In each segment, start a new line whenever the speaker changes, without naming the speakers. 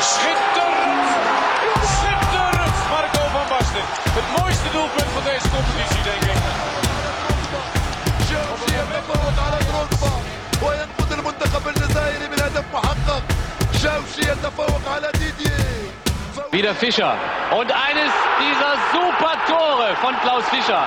Schitterend! Schitterend, Marco van Basten. Het mooiste doelpunt van deze competitie, denk ik.
شيرشي يتفوق على اوروبا وينقذ
er
المنتخب الجزائري من هدف محقق شاوشي يتفوق على ديدي
Wieder Fischer. Und eines dieser super Tore von Klaus Fischer.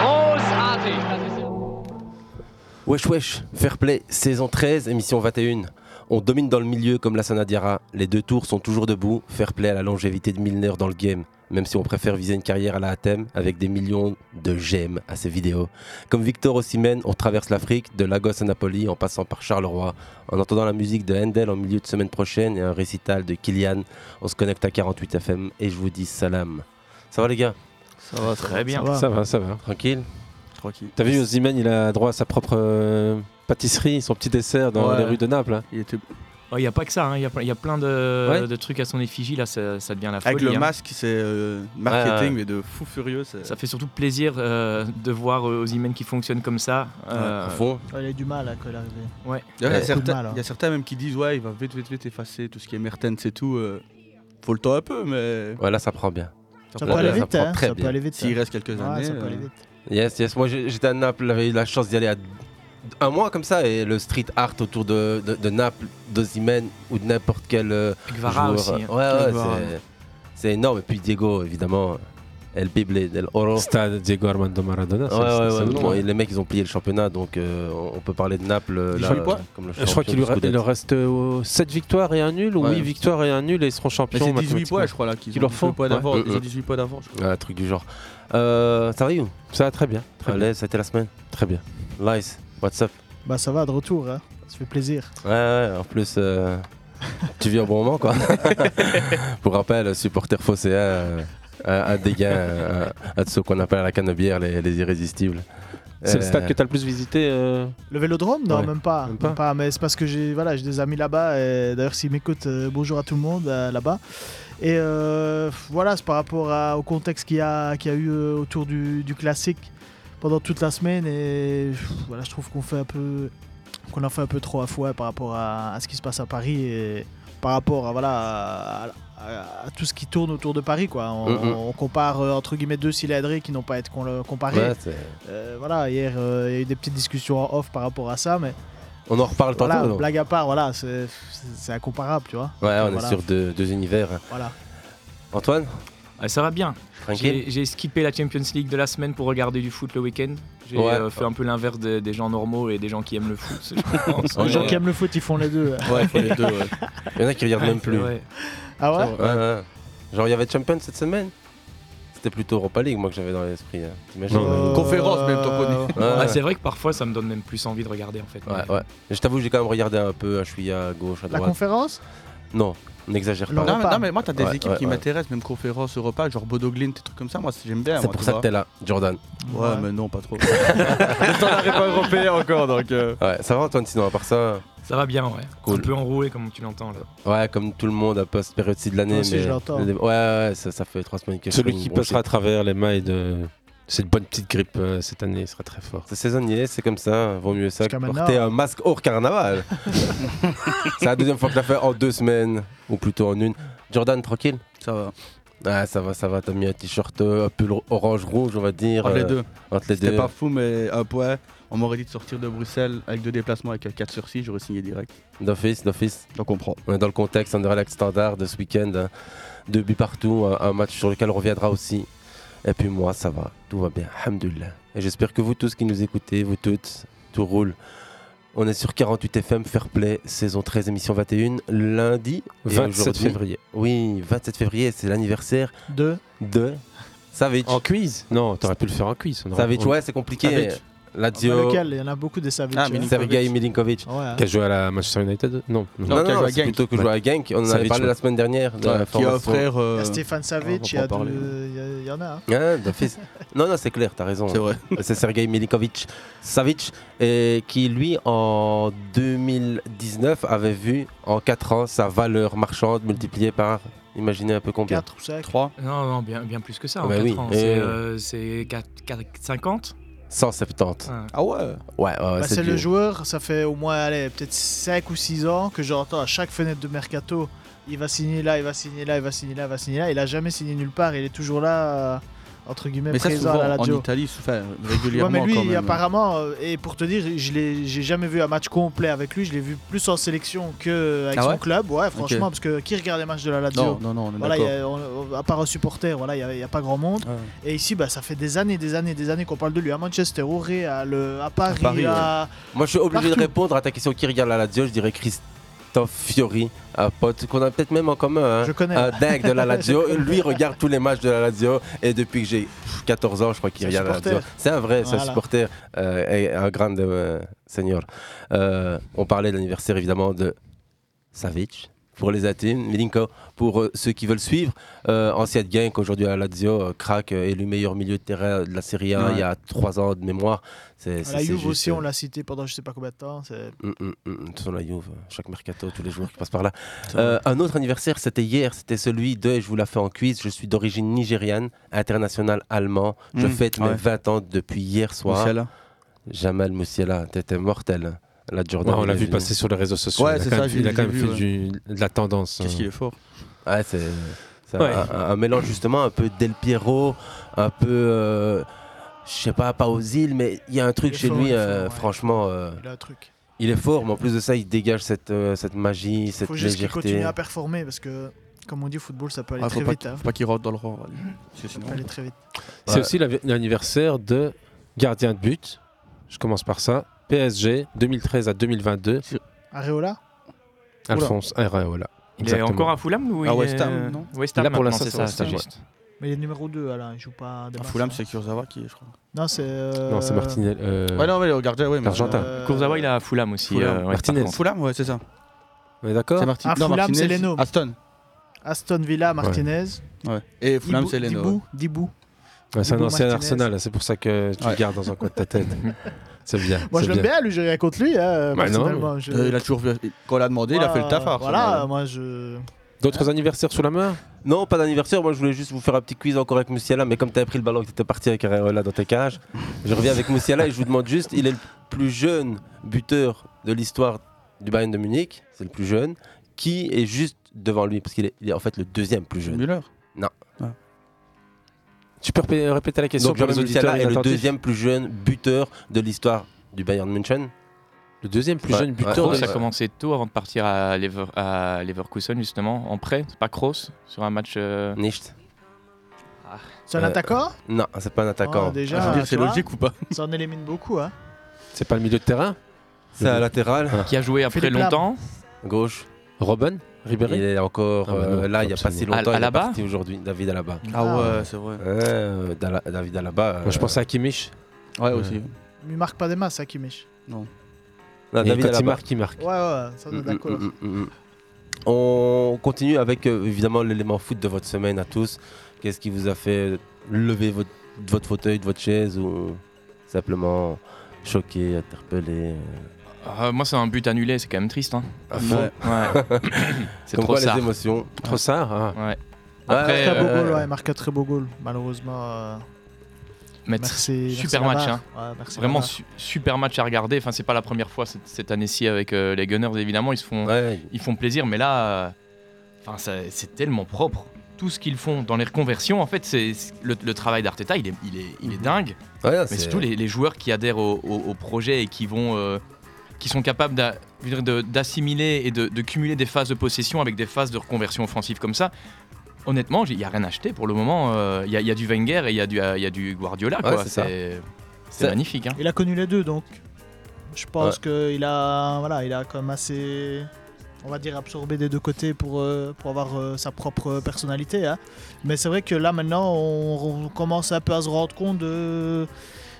Großartig. Das ist ja
Wesh wesh, fair play, saison 13, émission 21. On domine dans le milieu comme la Sanadiara. Les deux tours sont toujours debout. Fair play à la longévité de Milner dans le game. Même si on préfère viser une carrière à la Hatem avec des millions de j'aime à ses vidéos. Comme Victor Osimhen, on traverse l'Afrique de Lagos à Napoli en passant par Charleroi. En entendant la musique de Handel en milieu de semaine prochaine et un récital de Kylian, on se connecte à 48 FM et je vous dis salam. Ça va les gars
Ça va très bien.
Ça va, ça va.
Tranquille
Tranquille.
T'as vu, Osimhen, il a droit à sa propre euh, pâtisserie, son petit dessert dans
Ouais.
les rues de Naples. hein.
Il était-
euh,
Il n'y a pas que ça, il y, a plein de,
Ouais.
de trucs à son effigie, là ça, ça devient la folie.
Avec le
hein.
masque, c'est euh, marketing, mais de fou furieux. c'est-
Ça fait surtout plaisir euh, de voir euh, Osimhen qui fonctionne comme ça. Euh,
À fond
Il a eu du mal à quand il est arrivé.
Il y a
Ouais.
certains-
mal, hein.
il y a certains même qui disent Ouais, il va vite, vite, vite effacer tout ce qui est Mertens et tout. euh, faut le temps un peu, mais
Ouais, là ça prend bien.
Ça
Ouais,
peut aller
ça
vite,
prend
hein.
très
Ça peut
bien.
aller vite.
s'il reste quelques
Ouais,
années.
ça peut aller
euh,
vite.
Yes, yes. Moi, j'ai- j'étais à Naples, j'avais eu la chance d'y aller à un mois comme ça, et le street art autour de, de, de Naples, d'Ozimène ou de n'importe quel euh,
Guevara
joueur.
aussi. hein.
Ouais, ouais,
Guevara.
c'est- c'est énorme. Et puis Diego, évidemment, El Bible, El Oro. Ouais,
Stade Diego Armando Maradona. ça,
ouais,
ça,
ouais.
ça, non,
Bon,
hein.
et les mecs, ils ont plié le championnat, donc euh, on on peut parler de Naples. euh,
Ils
là,
font le poids
euh, comme le
Je crois
champion
qu'il lui
du
re- il
Scudetto.
leur reste 7 victoires et un nul, ou
Ouais.
8 victoires et un nul, et ils seront
Mais
champions.
c'est 18
mathématiquement.
points, je crois, là, qu'ils
Qu'il
ont
leur faut,
18 points
ouais.
d'avant.
Euh,
Ils
euh.
ont 18 points d'avant, je crois.
Ouais, un truc du genre. Euh, ça va, You
Ça va très bien. Très bien.
Allez, ça a été la semaine.
Très bien.
Lice, what's up
Bah, ça va, de retour, hein. Ça fait plaisir.
Ouais, ouais, en plus, euh, tu vis au bon moment, quoi. Pour rappel, supporter phocéen, euh, un, un dégât euh, un de ceux qu'on appelle à la cannebière les, les irrésistibles.
C'est le
Euh,
stade que t'as le plus visité. euh,
Le vélodrome Non,
Ouais.
même, pas,
Même pas.
Même pas, Mais c'est parce que j'ai voilà, j'ai des amis là-bas. et D'ailleurs, s'ils m'écoutent, euh, bonjour à tout le monde euh, là-bas. Et euh, voilà, c'est par rapport à- au contexte qu'il y, a- qu'il y a eu euh, autour du, du classique pendant toute la semaine. Et pff, voilà, je trouve qu'on fait un peu. qu'on en fait un peu trop à fouet par rapport à, à ce qui se passe à Paris et par rapport à, voilà, à, à- à tout ce qui tourne autour de Paris. Quoi. On,
Mm, mm.
on compare euh, entre guillemets deux cylindrés qui n'ont pas à être con- comparés.
ouais, c'est-
Euh, voilà, hier, euh, il y a eu des petites discussions en off par rapport à ça, mais
on en reparle tantôt.
voilà,
non
blague à part, voilà, c'est c'est- c'est incomparable, tu vois.
Ouais, on
Voilà.
est sur deux, deux univers.
Voilà.
Antoine,
Ah, ça va bien.
tranquille
J'ai j'ai skippé la Champions League de la semaine pour regarder du foot le week-end. J'ai
Ouais.
euh, fait un peu l'inverse des, des gens normaux et des gens qui aiment le foot. je pense.
Ouais,
les gens
ouais.
qui aiment le foot, ils font les deux.
Ouais, il faut les deux. ouais.
Il y en a qui regardent même plus.
Ouais.
Ah ouais
Ouais, ouais. Genre, il y avait Champions cette semaine C'était plutôt Europa League, moi, que j'avais dans l'esprit. hein. T'imagines
Non,
Euh,
non, non.
Conférence, même, tant qu'on
Ouais, ouais.
Ah, c'est vrai que parfois ça me donne même plus envie de regarder en fait.
Ouais, ouais. Je t'avoue, j'ai quand même regardé un peu. hein, Je suis à gauche, à
La
droite.
conférence
Non, n'exagère
Non,
pas.
Non, mais,
Europa.
non, mais moi, t'as des
Ouais,
équipes
ouais,
qui
ouais.
m'intéressent, même conférence, Europa, genre Bodo Glint, des trucs comme ça. Moi, c'est- j'aime bien.
C'est
moi,
pour
hein, tu
ça que
vois.
t'es là, Jordan.
Ouais, mais non, pas trop. Le standard n'est pas européen encore, donc. euh,
Ouais, ça va Antoine sinon à part ça
Ça va bien, ouais.
Cool.
Un peu enroué comme tu l'entends là.
Ouais comme tout le monde à post période-ci de l'année
Moi aussi,
mais
je l'entends.
Ouais ouais ça, ça fait trois semaines que je
Celui
suis
qui
bronché.
passera à travers les mailles de cette bonne petite grippe euh, cette année, il sera très fort.
C'est saisonnier, c'est comme ça, vaut mieux ça que
Jusqu'à maintenant.
porter un masque hors carnaval. c'est la deuxième fois que je l'ai fait en deux semaines, ou plutôt en une. Jordan, tranquille
Ça va.
Ah ça va, ça va, t'as mis un t-shirt, euh, un pull orange-rouge on va dire.
Entre les
euh,
deux.
Entre les
C'était
deux.
pas fou, mais un point. On m'aurait dit de sortir de Bruxelles avec deux déplacements avec 4 sur 6, j'aurais signé direct.
D'office, d'office.
Donc on prend.
On est dans le contexte, on est relax standard de ce week-end. hein. Deux buts partout, un, un match sur lequel on reviendra aussi. Et puis moi, ça va, tout va bien, alhamdoulilah. Et j'espère que vous tous qui nous écoutez, vous toutes, tout roule. On est sur 48 FM, Fair Play, saison 13, émission 21, lundi. et
27
aujourd'hui-
février.
Oui, 27 février, c'est l'anniversaire
Deux.
de Savic.
En quiz Non, Oh, t'aurais pu le faire en quiz. on aurait-
Savic,
on-
ouais, c'est compliqué.
Savic.
Dans
Lazio,
lequel Il y en a beaucoup des Savic.
Ah,
hein.
mais Milinkovic.
Sergei Milinkovic.
Ouais, hein.
Qui a joué à la Manchester United Non.
Non, non,
qui a joué
non,
à
c'est
Genk.
plutôt que jouer à Genk. On en avait
Savic,
parlé la
ouais.
semaine dernière. de la
qui a un
formation.
frère.
Il y
euh,
a Stéphane
on va
Savic, il y,
en
a
parler.
deux- il y a- il y en a. hein.
Ah, d'office. non, non, c'est clair, t'as raison.
C'est vrai.
C'est Sergei Milinkovic Savic, et qui lui, en 2019, avait vu en 4 ans sa valeur marchande multipliée par, imaginez un peu combien
Quatre ou cinq.
3.
Non, non, bien, bien plus que ça. en
Bah
quatre
oui.
ans.
Et-
C'est, euh, C'est 4 50
170.
Ah.
Ah ouais
Ouais, ouais, ouais,
Bah,
c'est
c'est le
vieux.
joueur, ça fait au moins allez, peut-être 5 ou 6 ans que j'entends à chaque fenêtre de mercato il va signer là, il va signer là, il va signer là, il va signer là. Il a jamais signé nulle part. Il est toujours là, euh, entre guillemets,
Mais ça,
présent
souvent,
à la
en
Lazio.
Italie, enfin,
Ouais,
régulièrement.
mais lui,
quand même.
apparemment, euh, et pour te dire, je l'ai, j'ai jamais vu un match complet avec lui. Je l'ai vu plus en sélection que avec
Ah
son
ouais
club. Ouais, franchement, parce que qui regarde les matchs de la Lazio
Non, non, non, on est
voilà, il y
d'accord.
a- on- à part un supporter, voilà, il n'y a, pas grand monde.
Ouais.
Et ici, bah, ça fait des années, des années, des années qu'on parle de lui à Manchester, au Real, euh, à Paris, à,
Paris,
Moi, je suis obligé
Partout.
de répondre à ta question qui regarde la Lazio. Je dirais Christophe Fiori, un pote qu'on a peut-être même en commun. hein.
je connais.
Un dingue de la Lazio.
Je connais.
Lui regarde tous les matchs de la Lazio. Et depuis que j'ai pff, 14 ans, je crois qu'il
C'est un
regarde la Lazio.
supporter.
C'est un vrai, c'est
Voilà.
un supporter euh, et un grand euh, seigneur. Euh, on parlait de l'anniversaire évidemment de Savic pour les intimes, Milinko pour euh, ceux qui veulent suivre. Euh, ancien de Genk, aujourd'hui à la Lazio, euh, crack euh, est le meilleur milieu de terrain de la Serie A
Ouais.
il y a 3 ans de mémoire. C'est,
À
c'est-
la
c'est
Juve
juste,
aussi,
euh,
on l'a cité pendant je sais pas combien de temps. c'est-
Mm, mm, mm, mm, sur la Juve, chaque mercato, tous les joueurs qui passent par là. Euh, un autre anniversaire, c'était hier, c'était celui de, et je vous la fais en quiz, je suis d'origine nigériane, international allemand, je
Hum,
Mm,
fête
ouais.
mes 20 ans depuis hier soir.
Michel, hein.
Jamal Musiala, t'étais mortel. hein. La Jordan.
Ouais, on
il
l'a
est
vu
venu.
passer sur les réseaux sociaux.
Ouais,
il a
c'est
quand
ça,
même-
je
il a
l'ai
quand même
vu,
fait
ouais.
du- de la tendance.
Qu'est-ce
hein.
qu'il est fort.
Ouais, c'est c'est un-
Ouais.
un, un mélange justement un peu Del Piero, un peu. euh, je sais pas, pas aux îles, mais il y a un truc
Il est
chez
fort, il
lui,
est
euh,
fort, ouais.
franchement, euh,
Il a un truc.
il est fort, mais en plus de ça, il dégage cette, euh, cette magie, cette
faut juste qu'il
légèreté.
continue à performer parce que, comme on dit, au football, ça peut aller
Ah, faut
très
pas
vite.
qu'il-
hein.
faut pas qu'il rentre dans le rang. allez. Parce que
Ça
sinon-
peut aller très vite.
C'est
Ouais.
aussi l'avi- l'anniversaire de gardien de but. Je commence par ça. PSG 2013 à 2022.
Areola
Alphonse Areola.
Il est
Exactement.
encore à Fulham ou
À
il
euh, West
est-
Ham, non
West Ham,
Là, pour
maintenant,
l'instant,
c'est
c'est
ça,
West
c'est
Ham,
juste.
Euh, Mais il est numéro 2, Alain, il joue pas des
À
masses,
Ah, Fulham,
hein.
c'est Kurzawa qui est, je crois.
Non, c'est. euh,
Non, c'est Martinez. euh,
Ouais, non, mais le gardien, ouais. mais-
L'Argentin.
euh,
Kurzawa, il est à Fulham aussi.
Fulham.
euh, ouais, par
Martinez.
contre.
Fulham, ouais, c'est ça.
On est d'accord
C'est Martin.
Ah,
non,
Fulham,
Martinez,
c'est Leno.
Aston.
Aston Villa, Martinez.
Ouais. Et Fulham,
Dibou-
c'est Leno. ouais.
Dibou, Dibou.
Ouais, C'est un
Hugo
ancien
Martinez.
Arsenal. C'est pour ça que tu
Ouais.
le gardes dans un coin de ta tête. c'est bien.
Moi,
c'est
je l'aime bien, lui, j'ai rien contre lui. hein,
Bah non,
personnellement, je-
Euh, il a toujours vu- Quand on l'a demandé, il a fait le taf. hein, à Arsenal.
Voilà, moi je.
D'autres anniversaires sous la main
Non, pas d'anniversaire. Moi, je voulais juste vous faire un petit quiz encore avec Musiala. Mais comme tu pris le ballon et que tu étais parti avec Areola dans tes cages, je reviens avec Musiala et je vous demande juste il est le plus jeune buteur de l'histoire du Bayern de Munich. C'est le plus jeune. Qui est juste devant lui Parce qu'il est, il est en fait le deuxième plus jeune.
Müller.
Ah.
Tu peux répé- répéter la question
Donc,
pour les
Jamal
auditeurs
Musiala est le
inattentifs
deuxième plus jeune buteur de l'histoire du Bayern München.
Le deuxième plus
Ouais,
jeune
ouais,
buteur
Kroos
ouais,
de
a commencé tôt avant de partir à, Lever, à Leverkusen justement en prêt, c'est pas Kroos sur un match. euh,
Nicht.
C'est un
Euh,
attaquant
Non, c'est pas un attaquant.
Ah, déjà,
Je veux dire,
tu
c'est
vois,
logique ou pas
Ça en élimine beaucoup. Hein.
C'est pas le milieu de terrain Ah.
c'est un latéral.
qui a joué après
Philippe Lahm.
longtemps.
Gauche.
Robin
Il
Ribéry
est encore
Ah bah non,
euh, là, il n'y a pas
absolument.
si longtemps.
Al-
il est
Alaba
parti aujourd'hui. David Alaba.
Ah ouais, c'est vrai.
Euh, Dala- David Alaba.
Moi, je
euh,
pense à Kimmich.
Ouais, aussi.
Il marque pas des masses, Hakimich.
non,
Et
David
quand il
Alaba.
marque, il marque.
Ouais, ouais, ça on est
Mm,
d'accord.
mm, mm, mm, mm. On continue avec euh, évidemment l'élément foot de votre semaine à tous. Qu'est-ce qui vous a fait lever votre, de votre fauteuil, de votre chaise ou simplement choqué, interpellé euh,
Euh, moi c'est un but annulé, c'est quand même triste. hein.
à fond
Ouais. c'est
Comme
trop
quoi
ça.
les émotions. hein.
Trossard ah.
Ouais.
Il
Après,
marque un beau
euh,
goal, ouais, il marque un très beau goal. Malheureusement, euh,
mais
merci.
super
merci
match, hein.
Navarre. Ouais, merci
vraiment
Navarre.
su- super match à regarder. Enfin c'est pas la première fois cette, cette année-ci avec euh, les Gunners évidemment ils se font
Ouais,
ils font plaisir, mais là, euh, enfin, ça- c'est tellement propre. Tout ce qu'ils font dans les reconversions, en fait, c'est c'est- le, le travail d'Arteta, il est, il est, il est dingue.
Mhm. ouais,
Mais surtout les, les joueurs qui adhèrent au, au- au projet et qui vont, euh, qui sont capables d'a- je veux dire, de- d'assimiler et de, de cumuler des phases de possession avec des phases de reconversion offensive comme ça. Honnêtement, j'ai- il n'y a rien acheté pour le moment. euh, Il y, a- il y a du Wenger et il y, a du- il y a du Guardiola.
Ouais,
quoi.
c'est ça.
C'est c'est
Ça-
magnifique. hein.
Il a connu les deux, donc je pense qu'il a, voilà, il a quand même assez, on va dire, absorbé des deux côtés pour, euh, pour avoir euh, sa propre personnalité. hein. Mais c'est vrai que là, maintenant, on, on commence un peu à se rendre compte de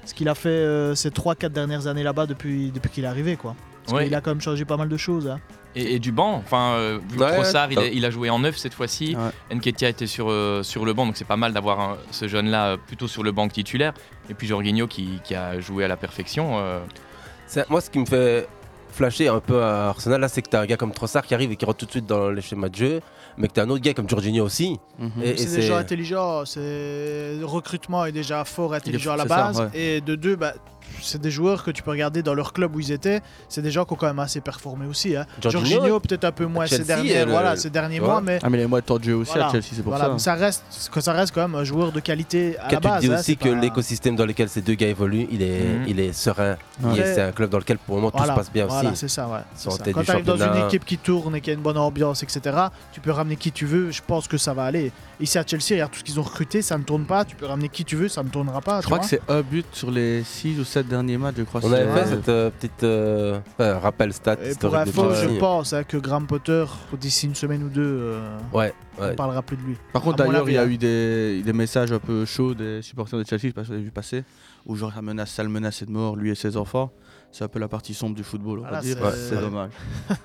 ce qu'il a fait euh, ces 3-4 dernières années là-bas depuis, depuis qu'il est arrivé. Quoi. Parce
Ouais.
qu'il a quand même changé pas mal de choses. hein.
Et, et du banc, enfin, euh, vu que
Ouais,
Trossard, il,
top.
est- il a joué en neuf cette fois-ci. Nketiah était sur, euh, sur le banc, donc c'est pas mal d'avoir un- ce jeune-là euh, plutôt sur le banc que titulaire. Et puis Jorginho qui, qui a joué à la perfection. euh,
C'est- Moi, ce qui me fait flashé un peu à Arsenal, là, c'est que t'as un gars comme Trossard qui arrive et qui rentre tout de suite dans les schémas de jeu, mais que t'as un autre gars comme Jorginho aussi.
Mhm.
Et, et
C'est déjà intelligent, hein, c'est le recrutement est déjà fort et intelligent à la
c'est ça,
base.
ouais.
Et de deux, bah, c'est des joueurs que tu peux regarder dans leur club où ils étaient. C'est des gens qui ont quand même assez performé aussi. hein.
Jorginho,
Jorginho peut-être un peu moins ces
Chelsea,
derniers,
le-
voilà, ces derniers
tu
mois,
vois.
mais
euh, Ah, mais il y a moins de temps de jeu aussi
Voilà.
à Chelsea, c'est pour
voilà,
ça.
mais ça reste, que ça reste quand même un joueur de qualité à la
Quand tu
base.
dis
hein,
aussi
c'est
que
pas-
l'écosystème dans lequel ces deux gars évoluent, il est,
Mhm.
il est serein.
Ouais.
Il est- C'est un club dans lequel pour le moment tout
Voilà,
se passe bien
voilà,
aussi.
c'est ça, ouais. c'est
sont en
ça.
tête
Quand
du
tu arrives dans une
championnat.
équipe qui tourne et qui a une bonne ambiance, etc., tu peux ramener qui tu veux, je pense que ça va aller. Ici à Chelsea, regarde tout ce qu'ils ont recruté, ça ne tourne pas, tu peux ramener qui tu veux, ça ne tournera pas.
Je crois que c'est un but sur les 6 ou 7 derniers matchs, je crois.
On avait
c'est-
fait cette euh, petite euh, enfin, rappel stat
Et pour
historique de
info,
Chelsea.
je pense hein, que Graham Potter, d'ici une semaine ou deux, euh,
Ouais, ouais.
on parlera plus de lui.
Par contre,
À mon
d'ailleurs, il y a
avis,
eu des, des messages un peu chauds des supporters de Chelsea, parce que j'ai vu passer, où genre ça menace, ça le menaçait de mort, lui et ses enfants. C'est un peu la partie sombre du football, on
Voilà,
va dire.
c'est-
C'est dommage.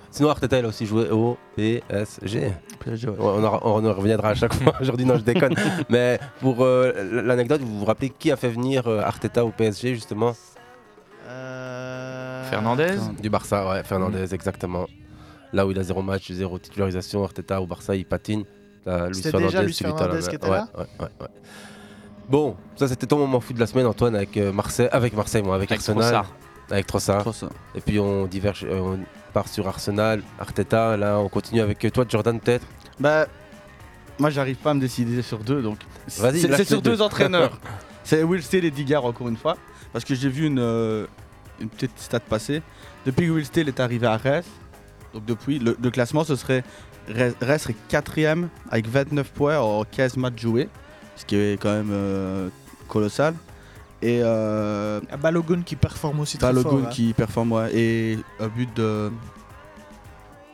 Sinon, Arteta, il a aussi joué au PSG.
PSG, ouais.
Ouais, on, en- on en reviendra à chaque fois. Aujourd'hui, non, je déconne. Mais pour euh, l'anecdote, vous vous rappelez qui a fait venir euh, Arteta au PSG, justement
Euh,
Fernandez
Du Barça, ouais, Fernandez, exactement. Là où il a zéro match, zéro titularisation, Arteta au Barça, il patine. T'as Luis
C'était
Fernandez,
déjà Luis
qui lui tend la
Fernandez
main.
qui était
Ouais,
là
ouais, ouais, ouais. Bon, ça c'était ton moment fou de la semaine, Antoine, avec euh, Marseille, avec Marseille, moi, avec,
Avec
Arsenal,
Trossard.
avec Trossard.
Trois, ça.
Et puis on diverge, euh, on part sur Arsenal, Arteta. Là, on continue avec euh, toi, Jordan, peut-être.
Bah, moi, j'arrive pas à me décider sur deux, donc.
Vas-y,
C'est
lâche
c'est
les
sur
deux.
deux entraîneurs. c'est Will Steele et Digard, encore une fois. Parce que j'ai vu une, euh, une petite stat passer. Depuis que Will Steele est arrivé à Reims, donc depuis, le, le classement, ce serait. Reims Reims serait quatrième avec 29 points en 15 matchs joués. Ce qui est quand même euh, colossal. Et euh,
il y a Ah, Balogun qui performe aussi très
Balogun
fort. hein.
qui performe ouais, et un but de.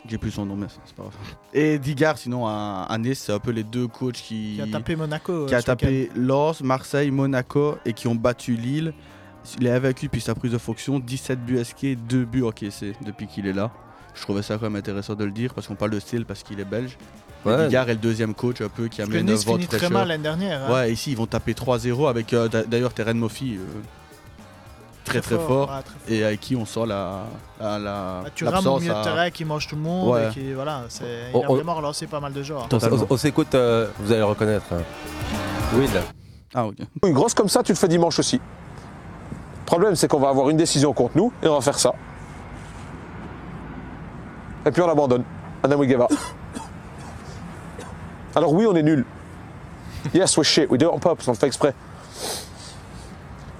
J'ai plus son nom, mais c'est pas grave. Et Digard, sinon à, à Nice, c'est un peu les deux coachs qui,
Qui a tapé Monaco.
qui
euh,
a
ce week-end.
tapé Lens, Marseille, Monaco et qui ont battu Lille. Il est vaincu depuis sa prise de fonction, 17 buts esqués, 2 buts encaissés depuis qu'il est là. Je trouvais ça quand même intéressant de le dire parce qu'on parle de style parce qu'il est belge. Et
Ouais.
Digard est le deuxième coach un peu qui
Parce que
amène un
Nice
vent
finit
de
très
fraîcheur.
mal l'année dernière. hein.
Ouais, ici ils vont taper 3-0 avec euh, d'a- d'ailleurs Terren Moffi euh, très très fort
ouais, très fort.
et avec qui on sent la la la
Bah, Thuram au
l'absence
milieu de
à-
terrain qui mange tout le monde.
Ouais. Oh,
et qui, voilà, c'est-
On-
il a
on-
vraiment relancé pas mal de joueurs.
On,
Totalement.
s- on s'écoute, euh, vous allez le reconnaître. hein. Will.
Ah ok.
Une grosse comme ça, tu le fais dimanche aussi. Le problème, c'est qu'on va avoir une décision contre nous et on va faire ça. Et puis on abandonne. Adam Wigeva. Alors oui, on est nul. Yes, we're shit. We do it on purpose. On le fait exprès.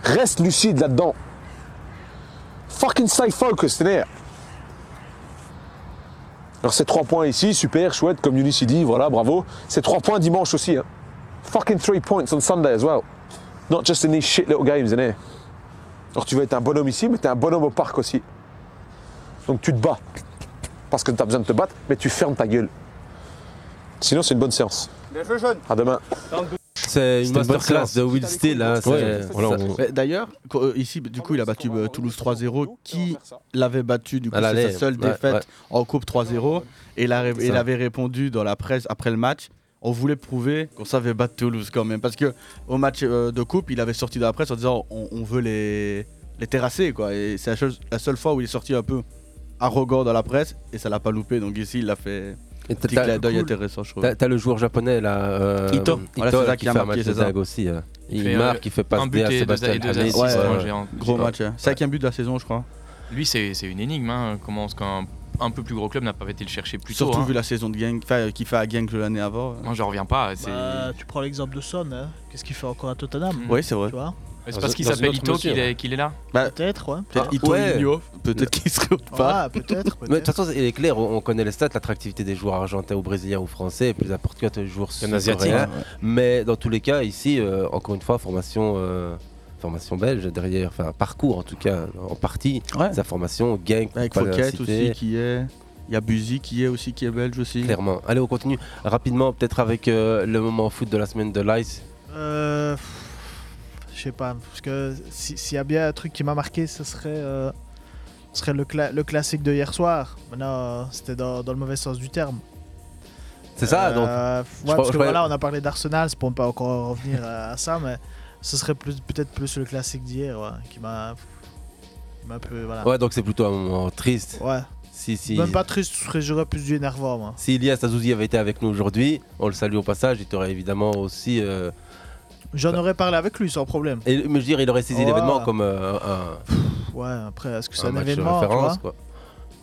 Reste lucide là-dedans. Fucking stay focused in here. Alors ces trois points ici, super, chouette, comme Younis il dit, voilà, bravo. Ces trois points dimanche aussi. hein. Fucking three points on Sunday as well. Not just in these shit little games in here. Alors tu vas être un bonhomme ici, mais tu es un bonhomme au parc aussi. Donc tu te bats. Parce que tu as besoin de te battre, mais tu fermes ta gueule. Sinon, c'est une bonne séance. À demain.
C'est une
C'était une bonne
masterclass
classe.
de Will Steele. hein, c'est-
Ouais, voilà,
ça-
on-
Mais D'ailleurs, quand- euh, ici du coup, il a battu euh, Toulouse 3-0 qui l'avait battu du coup,
À l'aller.
c'est sa seule
Ouais,
défaite
ouais.
en coupe 3-0 et il, a ré-
C'est
il
ça.
avait répondu dans la presse après le match on voulait prouver qu'on savait battre Toulouse quand même parce que au match euh, de coupe, il avait sorti de la presse en disant on, on veut les les terrasser quoi et c'est la, chose- la seule fois où il est sorti un peu arrogant dans la presse et ça l'a pas loupé donc ici il l'a fait
Et t'as-
petit
t'as-
clin d'œil
cool.
intéressant je trouve.
T'as t'as le joueur japonais là. euh,
Ito. Voilà, c'est
là,
ça
qui
qui a
fait un
marqué,
match de
c'est ça.
dingue aussi. hein. Il,
Il fait,
marque,
euh,
il fait
Un
passe
but
D à
et deux,
Sébastien
et deux
Alhamid,
assists,
ouais,
c'est un
ouais.
géant.
Gros
Ouais.
match, hein. cinquième but de la saison je crois.
Lui, c'est c'est une énigme. Hein. Comment est-ce qu'un un peu plus gros club n'a pas été le chercher plus tôt
Surtout
hein.
vu la saison de gang, enfin, euh, qu'il fait à gang de l'année avant. euh.
Moi, j'en reviens pas. Ah, C'est
Bah, tu prends l'exemple de Son. hein. Qu'est-ce qu'il fait encore à Tottenham
Mm.
Oui, c'est vrai. Bah,
Tu vois
Mais
Dans
c'est parce
un-
qu'il
dans une
s'appelle
autre
Ito
mesure.
qu'il est, qu'il est là.
Peut-être, ouais.
Peut-être
Ah,
Ito
ouais.
Nino, peut-être qu'il serait pas.
Ouais, peut-être.
Mais de toute
peut-être.
façon, il est clair, on on connaît les stats, l'attractivité des joueurs argentins ou brésiliens ou français, plus n'importe quoi, t'as des joueurs
Il y en a asiatique,
sud-coréens.
hein.
Mais dans tous les cas, ici, euh, encore une fois, formation, euh, formation belge derrière, enfin parcours en tout cas, en partie,
Ouais.
sa formation, gang, pour
Avec
pas la
Fouquet
citer.
aussi qui est. Il y a Buzy qui est aussi, qui est belge aussi.
Clairement. Allez, on continue rapidement, peut-être avec euh, le moment foot de la semaine de l'Ice.
Euh, pff, Je sais pas. Parce que si- s'il y a bien un truc qui m'a marqué, ce serait, euh, ce serait le, cla- le classique de hier soir. Maintenant, euh, c'était dans, dans le mauvais sens du terme.
C'est ça,
Euh,
donc
ouais,
crois-
parce
je
que
crois-
voilà, on a parlé d'Arsenal, c'est pour ne pas encore revenir à, à ça, mais ce serait plus peut-être plus le classique d'hier ouais, qui m'a Mais un peu, voilà.
Ouais, donc c'est plutôt un moment triste.
Ah. Ouais.
Si, si.
Même pas triste, je serais- j'aurais plus du énervant, moi.
Si Ilias Azouzi avait été avec nous aujourd'hui, on le salue au passage, il t'aurait évidemment aussi. euh,
J'en
Bah.
aurais parlé avec lui sans problème.
Et, mais je dirais, il aurait saisi
Ouais.
l'événement comme euh, un,
Ouais, après, est-ce que c'est
un
un,
match
événement tu
référence.
vois
Quoi.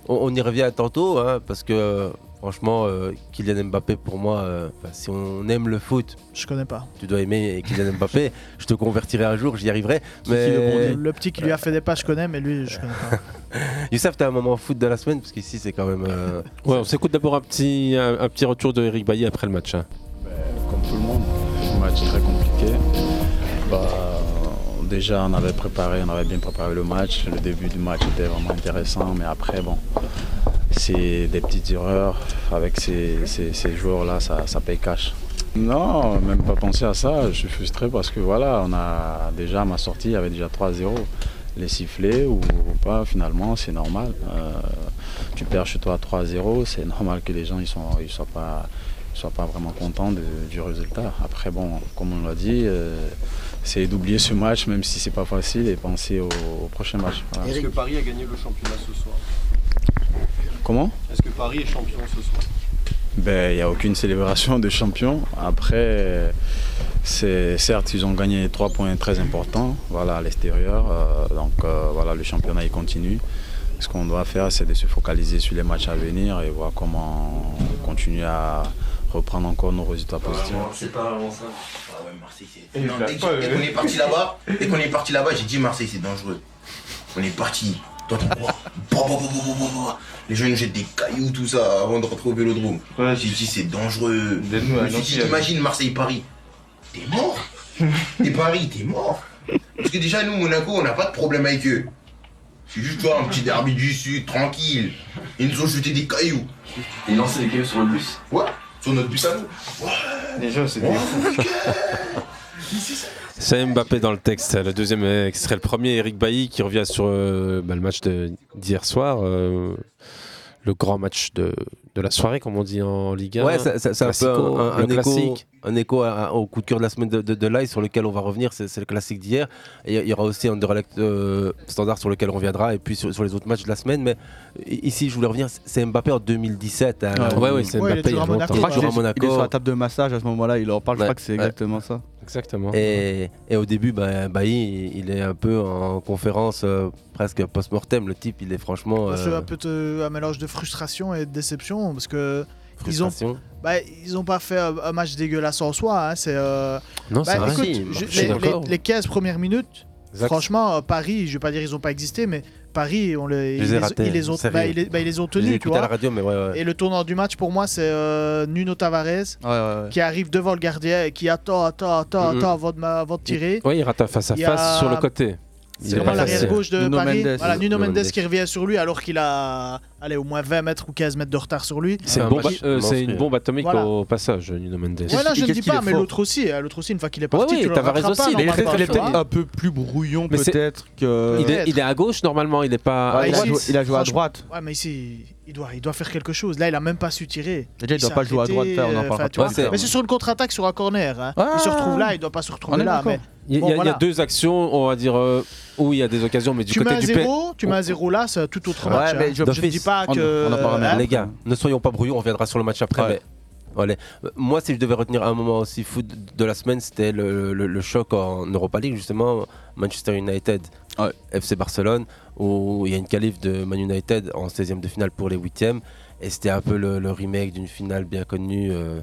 On, on y revient tantôt, hein, parce que franchement, euh, Kylian Mbappé, pour moi, euh, enfin, si on aime le foot,
Je connais pas.
tu dois aimer Kylian Mbappé. je te convertirai un jour, j'y arriverai.
Kiki le bon
Mais
Le petit qui lui a fait des pas, je connais, mais lui, je connais pas.
Youssef, t'as un moment foot de la semaine, parce qu'ici, c'est quand même. euh,
Ouais, on s'écoute d'abord un petit, un, un petit retour de Eric Bailly après le match. hein.
comme tout le monde. Un match très compliqué. Bah, déjà, on avait préparé, on avait bien préparé le match. Le début du match était vraiment intéressant, mais après, bon, c'est des petites erreurs. Avec ces, ces- ces joueurs-là, ça, ça paye cash. Non, même pas pensé à ça. Je suis frustré parce que voilà, on a déjà à ma sortie, il y avait déjà 3-0. Les sifflets ou pas, finalement, c'est normal. Euh, tu perds chez toi 3-0, c'est normal que les gens ils sont, ils soient pas ne sois pas vraiment content de- du résultat. Après, bon, comme on l'a dit, euh, c'est d'oublier ce match, même si c'est pas facile, et penser au, au prochain match. Voilà.
Est-ce que Paris a gagné le championnat ce soir
Comment
Est-ce que Paris est champion ce soir
Ben, il n'y a aucune célébration de champion. Après, euh, c'est certes, ils ont gagné trois points très importants, voilà, à l'extérieur. euh, donc, euh, voilà, le championnat il continue. Ce qu'on doit faire, c'est de se focaliser sur les matchs à venir et voir comment continuer à reprendre encore nos résultats positifs.
Ah ouais, Marseille c'est. Non, dès que- dès qu'on est parti là-bas, dès qu'on est parti là-bas, j'ai dit Marseille c'est dangereux. On est parti. Toi, t'es- Bah, bah, bah, bah, bah, bah, bah. Les gens ils jettent des cailloux, tout ça, avant de rentrer au vélodrome. J'ai dit c'est dangereux. Je me suis
euh.
dit, t'imagines Marseille-Paris. T'es mort. T'es Paris, t'es mort. Parce que déjà, nous, Monaco, on n'a pas de problème avec eux. C'est juste, toi, un petit derby du Sud, tranquille. Ils nous ont jeté des cailloux. Ils lançaient des cailloux sur le bus Ouais, sur notre bus à nous.
C'est Mbappé dans le texte, le deuxième extrait. Le premier, Eric Bailly qui revient sur euh, bah, le match de- d'hier soir, euh, le grand match de, de la soirée, comme on dit en Ligue 1.
Ouais, ça- ça- c'est un peu
Classico,
un, un-
le
un écho,
classique.
un écho à- à- au coup de cœur de la semaine de, de, de Lai sur lequel on va revenir, c'est c'est le classique d'hier. Et Il y, aura aussi Underlect euh, standard sur lequel on reviendra et puis sur, sur les autres matchs de la semaine. Mais i- ici, je voulais revenir, c'est- c'est Mbappé en 2017. hein.
Ouais,
Ah, Ouais, ouais, c'est
Ouais, il est
Mbappé il y
toujours
a
à Monaco.
longtemps.
Je crois qu'il
toujours à
est- il est
Monaco.
sur la table de massage à ce moment-là, il en parle,
Ouais.
je crois que c'est
Ouais.
exactement ça.
Exactement.
Et, et au début, bah, Bailly, il est un peu en conférence euh, presque post-mortem. Le type, il est franchement.
C'est
euh,
un peu euh, un mélange de frustration et de déception parce que ils ont-
frustration.
bah, ils ont pas fait un, un match dégueulasse en soi. hein, c'est euh,
Non,
bah,
c'est vrai.
écoute,
si,
je-
je suis
les,
d'accord.
les- les 15 premières minutes,
Exact.
franchement, euh, Paris, je vais pas dire ils ont pas existé, mais Paris, on les,
Je les
ils,
ai
les-
ratés,
ils les ont,
sérieux.
bah, ils les- bah, ils les ont
Je les ai
tenus, tu
écoutés à la
vois.
radio, mais ouais, ouais.
Et le tournant du match pour moi, c'est euh, Nuno Tavares
Ouais, ouais, ouais.
qui arrive devant le gardien et qui attend, attend, attend,
Mhm.
attend avant de, ma- avant de tirer.
Ouais, il rate un face à
Il y a-
face sur le côté. Il
C'est
est
vraiment
pas
l'arrière
facile.
gauche de
Nuno
Paris.
Mendes.
Voilà, Nuno
Nuno
Mendes
Mendes.
qui revient sur lui alors qu'il a allez, au moins 20 mètres ou 15 mètres de retard sur lui.
C'est
Ah,
une bombe-
bah, je-
euh,
je
c'est
m'en
une
fous.
bombe atomique
Voilà.
au passage, Nuno Mendes.
Qu'est-ce
Ouais, là,
qu'il-
je ne
qu'est-ce
dis
qu'il
pas,
est
mais
fort
l'autre aussi, hein, l'autre aussi, une fois qu'il est
Ouais,
parti,
ouais,
tu le
Tavares
rattrapes
aussi,
pas,
mais il est
normalement,
Il est
tu vois.
peut-être un peu plus brouillon,
Mais c'est-
peut-être que.
Il, est, il est à gauche normalement, il est pas.
Ouais,
Ah,
il, a
ici,
joué, il a joué à
franchement-
droite.
Ouais, mais ici, il doit, il doit faire quelque chose. Là, il a même pas su tirer.
Déjà, il doit
s'est
pas jouer à droite,
arrêté,
ça, on en
euh,
parlera
enfin,
plus
vois, c'est-
tard.
Mais c'est sur une contre-attaque sur un corner. hein.
Ah.
il se retrouve là, il doit pas se retrouver
On est
là.
d'accord.
Mais
Il y, a-
Bon,
il y a- il y
voilà.
a deux actions, on va dire, euh, où il y a des occasions, mais du
tu mets
côté
un
du P.
zéro, tu mets un zéro là, c'est un tout autre
Ouais,
match.
mais
hein.
je-
je
D'office. Ah,
ne dis pas
on-
que.
on en parlera
hein,
après.
Les gars, ne soyons pas brouillons, on reviendra sur le match après.
Ouais.
Mais... allez. Euh, Moi, si je devais retenir un moment aussi foot de la semaine, c'était le, le- le choc en Europa League, justement, Manchester United,
Ouais.
FC Barcelone, où il y a une qualif de Man United en 16e de finale pour les 8e. Et c'était un peu le, le remake d'une finale bien connue euh,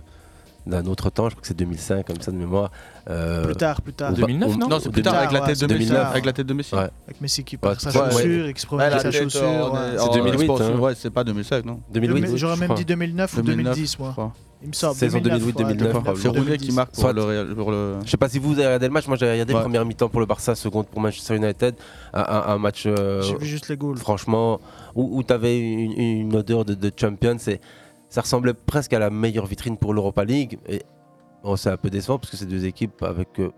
d'un autre temps, je crois que c'est 2005, comme ça de mémoire. Euh,
Plus tard, plus tard.
on va-
2009,
on-
non
Non, c'est plus
Début-
tard, avec la
ouais,
tête de
c'est
Messi.
2009.
Avec la tête de Messi.
Ouais.
Avec Messi qui perd sa
Ouais, ouais.
chaussure, qui se
Ouais,
promène
la
sa
tête, euh,
chaussure.
on
ouais.
est-
C'est
en
2008,
sport,
hein.
Ouais, c'est pas 2005, non
2008.
J'aurais même
crois.
dit 2009 ou
2009,
2010, moi.
je crois.
Il me semble.
Saison
2008,
2008,
ouais,
C'est Roulet qui marque pour
Soit.
le. Real- pour le-
Je sais pas si vous avez regardé le match, moi j'avais regardé
Ouais.
le premier mi-temps pour le Barça, seconde pour Manchester United, un, un- un match euh,
J'ai vu juste les goals.
franchement, où, tu avais une, une odeur de, de champion, c'est, ça ressemblait presque à la meilleure vitrine pour l'Europa League. Et bon, c'est un peu décevant parce que ces deux équipes avec euh,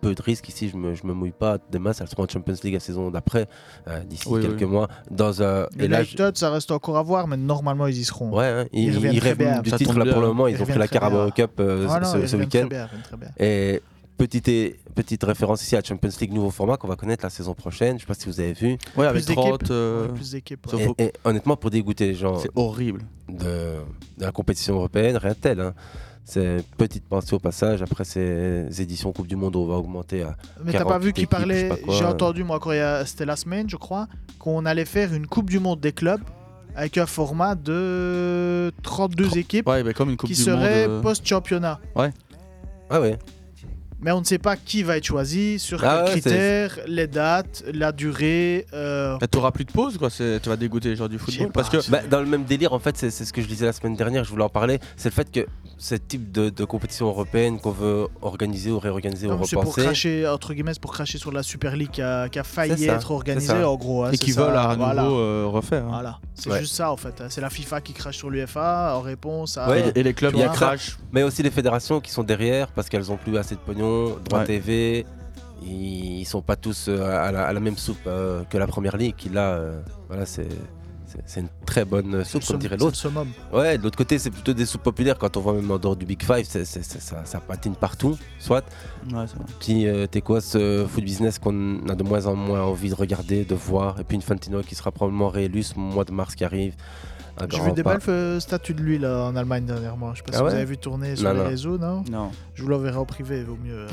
peu de risques ici, je me, je me mouille pas. Demain, ça se trouve en Champions League la saison d'après, euh, d'ici
Oui,
quelques
oui.
mois. Dans, un
Les
et là,
Live
je-
Todd, ça reste encore à voir, mais normalement, ils y seront.
ouais, hein, ils,
Ils reviennent
ils
très
rêvent
bien.
du
Ça
titre
tombe
là pour
bien.
le moment. Ils,
Ils
ont pris
reviennent
la
très bien.
Carabao Cup euh,
Ah non,
ce,
ils
ce
reviennent très
week-end.
bien, ils reviennent très bien.
Et Petite, et- petite référence ici à Champions League, nouveau format qu'on va connaître la saison prochaine. Je sais pas si vous avez vu.
Ouais,
Plus
avec
d'équipes.
30. euh,
Ouais, plus d'équipes. ouais.
sauf-
Et, et honnêtement, pour dégoûter les gens
C'est horrible.
de, de la compétition européenne, rien de tel. hein. C'est petite pensée au passage. Après ces éditions Coupe du Monde, on va augmenter à
Mais t'as
48
pas vu qu'il
équipes,
parlait
je sais pas quoi,
J'ai
euh.
entendu, moi, quand il y a- c'était la semaine, je crois, qu'on allait faire une Coupe du Monde des clubs avec un format de 32 équipes
Ouais, bah, comme une Coupe
qui
du Monde.
serait
euh,
post-championnat.
Ah ouais.
Mais on ne sait pas qui va être choisi, sur
Ah
quels
ouais, c'est-
critères, les dates, la durée. euh,
bah, T'auras plus de pause, quoi. c'est- Tu vas dégoûter les gens du
je sais
football.
pas,
Parce que
c'est-
Bah, dans le même délire, en fait, c'est c'est ce que je disais la semaine dernière, je voulais en parler, c'est le fait que ce type de, de compétition européenne qu'on veut organiser ou réorganiser ou
comme c'est pour
repenser,
cracher, entre guillemets, c'est pour cracher sur la Super League qui a, qui a failli
C'est ça,
être
c'est
organisée,
ça.
en gros. hein,
et
c'est
qui
ça,
veulent à nouveau
voilà.
euh, refaire. hein.
Voilà. c'est
Ouais.
juste ça en fait. hein. C'est la FIFA qui crache sur l'UFA en réponse à.
Ouais,
Et les clubs,
Tu
ils
vois.
crachent.
mais aussi les fédérations qui sont derrière parce qu'elles ont plus assez de pognon, droit
Ouais.
TV, ils ils sont pas tous euh, à la, à la même soupe euh, que la première ligue, qui là, euh, voilà, c'est. c'est- C'est une très bonne soupe,
C'est
comme
le
dirait
summum,
l'autre.
c'est le summum.
Ouais, de l'autre côté, c'est plutôt des soupes populaires. Quand on voit même en dehors du Big Five, c'est- c'est- c'est- ça, ça patine partout, soit.
Ouais, c'est vrai.
Puis euh, t'es quoi ce foot business qu'on a de moins en moins envie de regarder, de voir Et puis une Fantino qui sera probablement réélue ce mois de mars qui arrive. Un
J'ai
grand
vu des
pas.
belles euh, statues de lui là, en Allemagne dernièrement. Je sais pas
Ah
si
ouais
vous avez vu tourner sur
Non,
les
non.
réseaux, non
Non.
Je vous l'enverrai en privé, vaut mieux. euh.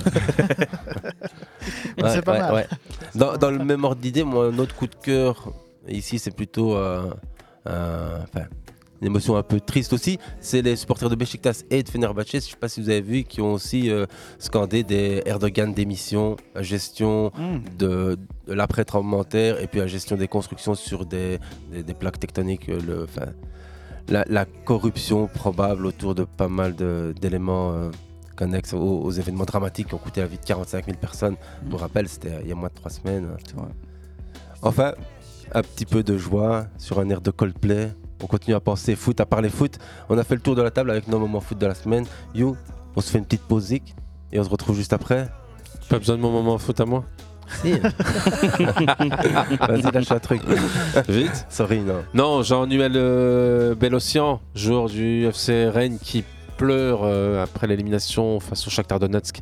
Mais
Ouais,
c'est pas
ouais,
mal.
ouais. Dans, dans le même ordre d'idée, moi, un autre coup de cœur, ici c'est plutôt euh, euh, enfin, une émotion un peu triste aussi, c'est les supporters de Besiktas et de Fenerbahce, je sais pas si vous avez vu, qui ont aussi euh, scandé des Erdogan démission, gestion
Hmm.
de, de l'après-tremblementaire et puis la gestion des constructions sur des, des- des plaques tectoniques, euh, le, enfin, la, la corruption probable autour de pas mal de- d'éléments euh, connexes aux, aux événements dramatiques qui ont coûté la vie de 45 000 personnes. Pour rappel, c'était euh, il y a moins de trois semaines.
C'est vrai.
Enfin, un petit peu de joie sur un air de Coldplay. On continue à penser foot, à parler foot. On a fait le tour de la table avec nos moments foot de la semaine. You, on se fait une petite pause zik et on se retrouve juste après.
Pas besoin de mon moment faute à moi.
Vas-y, lâche un truc.
Vite.
Sorry, non.
Non, Jean-Nuel euh, Belocian, joueur du FC Rennes qui pleure euh, après l'élimination face au Shakhtar Donetsk.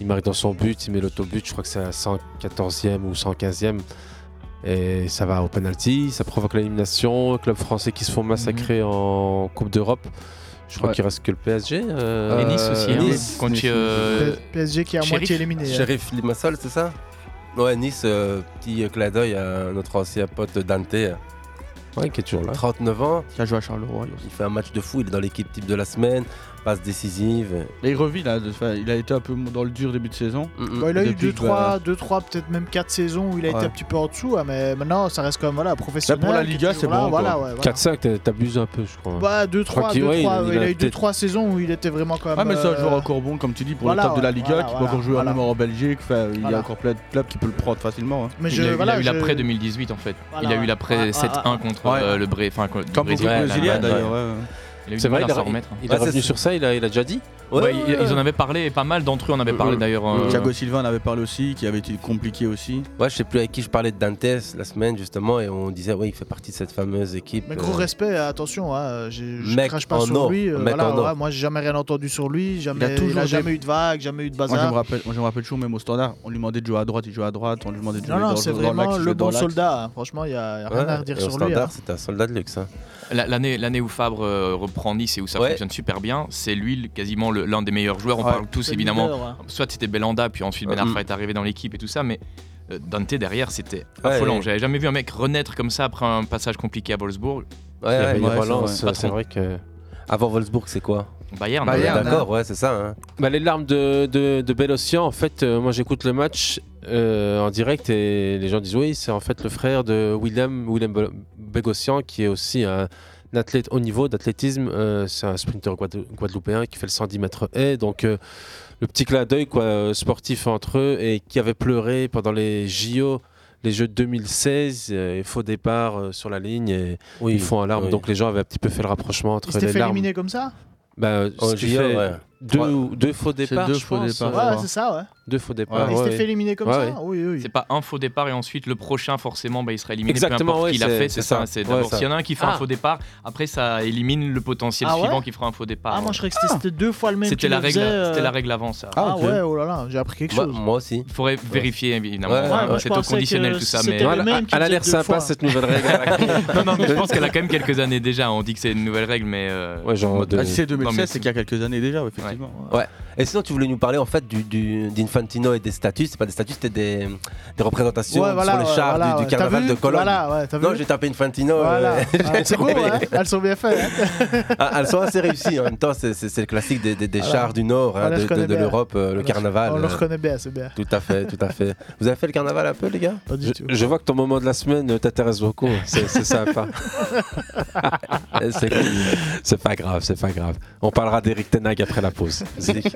Il marque dans son but, il met l'autobut, je crois que c'est à 114e ou 115e. Et ça va au penalty, ça provoque l'élimination. Club français qui se font massacrer
Mhm.
en Coupe d'Europe. Je crois
Ouais.
qu'il reste que le PSG. euh,
Et Nice aussi, hein,
Nice.
contre,
Nice.
euh,
P- PSG qui est à
Sheriff.
moitié éliminé. hein.
Sheriff Limassol, c'est ça Ouais, Nice, euh, petit euh, clin d'œil à notre ancien pote Dante, euh,
ouais, qui est toujours là.
39 ans,
Qui a joué à Charleroi. lui aussi.
il fait un match de fou, il est dans l'équipe type de la semaine, passe décisive.
Et il revit là, de- enfin, il a été un peu dans le dur début de saison.
Bon, il a eu
Depuis
2-3,
que, bah,
peut-être même 4 saisons où il a été
Ouais.
un petit peu en dessous, hein, mais maintenant ça reste quand même voilà, professionnel.
Là, pour la
qui est
Liga,
toujours
c'est
là,
bon,
Voilà,
quoi.
ouais, voilà.
4-5, t'as- t'abuses un peu, je crois.
Bah,
crois
2-3,
qu'il-
2-3,
ouais, il-
il,
il
a
a
eu 2-3 saisons où il était vraiment quand même.
Ouais, Ah, mais c'est un
euh,
joueur encore bon, comme tu dis, pour
voilà,
le top de la
ouais,
Liga,
voilà,
qui peut
voilà,
encore jouer
voilà.
à même en Belgique. Enfin, il y
Voilà.
a encore plein de clubs qui peuvent le prendre facilement. hein.
mais
il,
je-
a, eu- il a
voilà,
eu
je-
l'après 2018 en fait.
Voilà,
il a
ouais. Ah,
eu l'après
Ouais, ouais,
7-1
ouais.
contre
Ouais.
euh, le Bré, enfin contre
Comme
le
beaucoup de
Brésil,
Brésiliens
l'Allemagne.
d'ailleurs. ouais, ouais.
Il a eu
C'est
du mal
vrai,
à
il
s'en
a-
remettre. hein.
Il est
Ouais,
revenu
c'est-
sur ça, il a, il a déjà dit.
Ouais,
Ouais, ils- ils en
ouais.
avaient parlé, et pas mal d'entre eux en avaient
Mm,
parlé
mm.
d'ailleurs. euh,
Thiago Silva en avait parlé aussi, qui avait été compliqué aussi.
Ouais, je sais plus avec qui je parlais de Dantes la semaine justement, et on disait, oui, il fait partie de cette fameuse équipe.
Mais gros
euh,
respect, attention, hein, j'ai- je
Mec
crache pas
en
sur
or,
lui. euh,
mec
voilà,
en or.
ouais, moi j'ai jamais rien entendu sur lui, jamais, il a,
toujours des-
jamais eu de vague, jamais eu de
Moi je,
bazar.
me rappelle, moi, je me rappelle toujours, même au standard, on lui demandait de jouer à droite, il jouait à droite, on lui demandait de jouer
non, non,
dans,
c'est
dans
vraiment
l'axe, il
le
jouait dans
bon
l'axe.
soldat. hein. Franchement, il n'y a rien
ouais,
à redire
et au
sur lui.
standard,
hein.
c'est un soldat de luxe. hein.
La- L'année, l'année où Fabre euh, reprend Nice et où ça
Ouais.
fonctionne super bien, c'est lui le- quasiment le- l'un des meilleurs joueurs. On
Ouais.
parle tous
C'est
évidemment.
leader, hein.
Soit c'était Belanda, puis ensuite Ben
Mm.
Arfa est arrivé dans l'équipe et tout ça, mais euh, Dante derrière c'était
Ouais,
affolant.
ouais.
J'avais jamais vu un mec renaître comme ça après un passage compliqué à
Ouais,
Wolfsburg.
il y
ouais,
avait
il
une
est
ouais, c'est
relance,
vrai.
relance, c'est vrai que.
Avant Wolfsburg, c'est quoi
Bayern.
On est
Bayern,
D'accord, ouais, c'est ça. hein.
Bah, les larmes de, de, de Belocian, en fait, euh, moi j'écoute le match euh, en direct et les gens disent oui, c'est en fait le frère de Willem, Willem Be- Begossian qui est aussi un athlète haut niveau d'athlétisme. euh, c'est un sprinter guadou- guadeloupéen qui fait le 110 mètres et donc euh, le petit clin d'œil quoi, euh, sportif entre eux et qui avait pleuré pendant les JO. Les Jeux de 2016, euh, faux départ euh, sur la ligne et
Oui,
ils font un larme.
oui.
Donc les gens avaient un petit peu fait le rapprochement
Il
entre
s'était
les
fait
larmes.
éliminer comme ça
Bah, euh,
Au
ce qui
JO,
fait
ouais.
deux,
Ouais.
deux faux
C'est
départs.
deux
je
faux
pense,
départs.
euh,
Ouais,
voir.
c'est ça, ouais.
Deux faux départs.
Il
ouais,
s'était
ouais.
fait éliminer comme
Ouais,
ça
ouais.
Oui, oui.
C'est pas un faux départ et ensuite le prochain forcément bah, il sera éliminé.
Exactement,
peu importe
ouais,
qui l'a
c'est-
fait,
c'est
c'est
ça.
ça. C'est
Ouais,
d'abord
ça.
s'il y en a un qui fait
Ah.
un faux départ, après ça élimine le potentiel
Ah ouais
suivant qui fera un faux départ.
Ah, moi, je croyais que c'était- c'était deux fois le même.
C'était
qui
la
le
règle,
faisait, euh,
c'était la règle avant ça.
Ah,
ok. Bah,
ouais, oh là là, j'ai appris quelque
Moi,
chose.
moi aussi.
Il faudrait vérifier évidemment.
Ouais,
Enfin,
ouais, moi,
je
c'est au
pensais
conditionnel
que
tout ça,
c'était
mais
le
Voilà,
même qui
elle a
le
l'air
faisait deux
sympa
fois.
cette nouvelle règle. à la con.
non, non, mais je pense qu'elle a quand même quelques années déjà. On dit que c'est une nouvelle règle, mais euh,
Ouais, genre
mode-
de-
Ah, si c'est 2016,
Non, mais-
c'est qu'il y a quelques années déjà, ouais, effectivement.
Et sinon, tu voulais nous parler en fait du- du- d'Infantino et des statues. C'est pas des statues, c'était des, des représentations
Ouais, voilà,
sur les
ouais,
chars
voilà,
du, du
ouais. T'as
carnaval
vu
de Cologne.
Voilà, ouais, t'as vu
Non, j'ai tapé Infantino.
Voilà.
euh,
Ah, C'est beau, hein Elles sont bien faites. hein.
Ah, elles sont assez réussies. En même temps, c'est c'est- c'est le classique des, des- des
Voilà.
chars du Nord,
On
hein, de,
les
de-
reconnaît
de
bien.
l'Europe, euh,
On
le
le-
carnaval.
On le
euh,
reconnaît bien, c'est bien.
Tout à fait, tout à fait. Vous avez fait le carnaval un peu, les gars
Pas du
Je,
tout.
je vois que ton moment de la semaine euh, t'intéresse beaucoup. C'est c'est sympa.
Eh, C'est
c'est pas grave, c'est pas grave. On parlera d'Eric Tenag après la pause.
Zik.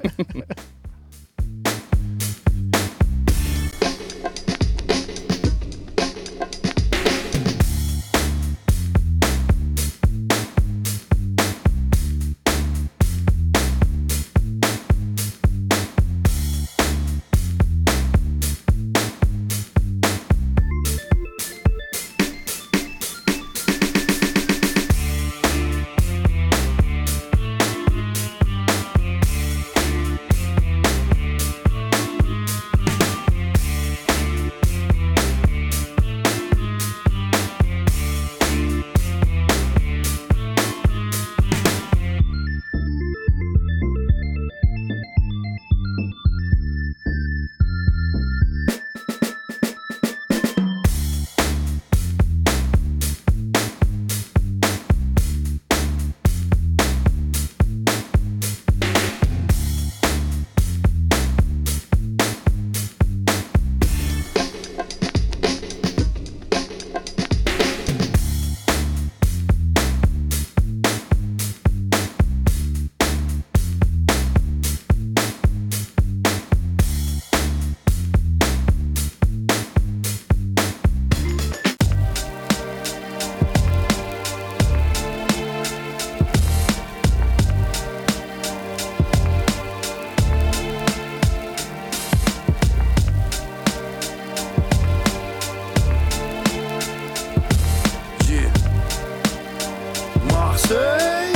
Marseille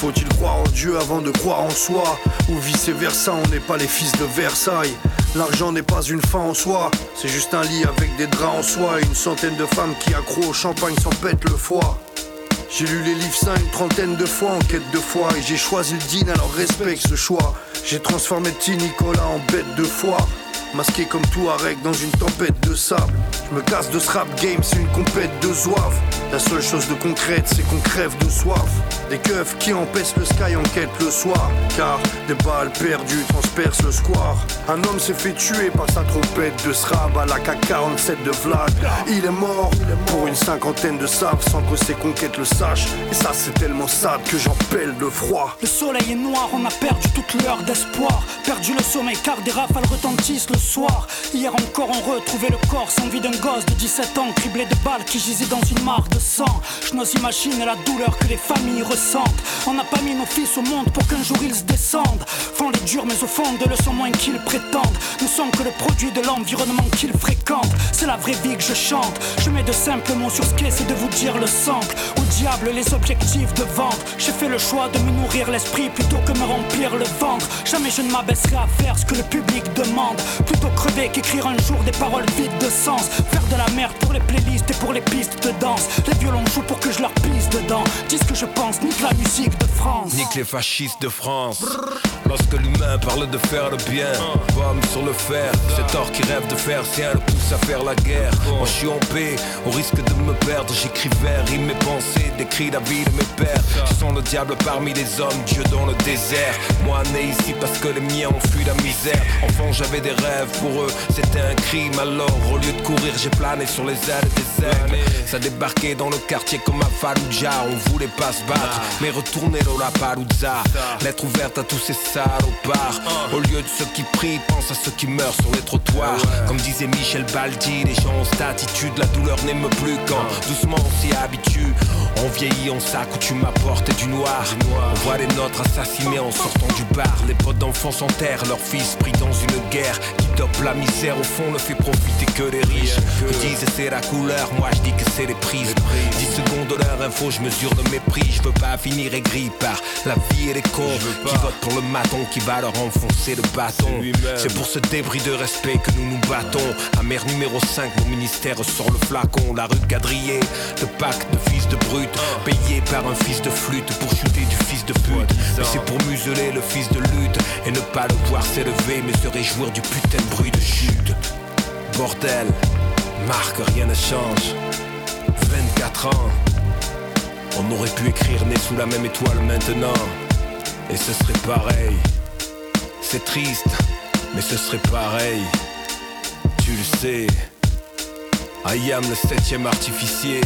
Faut-il croire en Dieu avant de croire en soi Ou vice-versa, on n'est pas les fils de Versailles L'argent n'est pas une fin en soi, c'est juste un lit avec des draps en soie et une centaine de femmes qui accro au champagne s'en pètent le foie. J'ai lu les livres ça une trentaine de fois en quête de foi et j'ai choisi le dîner alors respecte ce choix. J'ai transformé petit Nicolas en bête de foi. Masqué comme Touareg dans une tempête de sable. Je me casse de ce rap game, c'est une compète de zouave. La seule chose de concrète, c'est qu'on crève de soif. Des keufs qui empêchent le sky en quête le soir. Car des balles perdues transpercent le square. Un homme s'est fait tuer par sa trompette de srab à la K47 de Vlad. Il est mort pour une cinquantaine de sables sans que ses conquêtes le sachent. Et ça, c'est tellement sable que j'en pèle de froid.
Le soleil est noir, on a perdu toute l'heure d'espoir. Perdu le sommeil car des rafales retentissent le soir. Hier encore, on retrouvait le corps sans vie d'un gosse de 17 ans, criblé de balles qui gisait dans une mare de sang. Je n'ose imaginer la douleur que les familles ressentent. On n'a pas mis nos fils au monde pour qu'un jour ils se descendent. Font les durs, mais au fond de le sont moins qu'ils prétendent. Nous sommes que le produit de l'environnement qu'ils fréquentent. C'est la vraie vie que je chante. Je mets de simples mots sur ce qu'est, c'est de vous dire le simple. Au diable, les objectifs de vente. J'ai fait le choix de me nourrir l'esprit plutôt que me remplir le ventre. Jamais je ne m'abaisserai à faire ce que le public demande. Plutôt crever qu'écrire un jour des paroles vides de sens. Faire de la merde pour les playlists et pour les pistes de danse. Les violons jouent pour que je leur pisse dedans. Dis ce que je pense, nique la musique de France.
Nique les fascistes de France. Lorsque l'humain parle de faire le bien, pomme sur le fer. Cet or qui rêve de faire sien le pousse à faire la guerre. Moi je suis en paix, au risque de me perdre. J'écris vers rime mes pensées, décris la vie de mes pères. Ils sont le diable parmi les hommes, Dieu dans le désert. Moi né ici parce que les miens ont fui la misère. Enfant j'avais des rêves, pour eux c'était un crime. Alors au lieu de courir, j'ai plané sur les ailes des aigles. Ça débarquait dans le quartier comme à Fallujah. On voulait pas se battre, mais retourner dans la palouza. Lettre ouverte à tous ces salopards.
Ah.
Au lieu de ceux qui prient, pense à ceux qui meurent sur les trottoirs.
Eh
Comme disait
Ah.
Michel Baldi, les gens ont cette attitude. La douleur n'aime plus quand doucement on s'y habitue.
On vieillit, on s'accoutume à porter du noir. On voit les nôtres assassinés en sortant du bar. Les potes d'enfants s'enterrent, leurs fils pris dans une guerre qui dope la misère. Au fond, ne fait profiter que les riches. Ils disent c'est la couleur, moi je dis que c'est les prises. 10 secondes de leur info, je mesure le mépris. Je veux pas finir aigri par la vie et les cons qui votent pour le maton qui va leur enfoncer le bâton. C'est pour ce débris de respect que nous nous battons. Amère numéro 5, mon ministère sort le flacon. La rue de Gadrier, le pacte de fils de brute, payé par un fils de flûte pour shooter du fils de pute. Mais c'est pour museler le fils de lutte et ne pas le voir s'élever, mais se réjouir du putain de bruit de chute. Bordel, marque, rien ne change. 24 ans, on aurait pu écrire né sous la même étoile maintenant, et ce serait pareil. C'est triste, mais ce serait pareil. Tu le sais, I am le septième artificier.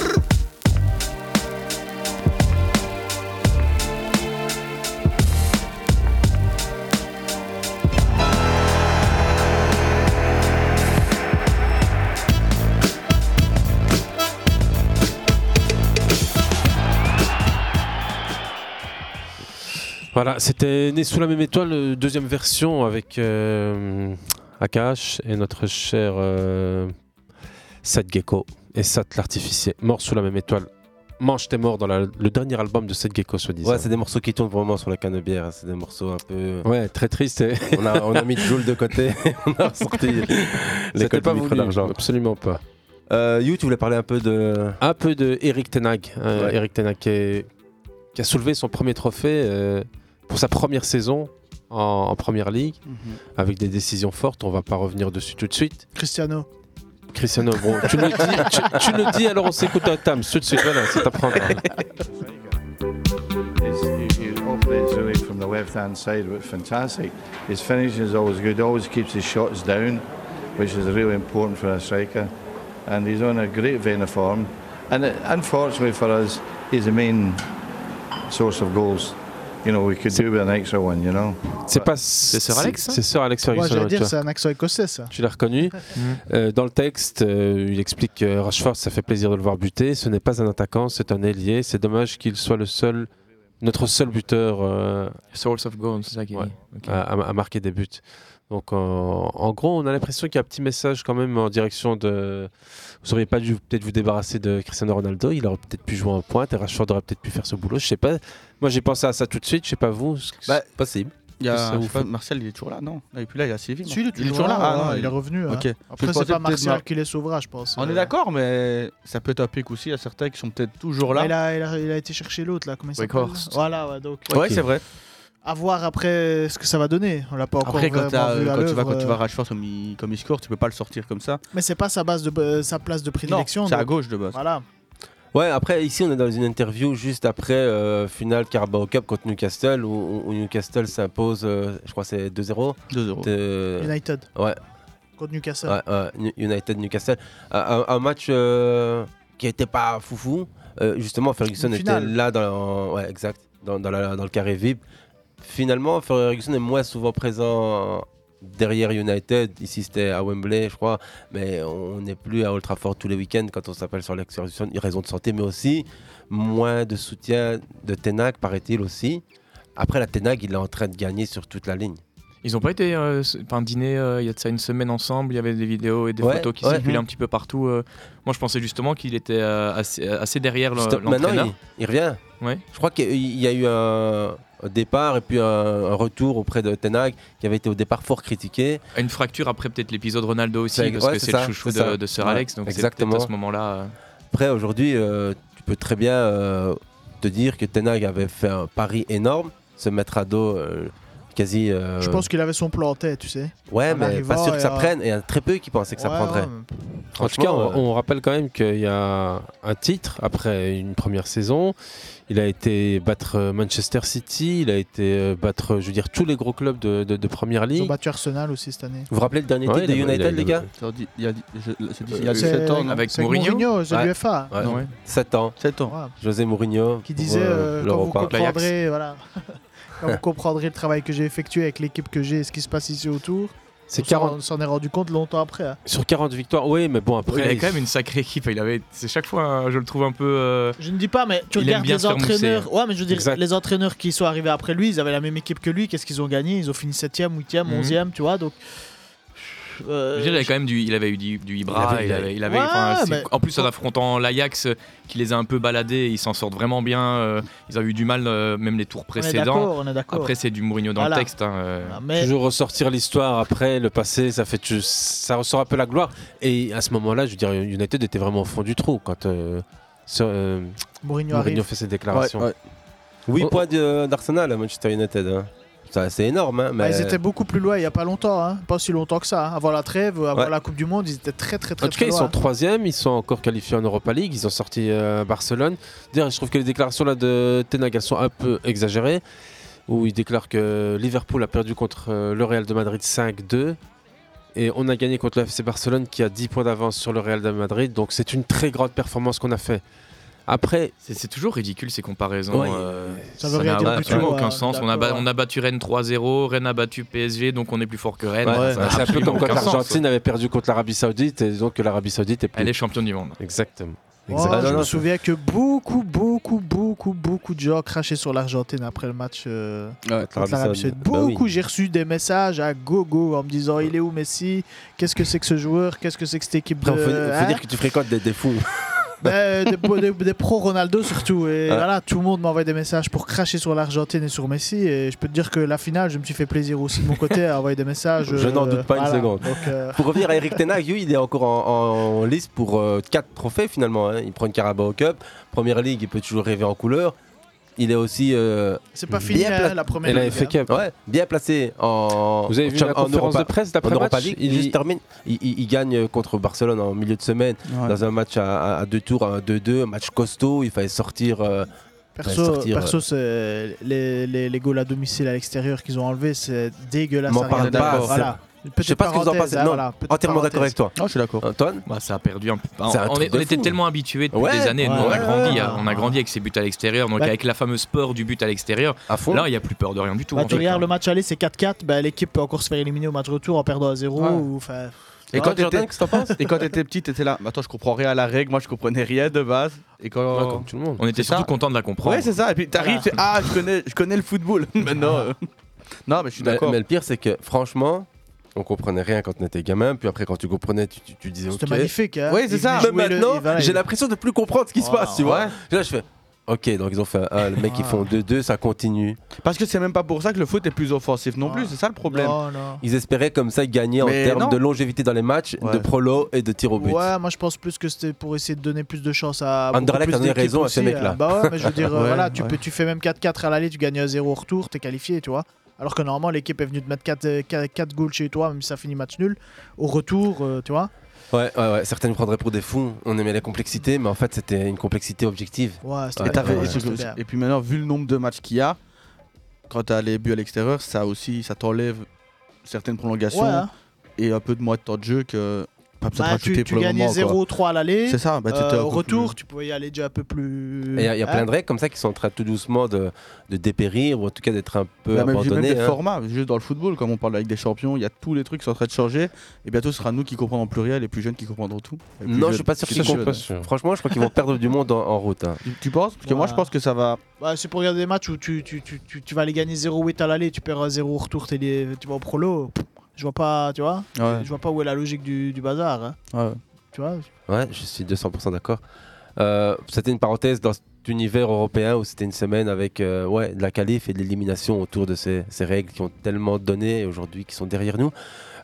Voilà, c'était Né sous la même étoile, euh, deuxième version avec euh, Akash et notre cher euh, Seth Gecko et Sat l'artificier, mort sous la même étoile. Mange tes morts dans la- le dernier album de Seth Gecko, soit disant.
Ouais, c'est des morceaux qui tournent vraiment sur la canne à bière. hein, C'est des morceaux un peu. euh,
Ouais, très triste. et-
On a, on a mis Joule de côté. on a ressorti
C'était
l'école
pas
du micro
voulu,
d'argent.
Absolument pas.
Euh, you, tu voulais parler un peu de.
Un peu de Eric Tenag. euh,
Ouais.
Eric Tenag qui, est- qui a soulevé son premier trophée euh, pour sa première saison en, en première ligue avec des décisions fortes. On va pas revenir dessus tout de suite.
Cristiano.
Cristiano, bon, tu nous le dis, tu- tu nous le dis, alors on s'écoute un Tams tout de suite. Voilà, c'est à prendre.
It's, you, you open it Zurich from the left hand side, which is fantastic. His finishing is always good, always keeps his shots down, which is really important for a striker. And he's on a great vein of form. And it, unfortunately for us, he's the main source of goals. You know, we could do with an extra one, you know.
C'est pas. C'est
Sir Alex, ça
C'est Sir Alex
Ouais,
Ferguson.
j'allais
tu
dire,
vois.
c'est un accent écossais, ça.
Tu l'as reconnu.
Mhm.
Euh, dans le texte, euh, il explique que Rashford, ça fait plaisir de le voir buter. Ce n'est pas un attaquant, c'est un ailier. C'est dommage qu'il soit le seul, notre seul buteur. euh,
Source of goals, c'est ça qu'il dit. Ok.
à, à- à marquer des buts. Donc en, en gros, on a l'impression qu'il y a un petit message quand même en direction de. Vous auriez pas dû peut-être vous débarrasser de Cristiano Ronaldo. Il aurait peut-être pu jouer en pointe. Et Rashford aurait peut-être pu faire ce boulot. Je sais pas. Moi, j'ai pensé à ça tout de suite. Je sais pas vous.
Bah,
possible.
Il y a- je sais pas, Marcel, il est toujours là, non Là, Il est plus là, il a suivi.
Si, il est toujours là, ouais, ouais, il est revenu,
Ok.
hein. Après,
Je
c'est
pensais
pas
peut-être
Martial
Mar-
qui les sauvera, je pense.
On
Euh,
est d'accord, mais ça peut être un pic aussi. Il y a certains qui sont peut-être toujours là.
Il a, il a- il a été chercher l'autre, là. Comment il s'appelle
Wakehorse.
Voilà, ouais, donc.
Ouais, c'est vrai.
À voir après ce que ça va donner. On l'a pas encore
Après, quand,
vraiment
t'as-
vu à
quand tu vas,
l'œuvre,
quand tu
euh,
vas Rashford comme il, comme il score, tu peux pas le sortir comme ça.
Mais c'est pas sa base de euh, sa place de prédilection.
c'est à
donc-
gauche de base.
Voilà.
Ouais, après, ici, on est dans une interview juste après euh, finale Carabao Cup contre Newcastle, où, où Newcastle s'impose, euh, je crois, que c'est 2-0.
2-0.
De-
United.
Ouais.
Contre Newcastle.
Ouais, ouais, Nu- United Newcastle. Un, un- un match euh, qui n'était pas foufou. Euh, justement, Ferguson
Une
était
finale.
là dans, ouais, exact, dans, dans la- dans le carré VIP. Finalement, Ferguson est moins souvent présent derrière United. Ici, c'était à Wembley, je crois. Mais on n'est plus à Old Trafford tous les week-ends quand on s'appelle sur Alex Ferguson. Raison de santé, mais aussi moins de soutien de Tenag, paraît-il aussi. Après, la Tenag, il est en train de gagner sur toute la ligne.
Ils n'ont pas été euh, s- enfin, dîner euh, il y a de ça une semaine ensemble, il y avait des vidéos et des
Ouais,
photos qui
ouais.
circulaient
Mhm.
un petit peu partout. euh. moi je pensais justement qu'il était euh, assez, assez derrière le-
Stop. Maintenant,
l'entraîneur.
il, il revient. Je crois qu'il y a eu un un départ et puis un, un retour auprès de Tenag qui avait été au départ fort critiqué.
Une fracture après peut-être l'épisode Ronaldo aussi,
C'est-
parce
ouais,
que
c'est
c'est le
ça,
chouchou
c'est ça.
de, de Sir
Ouais,
Alex, donc c'est peut-être
exactement.
à ce moment-là. euh,
Après, aujourd'hui, euh, tu peux très bien euh, te dire que Tenag avait fait un pari énorme, se mettre à dos euh, quasi. euh,
Je pense qu'il avait son plan en tête, tu sais.
Ouais,
En
mais pas
arrivant
sûr que
et
ça
en-
prenne. Et il y a très peu qui pensaient que ça
Ouais,
prendrait.
ouais,
En tout cas,
Franchement,
on,
euh,
on rappelle quand même qu'il y a un titre après une première saison. Il a été battre euh, Manchester City, il a été euh, battre, euh, je veux dire, tous les gros clubs de, de- de première
Ils ont
ligue.
battu Arsenal aussi cette année.
Ouais, il
de
a- il a-
United,
il a-
les gars
Il y a, je- c'est d'ici- il y a
Euh,
17 ans.
c'est-
non
c'est Mourinho Mourinho, c'est
Ouais.
l'UEFA.
Ouais.
Non, ouais.
7 ans.
7 ans.
José Mourinho.
Qui disait euh, quand vous comprendrez, voilà, quand vous comprendrez le travail que j'ai effectué avec l'équipe que j'ai et ce qui se passe ici autour,
C'est
On s'en-
40
On s'en est rendu compte longtemps après. hein.
Sur 40 victoires, oui, mais bon, après.
il avait quand même une sacrée équipe. Il avait, c'est chaque fois, hein, je le trouve un peu.
Je ne dis pas, mais Tu regardes les entraîneurs.
hein.
Ouais, mais je veux dire, euh, les entraîneurs qui sont arrivés après lui, ils avaient la même équipe que lui. Qu'est-ce qu'ils ont gagné Ils ont fini 7ème, 8ème,
Mhm.
11ème, tu vois. Donc. euh,
il avait quand même du, il avait eu du, du Ibra,
Il avait-
il avait, il avait-
Ouais,
enfin, c'est-
mais-
en plus en affrontant l'Ajax euh, qui les a un peu baladés, ils s'en sortent vraiment bien. euh, ils ont eu du mal euh, même les tours
est
précédents.
d'accord, on est d'accord.
Après c'est du Mourinho dans
Voilà. Ah,
le texte. hein, euh.
Toujours ressortir l'histoire après, le passé, ça fait tu- ça ressort un peu la gloire. Et à ce moment-là, je veux dire, United était vraiment au fond du trou quand euh, ce- euh,
Mourinho arrive.
fait ses déclarations.
Oui, point de- euh, d'Arsenal à Manchester United. hein. Ça, C'est énorme. hein,
bah,
mais...
ils étaient beaucoup plus loin il n'y a pas longtemps, hein. pas si longtemps que ça. hein. Avant la trêve, avant
Ouais.
la Coupe du Monde, ils étaient très très très,
En tout cas,
très
ils
loin.
sont troisième, ils sont encore qualifiés en Europa League, ils ont sorti euh, Barcelone. D'ailleurs, je trouve que les déclarations là de Tenag, elles sont un peu exagérées, où il déclare que Liverpool a perdu contre euh, le Real de Madrid 5-2, et on a gagné contre le FC Barcelone qui a 10 points d'avance sur le Real de Madrid, donc c'est une très grande performance qu'on a fait. Après,
c'est toujours ridicule ces comparaisons.
Ouais.
euh,
Ça veut rien
n'a
dire du
absolument
tout, euh, hein.
aucun
ouais,
sens. On a, ba- on a battu Rennes 3-0, Rennes a battu PSG, donc on est plus fort que Rennes.
Ouais,
Ça n'a
c'est un peu
absolument
comme quand
aucun sens.
l'Argentine avait perdu contre l'Arabie Saoudite et donc que l'Arabie Saoudite est plus...
Elle est championne du monde.
Exactement.
Ouais,
Exactement.
je me souviens que beaucoup, beaucoup, beaucoup, beaucoup de gens crachaient sur l'Argentine après le match euh,
Ouais,
contre l'Arabie Saoudite.
Bah oui.
Beaucoup, j'ai reçu des messages à gogo en me disant il est où Messi Qu'est-ce que c'est que ce joueur Qu'est-ce que c'est que cette équipe de
Après, faut, faut
hein
dire que tu fréquentes des, des fous.
Bah, euh, des, pro Ronaldo surtout.
Ouais.
Et voilà, tout le monde m'envoie des messages pour cracher sur l'Argentine et sur Messi. Et je peux te dire que la finale, je me suis fait plaisir aussi de mon côté à envoyer des messages.
Je n'en
euh,
doute pas une
voilà.
seconde.
Donc, euh,
Pour revenir à Eric Tenag, lui, il est encore en, en liste pour 4 trophées finalement. hein. Il prend une Carabao Cup, Première Ligue, il peut toujours rêver en couleur. Il est aussi. euh,
C'est pas fini,
bien pla-
hein, la première Et la Ligue, FA hein. Cup.
Ouais, bien placé en.
Vous avez
en
vu
champ-
la
en
conférence
Europa-
de presse d'après
en Europa
match
League.
Il-
Il, juste termine. Il, il- il gagne contre Barcelone en milieu de semaine
Ouais.
dans un match à, à- à deux tours, un 2-2, un match costaud. Il fallait sortir. euh, il fallait
Perso,
sortir,
perso
euh,
c'est- les, les, les goals à domicile à l'extérieur qu'ils ont enlevés, c'est dégueulasse.
M'en
à
parle
regarder.
pas,
Voilà.
c'est-
Une petite
je sais pas ce que vous en
parenthèse,
pensez.
hein,
Non,
voilà, petite
entièrement d'accord
parenthèse.
avec toi.
je suis d'accord.
Antoine
Bah, ça a perdu un peu. Bah,
C'est un
on
truc
est- on
de
était
fou.
tellement habitués depuis
Ouais,
des années. nous, on a
ouais,
grandi, hein.
ouais.
on a grandi avec ces buts à l'extérieur. Donc,
Ouais.
avec la fameuse peur du but à l'extérieur,
fond.
là, il n'y a plus peur de rien du tout.
Bah,
en
tu
fait.
regardes le match aller, c'est 4-4. Bah, L'équipe peut encore se faire éliminer au match retour en perdant à 0. Ou, enfin,
Et
Ah,
tu
quand
vois,
t'étais
t'étais-
et quand t'étais petit, t'étais là. Mais Attends, je comprends rien à la règle. Moi, je comprenais rien de base. Et quand
Ouais, comme
tout le monde.
On était
C'est
surtout
ça.
contents de la comprendre.
Ouais, c'est ça. Et puis t'arrives, tu fais, ah, je connais, je connais le football. Maintenant, euh, non, mais je suis
Mais,
d'accord.
mais le pire, c'est que franchement, on comprenait rien quand on était gamin. Puis après, quand tu comprenais, tu, tu- tu disais ok.
C'était magnifique. Hein.
Oui, c'est
Il-
ça.
il
Mais
jouait le- Ah,
maintenant,
il- voilà,
j'ai
il-
l'impression de plus comprendre ce qui se
Wow.
passe, tu vois.
Oh. Ouais.
Là, je fais ok, donc ils ont fait un, un, le mec, ils
Wow.
font 2-2, ça continue. Oh.
Parce que c'est même pas pour ça que le foot est plus offensif non plus. C'est ça le problème.
Non, non.
Ils espéraient comme ça gagner en
Mais non.
termes de longévité dans les matchs, de prolo et de tir au but.
Ouais, moi je pense plus que c'était pour essayer de donner plus de chance à. beaucoup
Anderlecht
plus
a donné
d'équipes
raison à
aussi,
ces
euh,
mecs-là.
Bah ouais, mais je veux dire, euh,
Ouais,
voilà, tu,
ouais.
peux, tu fais même 4-4 à l'aller, tu gagnes à 0 au retour, t'es qualifié, tu vois. Alors que normalement l'équipe est venue te mettre 4, 4, goals chez toi, même si ça finit match nul. Au retour, euh, tu vois.
Ouais, ouais, ouais, certains nous prendraient pour des fous. On aimait la complexité, mais en fait, c'était une complexité objective.
Ouais,
Ah, Et, t'as raison, c'est- et puis maintenant, vu le nombre de matchs qu'il y a, quand t'as les buts à l'extérieur, ça aussi, ça t'enlève certaines prolongations
Ouais, hein.
et un peu de moins de temps de jeu que pas besoin de
Bah,
rajouter
tu tu
pour le
gagnais
moment. quoi.
0-3 à l'aller.
C'est ça, bah, t'étais
euh,
un
Au
peu
retour,
plus-
tu pouvais y aller déjà un peu plus.
Et Il y a, il y
Ah.
a plein
Hein
de règles comme ça qui sont en train tout doucement de, de dépérir ou en tout cas d'être un peu
Bah, même, même
abandonnées.
des
hein.
formats, juste dans le football, comme on parle avec des champions, il y a tous les trucs qui sont en train de changer. Et bientôt, ce sera nous qui comprendrons plus rien, les plus jeunes qui comprendront tout. Les plus
Non,
jeunes-
je suis pas sûr
qui
qu'ils
sont
comprennent.
jeunes.
Franchement, je crois qu'ils vont perdre du monde en, en route. hein.
Tu, tu penses Parce que moi,
Ouais.
je pense que ça va.
Bah, c'est pour regarder des matchs où tu, tu, tu, tu, tu vas aller gagner 0-8 à l'aller, tu perds à 0 au retour, t'es lié- tu vas au prolo. Pff, Je vois pas, tu vois
Ouais.
Je vois pas où est la logique du, du bazar. hein. Tu vois
Ouais, je suis 200% d'accord. Euh, c'était une parenthèse dans cet univers européen où c'était une semaine avec euh, ouais, de la qualif et de l'élimination autour de ces, ces règles qui ont tellement donné et aujourd'hui qui sont derrière nous.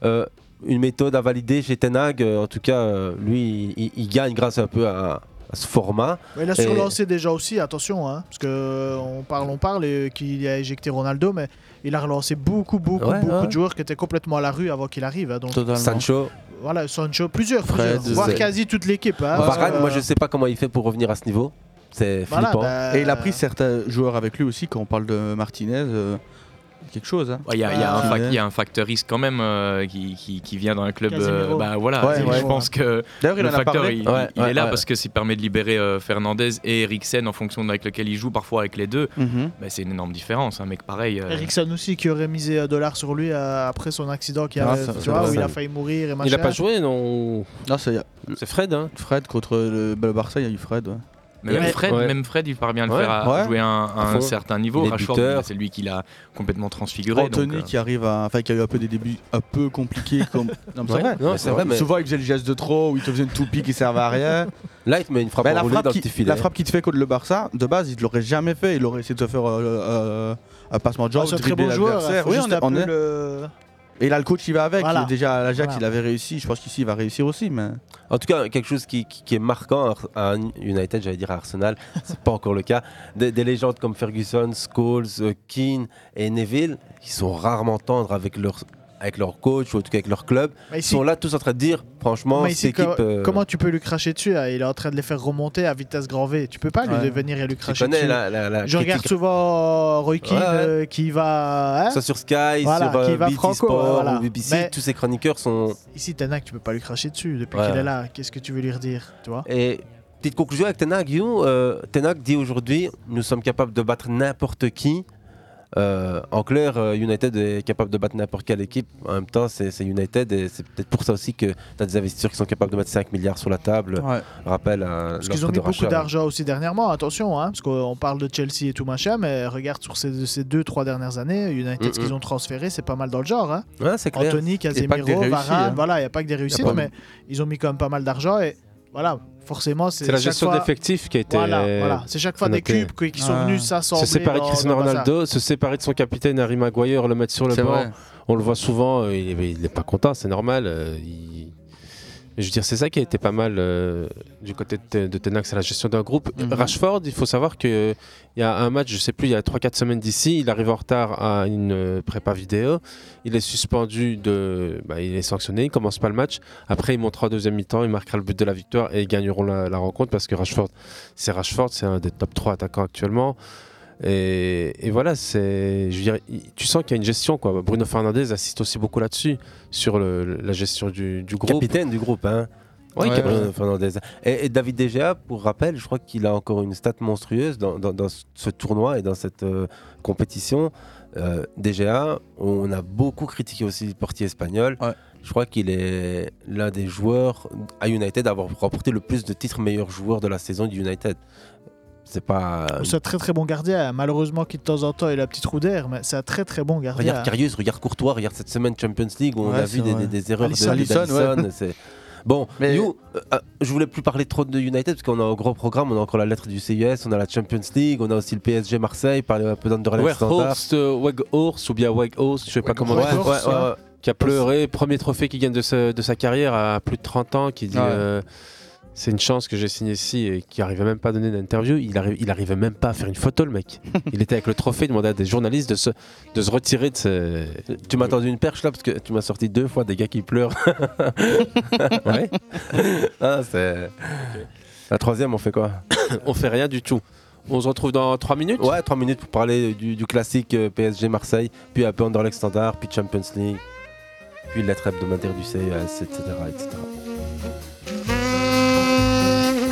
Euh, une méthode à valider chez Tenag, euh, en tout cas, euh, lui, il, il- il gagne grâce un peu à, à ce format.
Bah, il a
Et-
surlancé déjà aussi, attention, hein, parce que euh, on parle, on parle et qu'il a éjecté Ronaldo, mais il a relancé beaucoup, beaucoup,
Ouais,
beaucoup
ouais.
de joueurs qui étaient complètement à la rue avant qu'il arrive. hein, donc,
Sancho,
Voilà, Sancho, plusieurs,
Fred,
plusieurs, voire
Zé.
quasi toute l'équipe. hein, parce
Varane,
que,
moi je sais pas comment il fait pour revenir à ce niveau. C'est
Voilà,
flippant.
bah,
Et il a pris certains joueurs avec lui aussi, quand on parle de Martinez. euh, quelque chose. hein.
Il y, a- il y a un
Qui
fac-
naît.
il y a un facteur risque quand même euh, qui, qui- qui vient d'un club. euh,
Casemiro.
bah voilà,
Ouais,
je
ouais.
pense que
D'ailleurs, il
le
en a
facteur
parlé.
il,
Ouais,
il
ouais,
est là
ouais.
parce que s'il permet de libérer euh, Fernandez et Eriksen en fonction de avec lequel il joue, parfois avec les deux,
Mhm.
bah, c'est une énorme différence. Un mec pareil. euh,
Ericsson aussi qui aurait misé un dollar sur lui euh, après son accident qui
Ah,
avait-
ça-
tu
ça
vois,
va,
où il
ça.
a failli mourir et machin.
Il a pas joué, non
Non, c'est
Fred. Hein.
Fred contre le, bah, le Barça, il y a eu Fred. ouais.
Mais même, Fred, même Fred, il parvient à le
Ouais.
faire à
Ouais.
jouer à un, à un
Faut-
certain niveau.
Il est
Rashford,
buteur.
c'est lui qui l'a complètement transfiguré. donc,
Anthony
euh,
qui arrive à. Enfin, qui a eu un peu des débuts un peu compliqués. Comme... Non, mais c'est
Ouais,
vrai.
non, c'est vrai, mais-
Souvent, il faisait le geste de trop, ou il te faisait une toupie qui servait à rien.
Là, il te met une frappe
Bah, la,
enroulée
frappe
dans
qui,
le petit filet.
la frappe qu'il te fait contre le Barça, de base, il te l'aurait jamais fait. Il aurait essayé de te faire euh, euh, un passement de jambe,
Ah, c'est un très
dribbler
bon joueur.
l'adversaire.
faut
Oui,
juste
on est- on
appeler
est-
le-
Et là, le coach, il va avec.
Voilà.
Il est déjà à l'Ajax,
Voilà.
il avait réussi. Je pense qu'ici, il va réussir aussi. Mais...
En tout cas, quelque chose qui, qui- qui est marquant à United, j'allais dire à Arsenal, c'est pas encore le cas. Des, des légendes comme Ferguson, Scholes, euh, Keane et Neville, qui sont rarement tendres avec leur, avec leur coach ou en tout cas avec leur club,
Bah, ici-
sont là tous en train de dire franchement,
Mais
cette
ici,
équipe.
co-
euh,
Comment tu peux lui cracher dessus hein Il est en train de les faire remonter à vitesse grand V. Tu peux pas lui
Ouais.
venir et lui
Tu
cracher
connais
dessus.
la- la- la
Je regarde
critique-
souvent Roy Keane
Ouais, ouais.
euh, qui va. hein
Soit sur Sky,
Voilà,
sur euh,
qui va
BT
franco,
Sport
ouais, voilà.
ou BBC,
Mais-
tous ces chroniqueurs sont.
Ici, Tanak, tu peux pas lui cracher dessus. Depuis
Ouais.
qu'il est là, qu'est-ce que tu veux lui redire tu vois
Et petite conclusion avec Tenag, You. euh, Ten Hag dit aujourd'hui nous sommes capables de battre n'importe qui. Euh, en clair, euh, United est capable de battre n'importe quelle équipe. En même temps, c'est c'est United et c'est peut-être pour ça aussi que tu as des investisseurs qui sont capables de mettre 5 milliards sur la table.
Ouais.
Rappel à
Parce qu'ils ont mis beaucoup d'argent aussi dernièrement, attention, hein, parce qu'on parle de Chelsea et tout machin, mais regarde sur ces, ces deux, trois dernières années, United,
Mm,
ce qu'ils
mm.
ont transféré, c'est pas mal dans le genre. Hein.
Ouais, c'est clair.
Anthony,
Y a pas que des
Casemiro,
réussites,
Varane,
hein.
voilà, il n'y a pas que des réussites,
Y a pas-
mais ils ont mis quand même pas mal d'argent et voilà, forcément, c'est.
C'est la
chaque
gestion
fois-
d'effectifs qui a été.
Voilà, voilà. c'est chaque fois des
notée.
cubes qui qui
Ah.
Ah.
sont venus s'assembler.
Se séparer de
dans-
Cristiano
dans le bazar.
Ronaldo, se séparer de son capitaine Harry Maguire, le mettre sur le
C'est
banc.
vrai.
On le voit souvent, euh, il est, il est pas content, c'est normal. euh, il- Je veux dire, c'est ça qui a été pas mal euh, du côté de, Te- de Tenax, c'est la gestion d'un groupe. Rashford, il faut savoir qu'il y a un match, je sais plus, il y a 3-4 semaines d'ici, il arrive en retard à une euh, prépa vidéo, il est suspendu, de, bah, il est sanctionné, il commence pas le match. Après, il montera en deuxième mi-temps, il marquera le but de la victoire et ils gagneront la, la rencontre parce que Rashford, c'est Rashford, c'est un des top 3 attaquants actuellement. Et, et voilà, c'est, je veux dire, il- tu sens qu'il y a une gestion. Quoi. Bruno Fernandez assiste aussi beaucoup là-dessus, sur le- la gestion du, du groupe.
Capitaine du groupe, hein.
Oui,
Ouais,
capitaine.
Bruno Fernandes. Et, et David De Gea, pour rappel, je crois qu'il a encore une stat monstrueuse dans, dans- dans ce tournoi et dans cette euh, compétition. Euh, De Gea, on a beaucoup critiqué aussi le portier espagnol. Je crois qu'il est l'un des joueurs à United à avoir remporté le plus de titres meilleur joueur de la saison du United. C'est pas.
C'est un très très bon gardien, hein. malheureusement qui de temps en temps il a un petit trou d'air, mais c'est un très très bon gardien. hein.
Regarde Karius, regarde Courtois, regarde cette semaine Champions League où on
Ouais,
a
c'est
vu des,
vrai.
des- des erreurs de-
Alisson,
de
Alisson,
d'Alisson,
ouais.
c'est- Bon, You, euh, euh, je voulais plus parler trop de United parce qu'on a un gros programme, on a encore la lettre du CIS, on a la Champions League, on a aussi le PSG Marseille, parler un peu d'Underland Standard.
Weghorst, euh, Weghorst, ou bien Weghorst, je sais pas comment on dit,
Weghorst, ouais, ouais, ouais.
qui a pleuré, premier trophée qu'il gagne de, sa- de sa carrière à plus de 30 ans, qui dit
Ouais.
euh, c'est une chance que j'ai signé ici et qui arrivait même pas à donner d'interview. Il, arrive, il arrivait même pas à faire une photo, le mec. il était avec le trophée, il demandait à des journalistes de se, de se retirer de ce.
Tu m'as tendu une perche là parce que tu m'as sorti deux fois des gars qui pleurent. ouais. Ah, c'est- La troisième, on fait quoi
On fait rien du tout. On se retrouve dans 3 minutes
Ouais, 3 minutes pour parler du, du classique euh, PSG Marseille, puis un peu Underleg Standard, puis Champions League, puis la trappe de Mater du CES, etc. etc.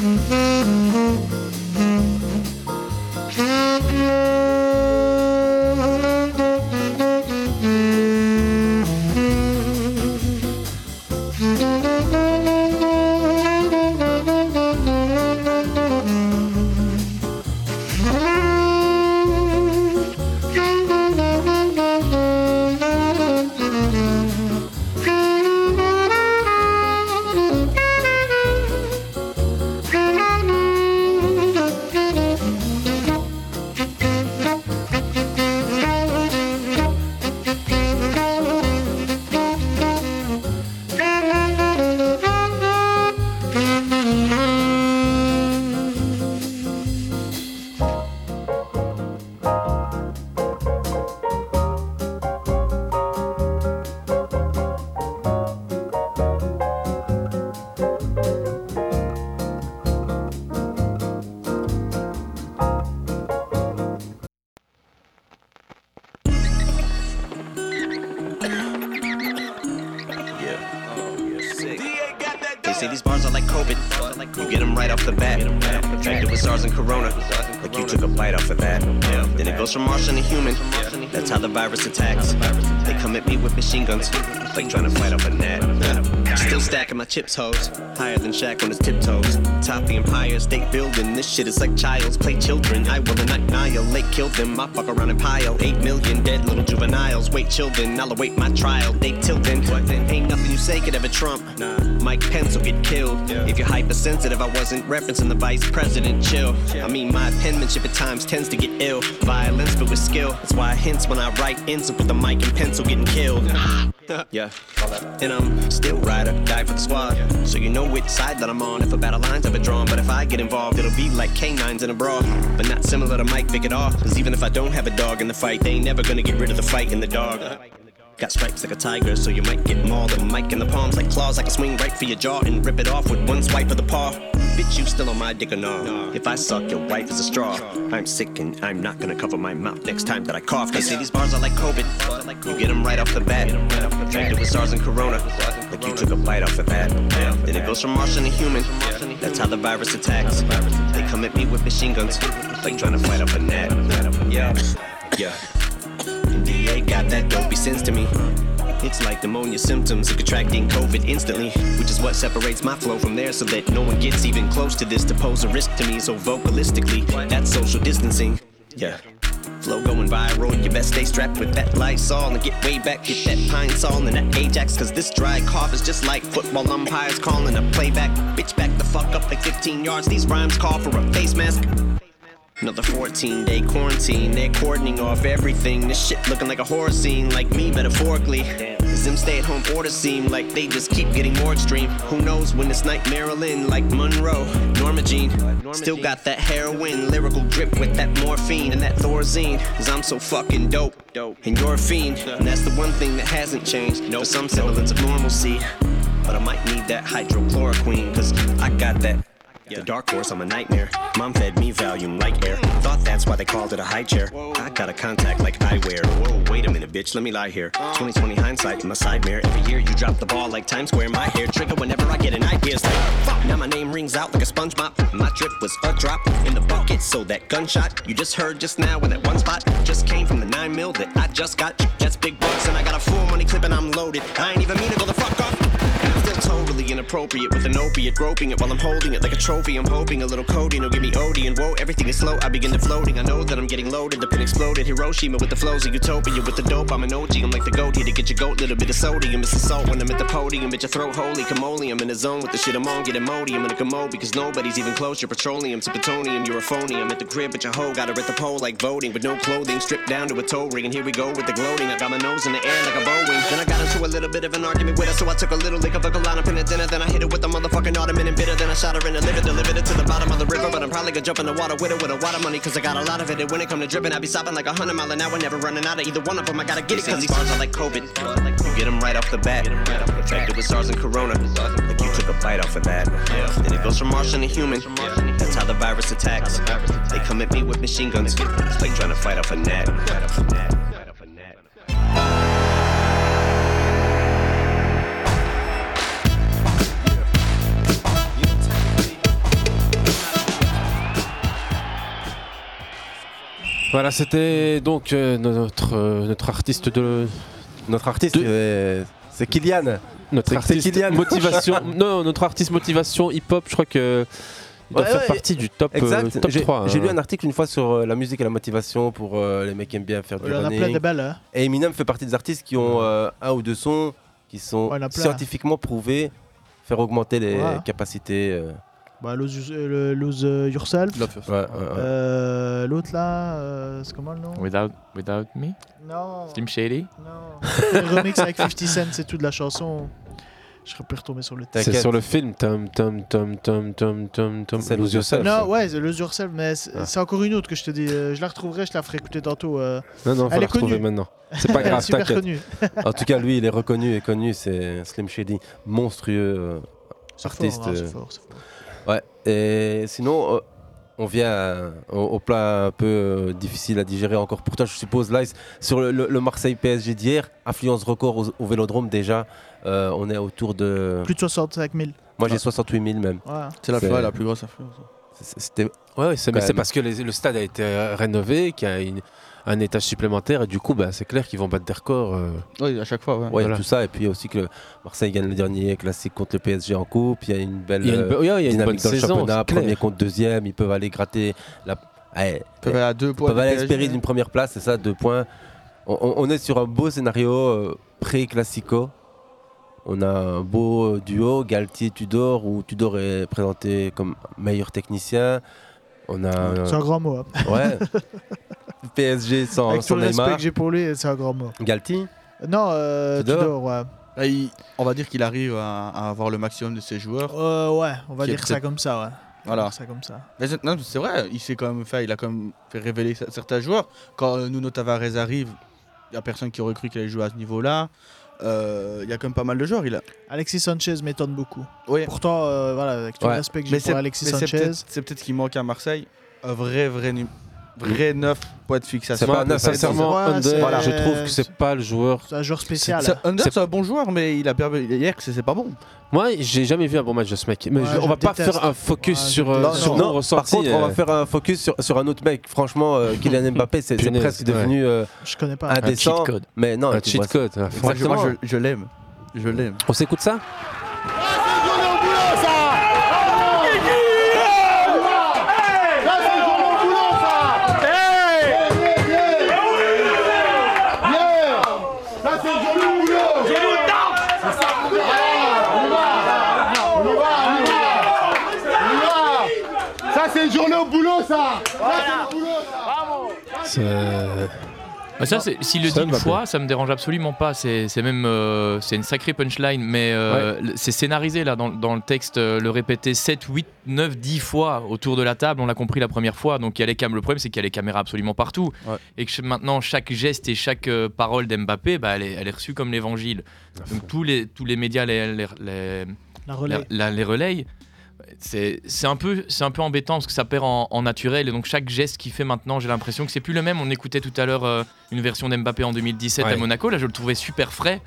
음.
Thank you. Say these bars are like COVID. You get them right off the bat. Drank it with SARS and Corona. Like you took a bite off of that. Then it goes from Martian to human. That's how the virus attacks. They come at me with machine guns. Like trying to fight off a gnat. Still stacking my chips, hoes. Higher than Shaq on his tiptoes. Top the Empire State Building. This shit is like child's play children. I will annihilate, kill them. I fuck around and pile. Eight million dead little juveniles. Wait, children, I'll await my trial. They tilting. Ain't nothing you say could ever trump. Mike Pence will get killed. If you're hypersensitive, I wasn't referencing the vice president. Chill. I mean, my penmanship at times tends to get ill. Violence, but with skill. That's why I hints when I write ends up with the mic and pencil getting killed. yeah. And I'm still rider, die for the squad. So you know which side that I'm on if a battle line's ever drawn. But if I get involved, it'll be like canines in a brawl. But not similar to Mike Vick at all. Cause even if I don't have a dog in the fight, they ain't never gonna get rid of the fight in the dog. Got stripes like a tiger, so you might get mauled. A mic in the palms like claws, I can swing right for your jaw and rip it off with one swipe of the paw. Bitch, you still on my dick or no? If I suck, your wife is a straw. I'm sick and I'm not gonna cover my mouth next time that I cough. They say these bars are like COVID. You get them right off the bat. Drank it with SARS and Corona. Like you took a bite off of that. Then it goes from Martian to human. That's how the virus attacks. They come at me with machine guns. Like trying to fight off a gnat. Yeah. Yeah. DA got that dopey sense to me. It's like pneumonia symptoms of contracting COVID instantly, which is what separates my flow from theirs so that no one gets even close to this to pose a risk to me. So vocalistically, that's social distancing. Yeah. Flow going viral, you best stay strapped with that Lysol and get way back, get that Pine Sol and that Ajax, cause this dry cough is just like football umpires calling a playback. Bitch, back the fuck up like 15 yards, these rhymes call for a face mask. Another 14 day quarantine, they're cordoning off everything. This shit looking like a horror scene, like me metaphorically. Cause them stay at home orders seem like they just keep getting more extreme. Who knows when it's night Marilyn, like Monroe, Norma Jean. Still got that heroin, lyrical drip with that morphine and that Thorazine. Cause I'm so fucking dope, dope. and you're a fiend. And that's the one thing that hasn't changed. No, some semblance of normalcy. But I might need that hydrochloroquine, cause I got that the dark horse, I'm a nightmare. Mom fed me Valium like air. Thought that's why they called it a high chair. I got a contact like eyewear. Whoa, wait a minute, bitch, let me lie here. 2020 hindsight, my side mirror. Every year you drop the ball like Times Square. My hair trigger whenever I get an idea. It's like, fuck, now my name rings out like a sponge mop. My drip was a drop in the bucket, so that gunshot you just heard just now in that one spot just came from the 9 mil that I just got. That's big bucks, and I got a full money clip and I'm loaded. I ain't even mean to go the fuck off. And I'm still totally inappropriate with an opiate, groping it while I'm holding it like a trophy. I'm hoping a little codeine will give me and Whoa, everything is slow. I begin to floating. I know that I'm getting loaded. The pin exploded. Hiroshima with the flows of utopia with the dope. I'm an OG. I'm like the goat here to get your goat. Little bit of sodium. It's the salt when I'm at the podium. Bitch, your throat holy. Camoli. I'm in the zone with the shit I'm on. Getting modi. I'm in a commode because nobody's even close. Your petroleum to plutonium. You're a phony. I'm at the crib, but your hoe got her at the pole like voting. With no clothing. Stripped down to a toe ring. And here we go with the gloating. I got my nose in the air like a bowing. Then I got into a little bit of an argument with her. So I took a little lick of a Kalana pin at dinner. Then I hit it with a motherfucking ottoman and bitter. Then I shot her in the liver. Delivered it to the bottom of the river. But I'm probably gonna jump in the water with it with a lot of money. Cause I got a lot of it. And when it come to dripping, I be sopping like a hundred mile an hour. Never running out of either one of them. I gotta get it. Cause these bars are like COVID. You get them right off the bat. Infected with SARS and Corona. Like you took a bite off of that. Then it goes from Martian to human. That's how the virus attacks. They come at me with machine guns. It's like trying to fight off a gnat.
Voilà, c'était donc euh, notre, euh, notre artiste de.
Notre artiste, euh, c'est Kylian.
Notre
C'est-
artiste
c'est Kylian.
motivation. non, notre artiste motivation hip-hop, je crois que. Il doit
Ouais,
faire
ouais,
partie du top, euh,
exact.
top
J'ai-
3.
J'ai
hein.
lu un article une fois sur euh, la musique et la motivation pour euh, les mecs qui aiment bien faire du
Il y en a
running.
plein des belles, hein.
Et Eminem fait partie des artistes qui ont euh, un ou deux sons qui sont
Ouais, il y en a plein. hein.
scientifiquement prouvés faire augmenter les
Ouais.
capacités. euh,
Bah, lose, Yours- euh, le- lose euh, yourself.
Love Yourself. Ouais, ouais, ouais.
Euh, L'autre là, euh, c'est comment le nom
Without, without me
Non.
Slim Shady
Non. Le remix avec 50 Cent, c'est tout de la chanson. Je serais plus retombé sur le
C'est
texte.
sur le film. Tom, Tom, Tom, Tom, Tom, Tom, Tom.
C'est
Lose Yourself.
Non, ouais, c'est Lose Yourself, mais c'est
Ah.
c'est encore une autre que je te dis. euh, Je la retrouverai, je la ferai écouter tantôt. euh.
Non, non, faut
Elle
la
est connue.
retrouver maintenant. C'est pas
Elle est
grave,
super
t'inquiète.
connue.
en tout cas, lui, il est reconnu et connu. C'est Slim Shady, monstrueux euh,
C'est fort,
artiste.
hein, c'est
euh.
fort, c'est
Ouais. Et sinon, euh, on vient à- au, au plat un peu euh, difficile à digérer encore pour toi, je suppose. Lice, sur le, le- le Marseille PSG d'hier, affluence record au, au Vélodrome déjà. Euh, on est autour de
Plus de 65 000.
Moi, j'ai 68 000 même.
Ouais.
C'est la fois la plus grosse affluence.
C'était.
Ouais, ouais, c'est, mais
Quand
c'est
même.
parce que les- le stade a été euh, rénové, qu'il y a une- un étage supplémentaire, et du coup, bah, c'est clair qu'ils vont battre euh. des records.
Oui, à chaque fois.
Ouais, tout ça. Et puis aussi que le- Marseille gagne le dernier classique contre le PSG en coupe. Il y a une belle
Il y a une
euh,
bo- ouais, il y a une
dynamique
bonne
dans le
saison,
championnat.
c'est clair.
Premier contre deuxième. Ils peuvent aller gratter la. Ouais,
peuvent
eh,
aller à deux
ils
points
peuvent
du
aller
PSG,
espérer
hein.
d'une première place, c'est ça, deux points. On, on- on est sur un beau scénario euh, pré-classico. On a un beau euh, duo, Galtier-Tudor, où Tudor est présenté comme meilleur technicien. On a, euh,
C'est un grand mot. hein.
Ouais. PSG sans,
Avec tout
sans
le respect
Neymar.
que j'ai pour lui, c'est un grand mot.
Galti
Non, euh,
Tudor
Tudor, ouais.
Là, il- on va dire qu'il arrive à, à avoir le maximum de ses joueurs.
Euh, ouais, on va
Qui est
dire ça
peut-être-
comme ça, ouais.
Voilà.
Ça comme ça.
Mais c'est- non, c'est vrai, il s'est quand même fait, il a quand même fait révéler cer- certains joueurs. Quand euh, Nuno Tavares arrive, il n'y a personne qui aurait cru qu'il allait jouer à ce niveau-là. Euh, Il y a quand même pas mal de joueurs. Il a...
Alexis Sanchez m'étonne beaucoup.
Oui.
Pourtant, euh, voilà, avec tout le respect que j'ai
Mais c'est-
pour Alexis
mais c'est
Sanchez.
peut-être- C'est peut-être ce qui manque à Marseille. Un vrai, vrai, nu- vrai neuf pour être fixation.
Moi, sincèrement,
Voilà.
Under,
Voilà.
je trouve que c'est pas le joueur.
C'est un joueur spécial.
C'est- Under, c'est un bon joueur, mais il a perdu hier, que c'est c'est pas bon.
Moi, j'ai jamais vu un bon match de ce mec. Mais
Ouais,
je-
je
on va
le
pas
déteste.
faire un focus
Ouais, je
sur,
le
euh,
déteste.
sur
Non,
nos
par
ressentis.
Par contre, on va
euh,
faire un focus sur, sur un autre mec. Franchement, euh, Kylian Mbappé, c'est c'est
Punaise,
presque
ouais.
devenu euh,
Je connais pas.
indécent.
Un cheat code.
Mais non,
Un
tu
cheat
vois,
code,
c'est-
ouais.
Moi, je- moi,
Exactement.
je- je l'aime. Je l'aime.
On s'écoute ça
Ça c'est une journée au boulot ça Là c'est le boulot
Euh,
Bah ça, c'est- s'il le
Ça
dit une
m'a plu.
fois, ça me dérange absolument pas. C'est c'est même euh, c'est une sacrée punchline, mais euh, le- c'est scénarisé là dans, dans le texte. euh, le répéter 7, 8, 9, 10 fois autour de la table, on l'a compris la première fois. Donc il y a les cam le problème, c'est qu'il y a les caméras absolument partout. Et que ch- maintenant, chaque geste et chaque euh, parole d'Mbappé, bah, elle, est, elle est reçue comme l'évangile. Donc tous les, tous les médias les, les, les-
La relaient.
la- les relaient. C'est c'est un, peu- c'est un peu embêtant parce que ça perd en, en naturel et donc chaque geste qu'il fait maintenant, j'ai l'impression que c'est plus le même. On écoutait tout à l'heure euh, une version d'Mbappé en 2017 à
Ouais.
Monaco, là je le trouvais super frais.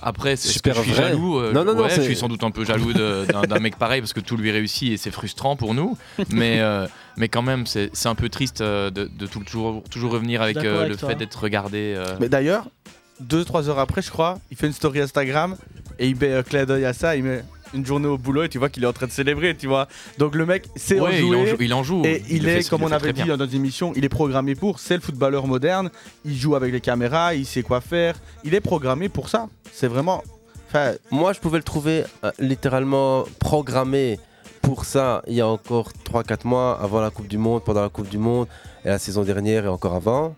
Après, c'est- est-ce
Super
que je suis
vrai.
jaloux. euh,
Non, non, non,
ouais, je
c'est-
suis sans doute un peu jaloux de- d'un d'un mec pareil parce que tout lui réussit et c'est frustrant pour nous. Mais, euh, mais quand même, c'est c'est un peu triste euh, de, de tout- toujours, toujours revenir avec
d'accord
euh,
avec
le
toi.
fait d'être regardé. euh,
Mais d'ailleurs, 2-3 heures après, je crois, il fait une story Instagram et il met un clin d'œil à ça, il met une journée au boulot et tu vois qu'il est en train de célébrer, tu vois. Donc le mec sait en
Ouais, il
jouer.
en joue- il en joue.
Et
Il
il,
le
est,
fait- il
comme
le
on
fait
avait
très
dit
bien.
dans notre émission, il est programmé pour, c'est le footballeur moderne, il joue avec les caméras, il sait quoi faire, il est programmé pour ça. C'est vraiment. Enfin,
Moi, je pouvais le trouver euh, littéralement programmé pour ça il y a encore 3-4 mois, avant la Coupe du Monde, pendant la Coupe du Monde, et la saison dernière et encore avant.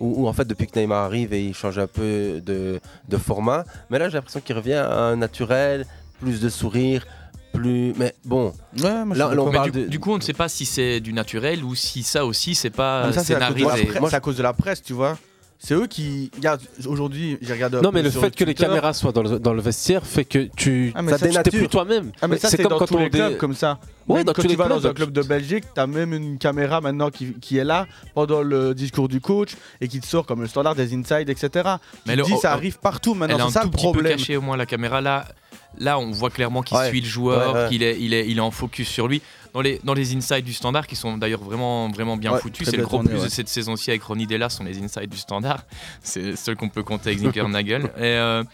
Ou ou en fait, depuis que Neymar arrive et il change un peu de, de format. Mais là, j'ai l'impression qu'il revient à un naturel, plus de sourire, plus. Mais bon,
moi, je
là,
suis
là, on
d'accord.
parle
Mais du,
de-
du coup, on ne sait pas si c'est du naturel ou si ça aussi, c'est pas
Ah, Mais ça, c'est à cause de
scénarisé.
la presse- c'est à cause de la presse, tu vois. C'est eux qui. Regarde, aujourd'hui, j'ai regardé. un
Non,
peu
mais le
sur
fait que les
Twitter.
caméras soient dans le, dans le vestiaire fait que tu
Ah, mais ça,
tu t'es
dénature.
plus toi-même.
Ah, mais ça, c'est dans tous les
dé-
clubs comme ça.
Ouais,
Même
dans
quand
tous
tu
les
vas
clubs.
dans un club de Belgique, t'as même une caméra maintenant qui, qui est là pendant le discours du coach et qui te sort comme le standard des insides, etc.
Mais
Mais
le-
dis, ça
oh,
arrive partout
Elle a
maintenant,
un
c'est ça
tout
le
petit peu
problème.
cachée au moins la caméra. Là, là on voit clairement qu'il
Ouais.
suit le joueur,
Ouais, ouais.
qu'il est, il est, il est en focus sur lui. Dans les, dans les insides du standard, qui sont d'ailleurs vraiment, vraiment bien
Ouais,
foutus,
très
c'est le
bien
gros
tourné,
plus de
ouais.
cette saison-ci avec Ronnie Della, sont les insides du standard. C'est seul qu'on peut compter avec Zinker Nagel. Et, euh,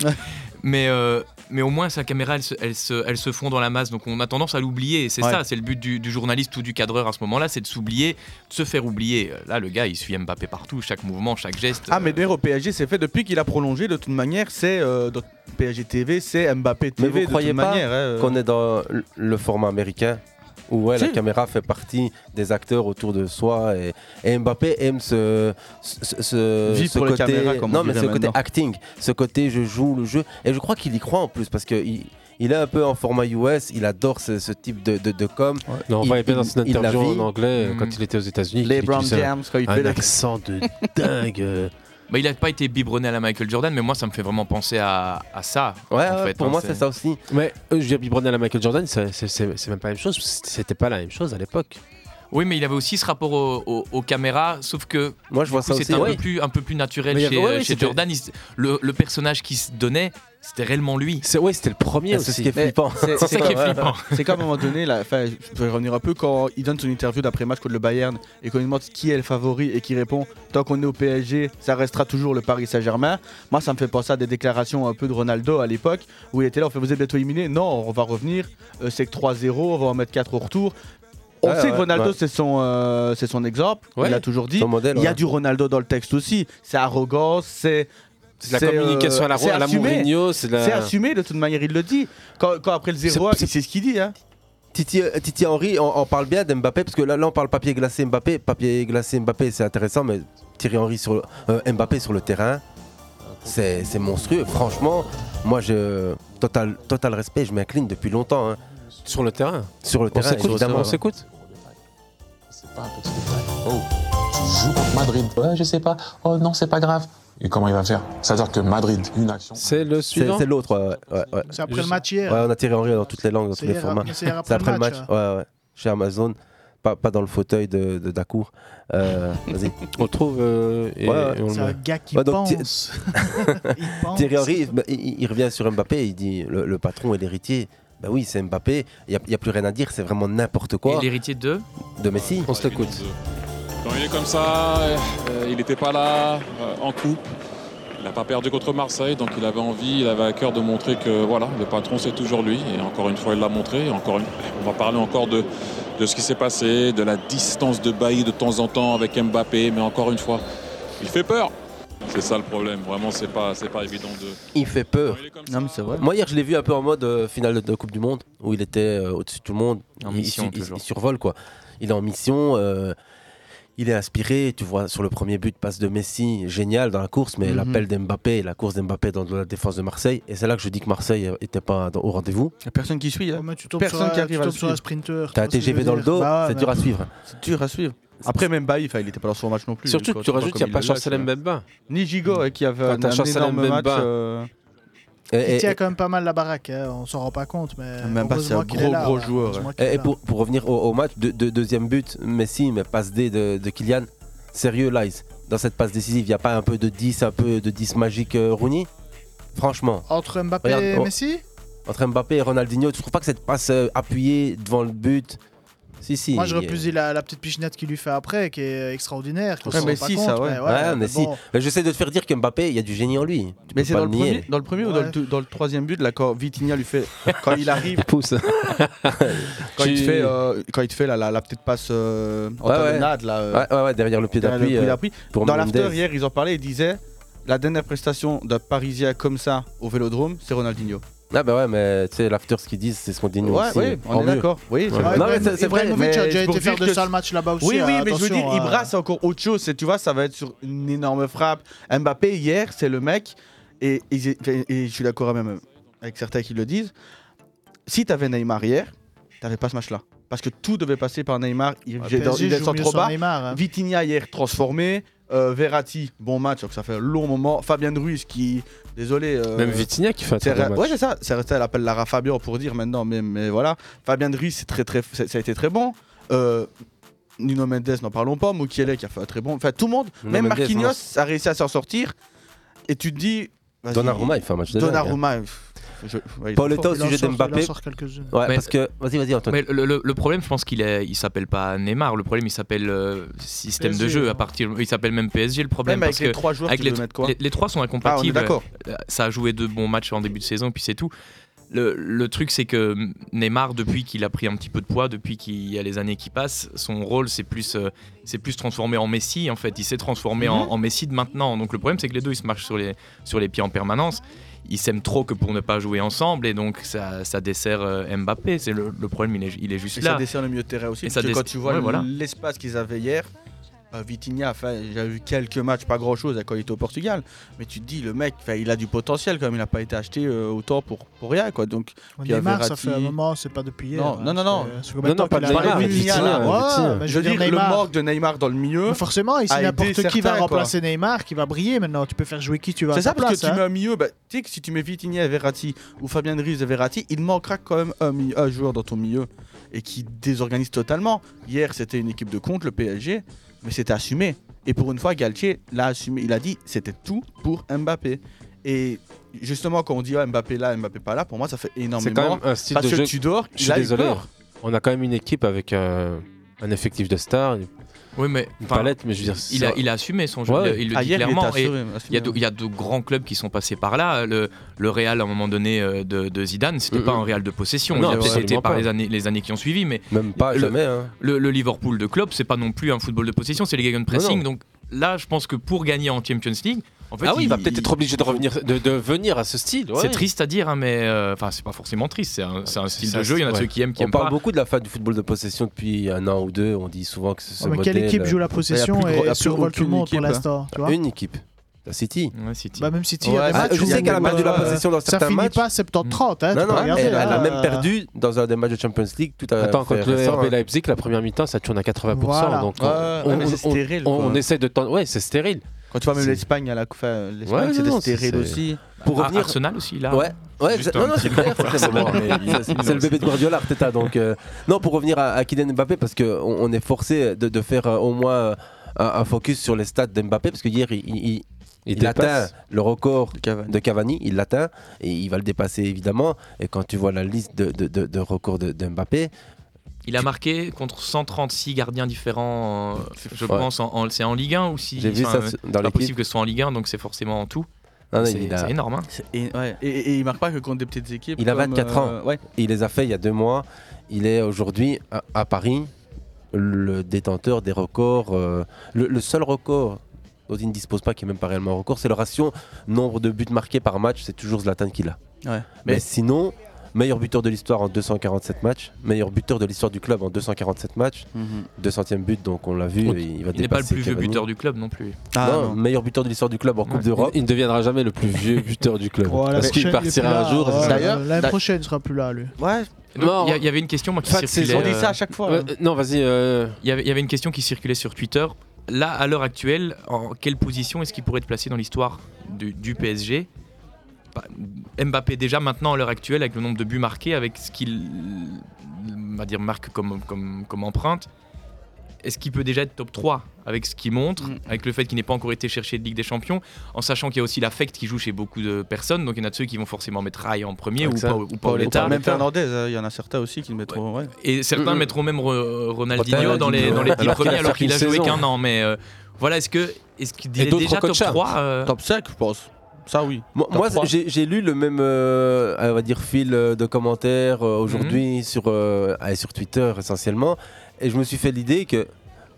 mais, euh, mais au moins, sa caméra, elle se, elle, se, elle se fond dans la masse, donc on a tendance à l'oublier. Et c'est
Ouais.
ça, c'est le but du, du journaliste ou du cadreur à ce moment-là, c'est de s'oublier, de se faire oublier. Là, le gars, il suit Mbappé partout, chaque mouvement, chaque geste.
Ah, mais d'ailleurs, au PSG, c'est fait depuis qu'il a prolongé, de toute manière, c'est. euh, dans PSG TV, c'est Mbappé TV,
Mais vous
de
croyez
toute
pas
manière. hein, euh.
qu'on est dans le- le format américain où ouais, la
Si.
caméra fait partie des acteurs autour de soi et, et Mbappé aime ce, ce, ce-
Vive
ce
pour les
côté
caméras, comme on
non mais
dirait
ce côté
maintenant.
acting, ce côté je joue le jeu et je crois qu'il y croit en plus parce que il, il est un peu en format US, il adore ce, ce type de, de, de com.
Non, on
Il-
voyait bien dans
il-
son
il la
interview en
vit.
anglais euh, quand il était aux États-Unis.
Mm. Les
qu'il
Brown
utilisait un-
James, quand il fait
un
le-
accent de dingue.
Bah, il n'a pas été biberonné à la Michael Jordan, mais moi, ça me fait vraiment penser à, à ça. en fait, hein,
aussi.
Mais euh, je viens biberonner à la Michael Jordan, c'est- c'est c'est- c'est même pas la même chose. parce que C'était pas la même chose à l'époque.
Oui, mais il avait aussi ce rapport au- au- aux caméras, sauf que
Moi, je
du
vois
coup,
ça
c'était
aussi,
un,
ouais.
peu plus, un peu plus naturel
Mais il y
chez,
avait- ouais,
euh,
ouais,
chez
c'était-
Jordan. Il s- le, le personnage qui se donnait, c'était réellement lui.
C'est ouais, c'était le premier
Ah, c'est ce qui est flippant. C'est ça qui est flippant.
C'est comme à un moment donné, là, enfin, je vais revenir un peu quand il donne son interview d'après match contre le Bayern et qu'on lui demande qui est le favori et qui répond tant qu'on est au PSG, ça restera toujours le Paris Saint-Germain. Moi, ça me fait penser à des déclarations un peu de Ronaldo à l'époque où il était là, on fait vous êtes bientôt éliminé. Non, on va revenir. euh, c'est que 3-0, on va en mettre 4 au retour. On
Ah,
Ouais,
sait
ouais,
que Ronaldo,
ouais.
c'est son, euh, c'est son exemple.
Ouais,
il l'a toujours dit.
son modèle,
il y a
ouais.
du Ronaldo dans le texte aussi. C'est arrogant, c'est.
C'est de la communication à la-
c'est
à la
assumé.
Mourinho, c'est de la-
C'est assumé de toute manière, il le dit. Quand, quand après le 0
c'est-
c'est ce qu'il dit. Hein.
Titi, euh, Titi Henry, on, on parle bien d'Mbappé, parce que là, là, on parle papier glacé Mbappé. Papier glacé Mbappé, c'est intéressant, mais Thierry Henry sur, le- euh, Mbappé sur le terrain, c'est c'est monstrueux. Franchement, moi, je total, total respect, je m'incline depuis longtemps. hein.
Sur le terrain
Sur le
On
terrain,
s'écoute,
évidemment.
on s'écoute.
C'est pas un petit détail. Oh, tu joues contre Madrid. Ouais, je sais pas. Oh non, c'est pas grave. Et comment il va faire C'est-à-dire que Madrid, une action.
C'est le
suivant
C'est l'autre. ouais, ouais, ouais.
C'est après le match hier.
Ouais, on a Thierry Henry dans toutes les langues, dans
C'est
tous les
hier-
formats.
c'est hier après le match,
ouais, ouais. Chez Amazon, pas, pas dans le fauteuil de, de Dacour. Euh, vas-y.
On le trouve. euh, et- et on le
C'est
met.
un gars qui pense. Thierry Henry, bah, il, il- il revient sur Mbappé, il dit le, le patron est l'héritier. Bah oui, c'est Mbappé, il n'y a, plus rien à dire, c'est vraiment n'importe quoi.
Et l'héritier de
De Messi On se l'écoute.
Quand il est comme ça, euh, il n'était pas là euh, en coupe. Il n'a pas perdu contre Marseille, donc il avait envie, il avait à cœur de montrer que voilà, le patron c'est toujours lui. Et encore une fois, il l'a montré. Et encore une- On va parler encore de, de ce qui s'est passé, de la distance de Bailly de temps en temps avec Mbappé, mais encore une fois, il fait peur. C'est ça le problème. Vraiment, c'est pas, c'est pas évident de.
Il fait peur. Moi hier je l'ai vu un peu en mode euh, finale de, de Coupe du Monde où il était euh, au-dessus de tout le monde. il,
mission,
il- il-
toujours.
il survole quoi. Il est en mission. euh, il est inspiré, tu vois, sur le premier but, passe de Messi, génial dans la course, mais
Mhm.
l'appel d'Mbappé, la course d'Mbappé dans la défense de Marseille. Et c'est là que je dis que Marseille n'était pas dans- au rendez-vous.
Il n'y a personne qui suit. hein.
tombes
personne
sur un-
qui arrive
tu
à le
tombes sur
suivre.
un sprinter,
T'as un TGV dans le dos, c'est dur à suivre.
C'est dur à suivre. Bah Après, même Bailly, enfin, il était pas dans son match non plus.
Surtout que tu rajoutes, il n'y a pas Chancel Mbemba.
Ni Gigo euh, qui avait
Enfin,
un,
t'as Chancel
énorme
Mbemba.
match. euh,
Il tient quand même pas mal la baraque, hein, on s'en rend Euh, pas compte, mais. heureusement qu'il est là, ouais. Heureusement qu'il est
Et, et
là.
pour, pour revenir au, au match, de- de- deuxième but, Messi, mais passe D de, de Kylian. Sérieux, Lies, dans cette passe décisive, il n'y a pas un peu de 10, un peu de 10 magique euh, Rooney Franchement.
Entre Mbappé
Regarde,
et
oh.
Messi
Entre Mbappé et Ronaldinho, tu trouves pas que cette passe euh, appuyée devant le but Si, euh, si.
Moi, je
il-
refuse la, la petite pichenette qu'il lui fait après, qui est extraordinaire. qu'on
Ouais,
s'en rend pas compte, mais ouais,
Ouais, mais si.
bon.
Mais J'essaie de te faire dire que Mbappé, il y a du génie en lui. Tu
Mais
peux
c'est
pas
dans, le
nier.
premier- dans le premier ou dans le,
Ouais.
deux- dans le troisième but, là, quand Vitinha lui fait. Quand il arrive.
Pousse.
quand, il te
Tu-
fait, euh, quand il te fait la, la, la petite passe euh, en
Ouais, ouais.
talonnade, là. euh,
Ouais, ouais, ouais, derrière le pied
derrière le
d'appui,
pied
euh,
d'appui.
pour
Dans
Mendes.
l'after, hier, ils en parlaient, ils disaient la dernière prestation d'un Parisien comme ça au vélodrome, c'est Ronaldinho.
Ah bah ouais, mais tu sais, l'after, ce qu'ils disent, c'est ce qu'on dit nous
Ouais,
aussi.
ouais, on
En
est
mieux.
d'accord. Oui, c'est
Ouais.
vrai.
Non, mais c'est- c'est vrai.
Ibrahimovic
mais
a déjà
c'est pour
été faire
dire
de
que-
ça le match là-bas aussi,
Oui, oui,
hein,
mais je veux
attention,
dire,
hein.
Ibra, c'est encore autre chose. c'est- Tu vois, ça va être sur une énorme frappe. Mbappé, hier, c'est le mec. Et, et- et je suis d'accord même avec certains qui le disent. Si t'avais Neymar hier, t'avais pas ce match-là. Parce que tout devait passer par Neymar. Il,
Ouais,
il
PSG joue
descend
mieux
trop
sans
bas.
Neymar, hein.
Vitinha hier transformé. Euh, Verratti, bon match, donc ça fait un long moment. Fabien de Ruiz qui, désolé. euh,
Même Vitinha qui fait un
c'est
très bon
ra-
match.
Ouais, c'est ça. C'est resté, elle appelle Lara Fabian pour dire maintenant, mais, mais voilà. Fabien de Ruiz, c'est très, très, c'est- ça a été très bon. Euh, Nuno Mendes, n'en parlons pas. Mukiele qui a fait un très bon. Enfin, tout le monde,
Nuno
même
Mendes,
Marquinhos
mince.
a réussi à s'en sortir. Et tu te dis. vas-y,
Donnarumma, il fait un match de dingue,
Donnarumma.
hein.
pff, je- ouais, il est
Pauletta au
fort.
sujet d'Mbappé. Ouais, parce que. Vas-y, vas-y, Antoine.
Mais le, le- le problème, je pense qu'il est- il s'appelle pas Neymar. Le problème, il s'appelle euh, système de
PSG,
jeu.
hein.
À partir, il s'appelle même PSG. Le problème,
Même avec
parce
les
que
trois joueurs,
avec
tu
les,
veux mettre quoi
les- les trois sont incompatibles.
Ah, on est d'accord.
Euh, Ça a joué deux bons matchs en début de saison, puis c'est tout. Le, le truc, c'est que Neymar, depuis qu'il a pris un petit peu de poids, depuis qu'il y a les années qui passent, son rôle c'est plus, euh, c'est plus transformé en Messi. En fait, il s'est transformé en,
Mhm.
en Messi de maintenant. Donc le problème, c'est que les deux, ils se marchent sur les, sur les pieds en permanence. Ils s'aiment trop que pour ne pas jouer ensemble, et donc ça, ça dessert euh, Mbappé. C'est le, le problème, il est, il est juste
Et
là.
ça dessert le milieu de terrain aussi.
Et
parce
ça
que quand
dess-
tu vois
ouais, voilà.
l'espace qu'ils avaient hier, euh, Vitinha, enfin, il a eu quelques matchs, pas grand chose quand il était au Portugal. Mais tu te dis, le mec, enfin, il a du potentiel quand même, il n'a pas été acheté euh, autant pour, pour rien. Quoi. Donc, puis il y a
Neymar, ça
Verratti.
fait un moment, c'est pas depuis hier.
Non,
hein,
non, non,
ça
non.
fait- ça fait combien de temps qu'il arrive
Neymar,
avec
Vitinha,
Vitinha,
là.
ouais, mais
Je veux dire, le
Neymar.
manque de Neymar dans le milieu.
Forcément, ici
a aidé
n'importe qui va
certains, quoi.
remplacer Neymar, qui va briller maintenant. Tu peux faire jouer qui tu veux. à
C'est ça,
ta
parce que
place,
tu mets
hein.
un milieu, bah, tu sais que si tu mets Vitinha et Verratti ou Fabien Ruiz et Verratti, il manquera quand même un, mi- un joueur dans ton milieu. et qui désorganise totalement. Hier, c'était une équipe de contre, le PSG, mais c'était assumé. Et pour une fois, Galtier l'a assumé. Il a dit c'était tout pour Mbappé. Et justement, quand on dit ouais, Mbappé là, Mbappé pas là, pour moi, ça fait énormément.
C'est quand même un style
parce
de
que
jeu.
tu dors,
je suis désolé. hein. On a quand même une équipe avec euh, un effectif de stars. une-
Oui, mais
une
enfin,
palette, mais je veux dire,
il
ça-
a, il a assumé son jeu.
Ouais.
Il, il le
Ah,
dit
hier, il
clairement.
était
et
assuré,
il, y a de, il y a de grands clubs qui sont passés par là. Le, le Real, à un moment donné, euh, de, de Zidane, c'était
Mm,
pas un Real de possession.
Non,
il a peut-être
absolument
été par
pas.
les années, les années qui ont suivi, mais
Même pas,
le,
jamais, hein.
le, le Liverpool de Klopp, c'est pas non plus un football de possession, c'est les gegenpressing.
Non, non.
Donc là, je pense que pour gagner en Champions League, en fait,
ah oui, il va
il-
peut-être être obligé de revenir, de, de venir à ce style. ouais.
C'est triste à dire, hein, mais euh, enfin, c'est pas forcément triste. C'est un, c'est un style
Ça,
de jeu. Il y en a
ouais.
ceux qui aiment, qui
On
aiment
parle
pas.
beaucoup de la fin du football de possession depuis un an ou deux. On dit souvent que ce ce
Ouais, mais quelle
modèle-
équipe joue la
Il y a
possession
plus de-
et
il y a plus
survole tout le
aucune
monde pour
équipe, hein.
l'instant, tu vois
Une équipe. La City.
Bah, même City, il y
Ouais,
a des
ah,
matchs
je sais
où il y a
qu'elle a
même
perdu la
pas, euh,
possession dans
Ça
certains
finit
matchs.
pas 70-30, hein, tu
non,
peux
non,
regarder,
elle, elle
là,
a même
euh,
perdu dans un des matchs de Champions League tout à
Attends,
fait
contre le
récent,
RB
hein.
Leipzig, la première mi-temps, ça tourne à 80%.
Voilà.
Donc
Ouais,
on,
ouais, ouais, mais c'est
on-
stérile,
on-
quoi.
on essaie de tendre. Ouais, c'est stérile.
Quand tu vois même
C'est-
l'Espagne à la coupe, l'Espagne
Ouais,
c'était
non, c'est-
stérile
c'est-
aussi.
Pour Ar- revenir- Arsenal aussi, là.
Ouais, ouais
Juste
c'est- non,
un
non,
petit
c'est clair,
mot pour
forcément.
Arsenal, mais il-
C'est- C'est le bébé de Guardiola, Arteta. Donc, euh, non, pour revenir à, à Kylian Mbappé, parce qu'on on est forcé de, de faire euh, au moins euh, un, un focus sur les stats d'Mbappé, parce que hier, il, il- il-
Il
il atteint
dépasse.
le record de Cavani. il l'atteint, et il va le dépasser évidemment. Et quand tu vois la liste de, de- de- de records de, de Mbappé,
Il a marqué contre 136 gardiens différents, euh, je
ouais.
pense, en, en- c'est en Ligue 1 ou si
J'ai vu
enfin,
ça
euh,
sur- dans
c'est pas
l'équipe.
possible que ce soit en Ligue 1, donc c'est forcément en tout.
Non, non,
c'est
il a-
c'est énorme. hein.
C'est- Et, ouais, et, et- et il marque pas que contre des petites équipes.
il a
comme,
24
euh,
ans.
ouais.
Il les a fait il y a deux mois. Il est aujourd'hui à, à Paris le détenteur des records. euh, le, le seul record dont il ne dispose pas, qui est même pas réellement un record, c'est le ratio nombre de buts marqués par match. C'est toujours Zlatan qu'il a.
Ouais.
Mais, sinon, meilleur buteur de l'histoire en 247 matchs, meilleur buteur de l'histoire du club en 247 matchs,
Mhm.
200e but, donc on l'a vu.
Donc,
il va
il n'est pas le
dépasser
plus vieux
Cavani.
buteur du club non plus.
non, meilleur buteur de l'histoire du club en Coupe d'Europe.
Il ne deviendra jamais le plus vieux buteur du club.
Voilà,
parce qu'il
prochaine, il est
partira
plus
un
là,
jour.
ouais.
c'est-
D'ailleurs,
L'année
d'a-
prochaine, il sera plus là, lui.
Ouais.
Donc, il y a- il y avait une question moi, qui
Fin de
circulait.
saison.
euh,
Ouais, euh, non, vas-y. euh,
Il y, avait, il y avait une question qui circulait sur Twitter. Là, à l'heure actuelle, en quelle position est-ce qu'il pourrait être placé dans l'histoire du, du PSG Bah, Mbappé déjà maintenant à l'heure actuelle avec le nombre de buts marqués, avec ce qu'il on va dire marque comme, comme, comme empreinte, est-ce qu'il peut déjà être top 3 avec ce qu'il montre,
Mm.
avec le fait qu'il n'ait pas encore été cherché de Ligue des Champions, en sachant qu'il y a aussi l'affect qui joue chez beaucoup de personnes, donc il y en a de ceux qui vont forcément mettre Rai en premier ou,
Avec ça.
pas, ou Paoletta.
Même Fernandez, hein, il y en a certains aussi qui le mettront. ouais.
Et certains
Euh,
Mm, mm.
mettront même Ro- Ronaldinho
Ronaldinho.
dans les, dans les dix
Alors qu'il a
premiers
fait
alors qu'il a
qu'une
joué
saison.
qu'un an. Mais euh, voilà, est-ce que est-ce qu'il
Et
est
d'autres
déjà top
Rokocha.
3 euh,
Top 5, je pense. Ça, oui.
Moi,
Top
moi,
trois.
j'ai j'ai lu le même, euh, on va dire, fil euh, de commentaires euh,
Mhm.
aujourd'hui sur, euh, ah, et sur Twitter essentiellement, et je me suis fait l'idée que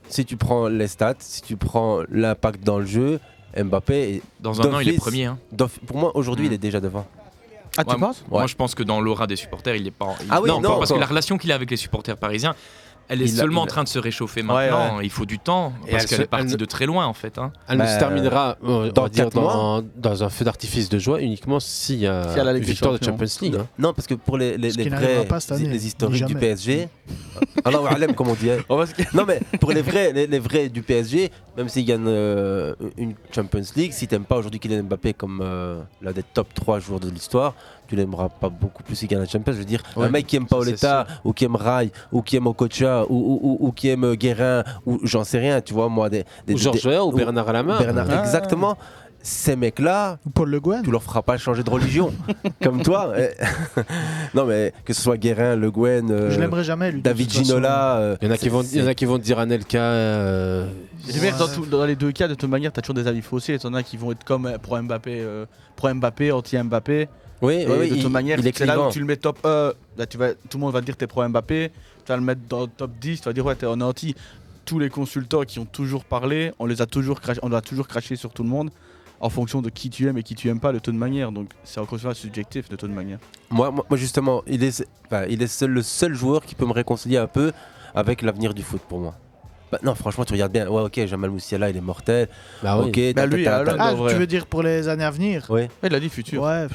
si tu prends les stats, si tu prends l'impact dans le jeu, Mbappé est
Dans un an, il est
d'office-
premier, hein.
d'off- Pour moi, aujourd'hui,
Mhm.
il est déjà devant.
Ah, tu
Ouais,
penses
Moi,
Ouais.
je pense que dans l'aura des supporters, il est pas. il-
Ah oui,
non,
non,
pas parce que
encore.
la relation qu'il a avec les supporters parisiens, elle est
Il a-
seulement
il
en
a-
train de se réchauffer
Ouais,
maintenant.
ouais.
Il faut du temps
Et
parce
elle
qu'elle
se-
est partie
elle-
de très loin en fait. hein.
Elle ne se terminera euh, on va
Bah, dans
dire,
quatre
dans,
mois.
dans un feu d'artifice de joie uniquement s'il y a
Si elle a la
une
Ligue des
victoire de
Champions.
Champions League. hein.
Non, parce que pour les, les,
Ce
les
qui
vrais,
n'arrivera pas cette année,
les
ni
historiques du
jamais.
PSG, alors Alem comme on dit. hein. non mais pour les vrais, les, les vrais du PSG, même s'ils gagnent euh, une Champions League, si t'aimes pas aujourd'hui Kylian Mbappé comme euh, l'un des top 3 joueurs de l'histoire, tu l'aimeras pas beaucoup plus s'il gagne la Champions. Je veux dire,
Ouais,
un mec qui aime Paoletta ou qui aime Rai ou qui aime Okocha ou, ou, ou- ou qui aime Guérin ou j'en sais rien, tu vois moi des, des
Ou Georges
des-
Weah ou Bernard Alama.
Bernard,
Ah.
exactement. Ces mecs-là,
Paul Le Guen,
tu leur feras pas changer de religion, comme toi. eh. non mais que ce soit Guérin, Le Guen, euh,
Je l'aimerais jamais, lui, de
David
toute façon.
Ginola. euh,
Il y en a qui vont,
c'est-
il y en a qui vont dire Anelka. euh,
Et les mecs, dans, tout- dans les deux cas, de toute manière, t'as toujours des avis faussés. T'en as qui vont être comme euh, pro Mbappé, euh, pro Mbappé, anti Mbappé.
Oui,
Et
oui, oui,
de toute
il-
manière,
il est
c'est là
clivant.
où tu le mets top 1. Là, tu vas, tout le monde va te dire t'es pro Mbappé. Tu vas le mettre dans le top 10. Tu vas dire ouais, t'es en anti. Tous les consultants qui ont toujours parlé, on les a toujours crach- on a toujours craché sur tout le monde en fonction de qui tu aimes et qui tu aimes pas de toute manière. Donc c'est encore une fois subjectif de toute manière.
Moi, moi, moi, justement, il est, enfin, il est seul- le seul joueur qui peut me réconcilier un peu avec l'avenir du foot pour moi. Bah, non, franchement, tu regardes bien. Ouais, ok, Jamal Moussiala, il est mortel.
Bah oui.
Ok,
Bah,
ta-
lui,
ta- ta-
Ah, tu veux dire pour les années à venir
Oui.
Il a dit futur.
Ouais.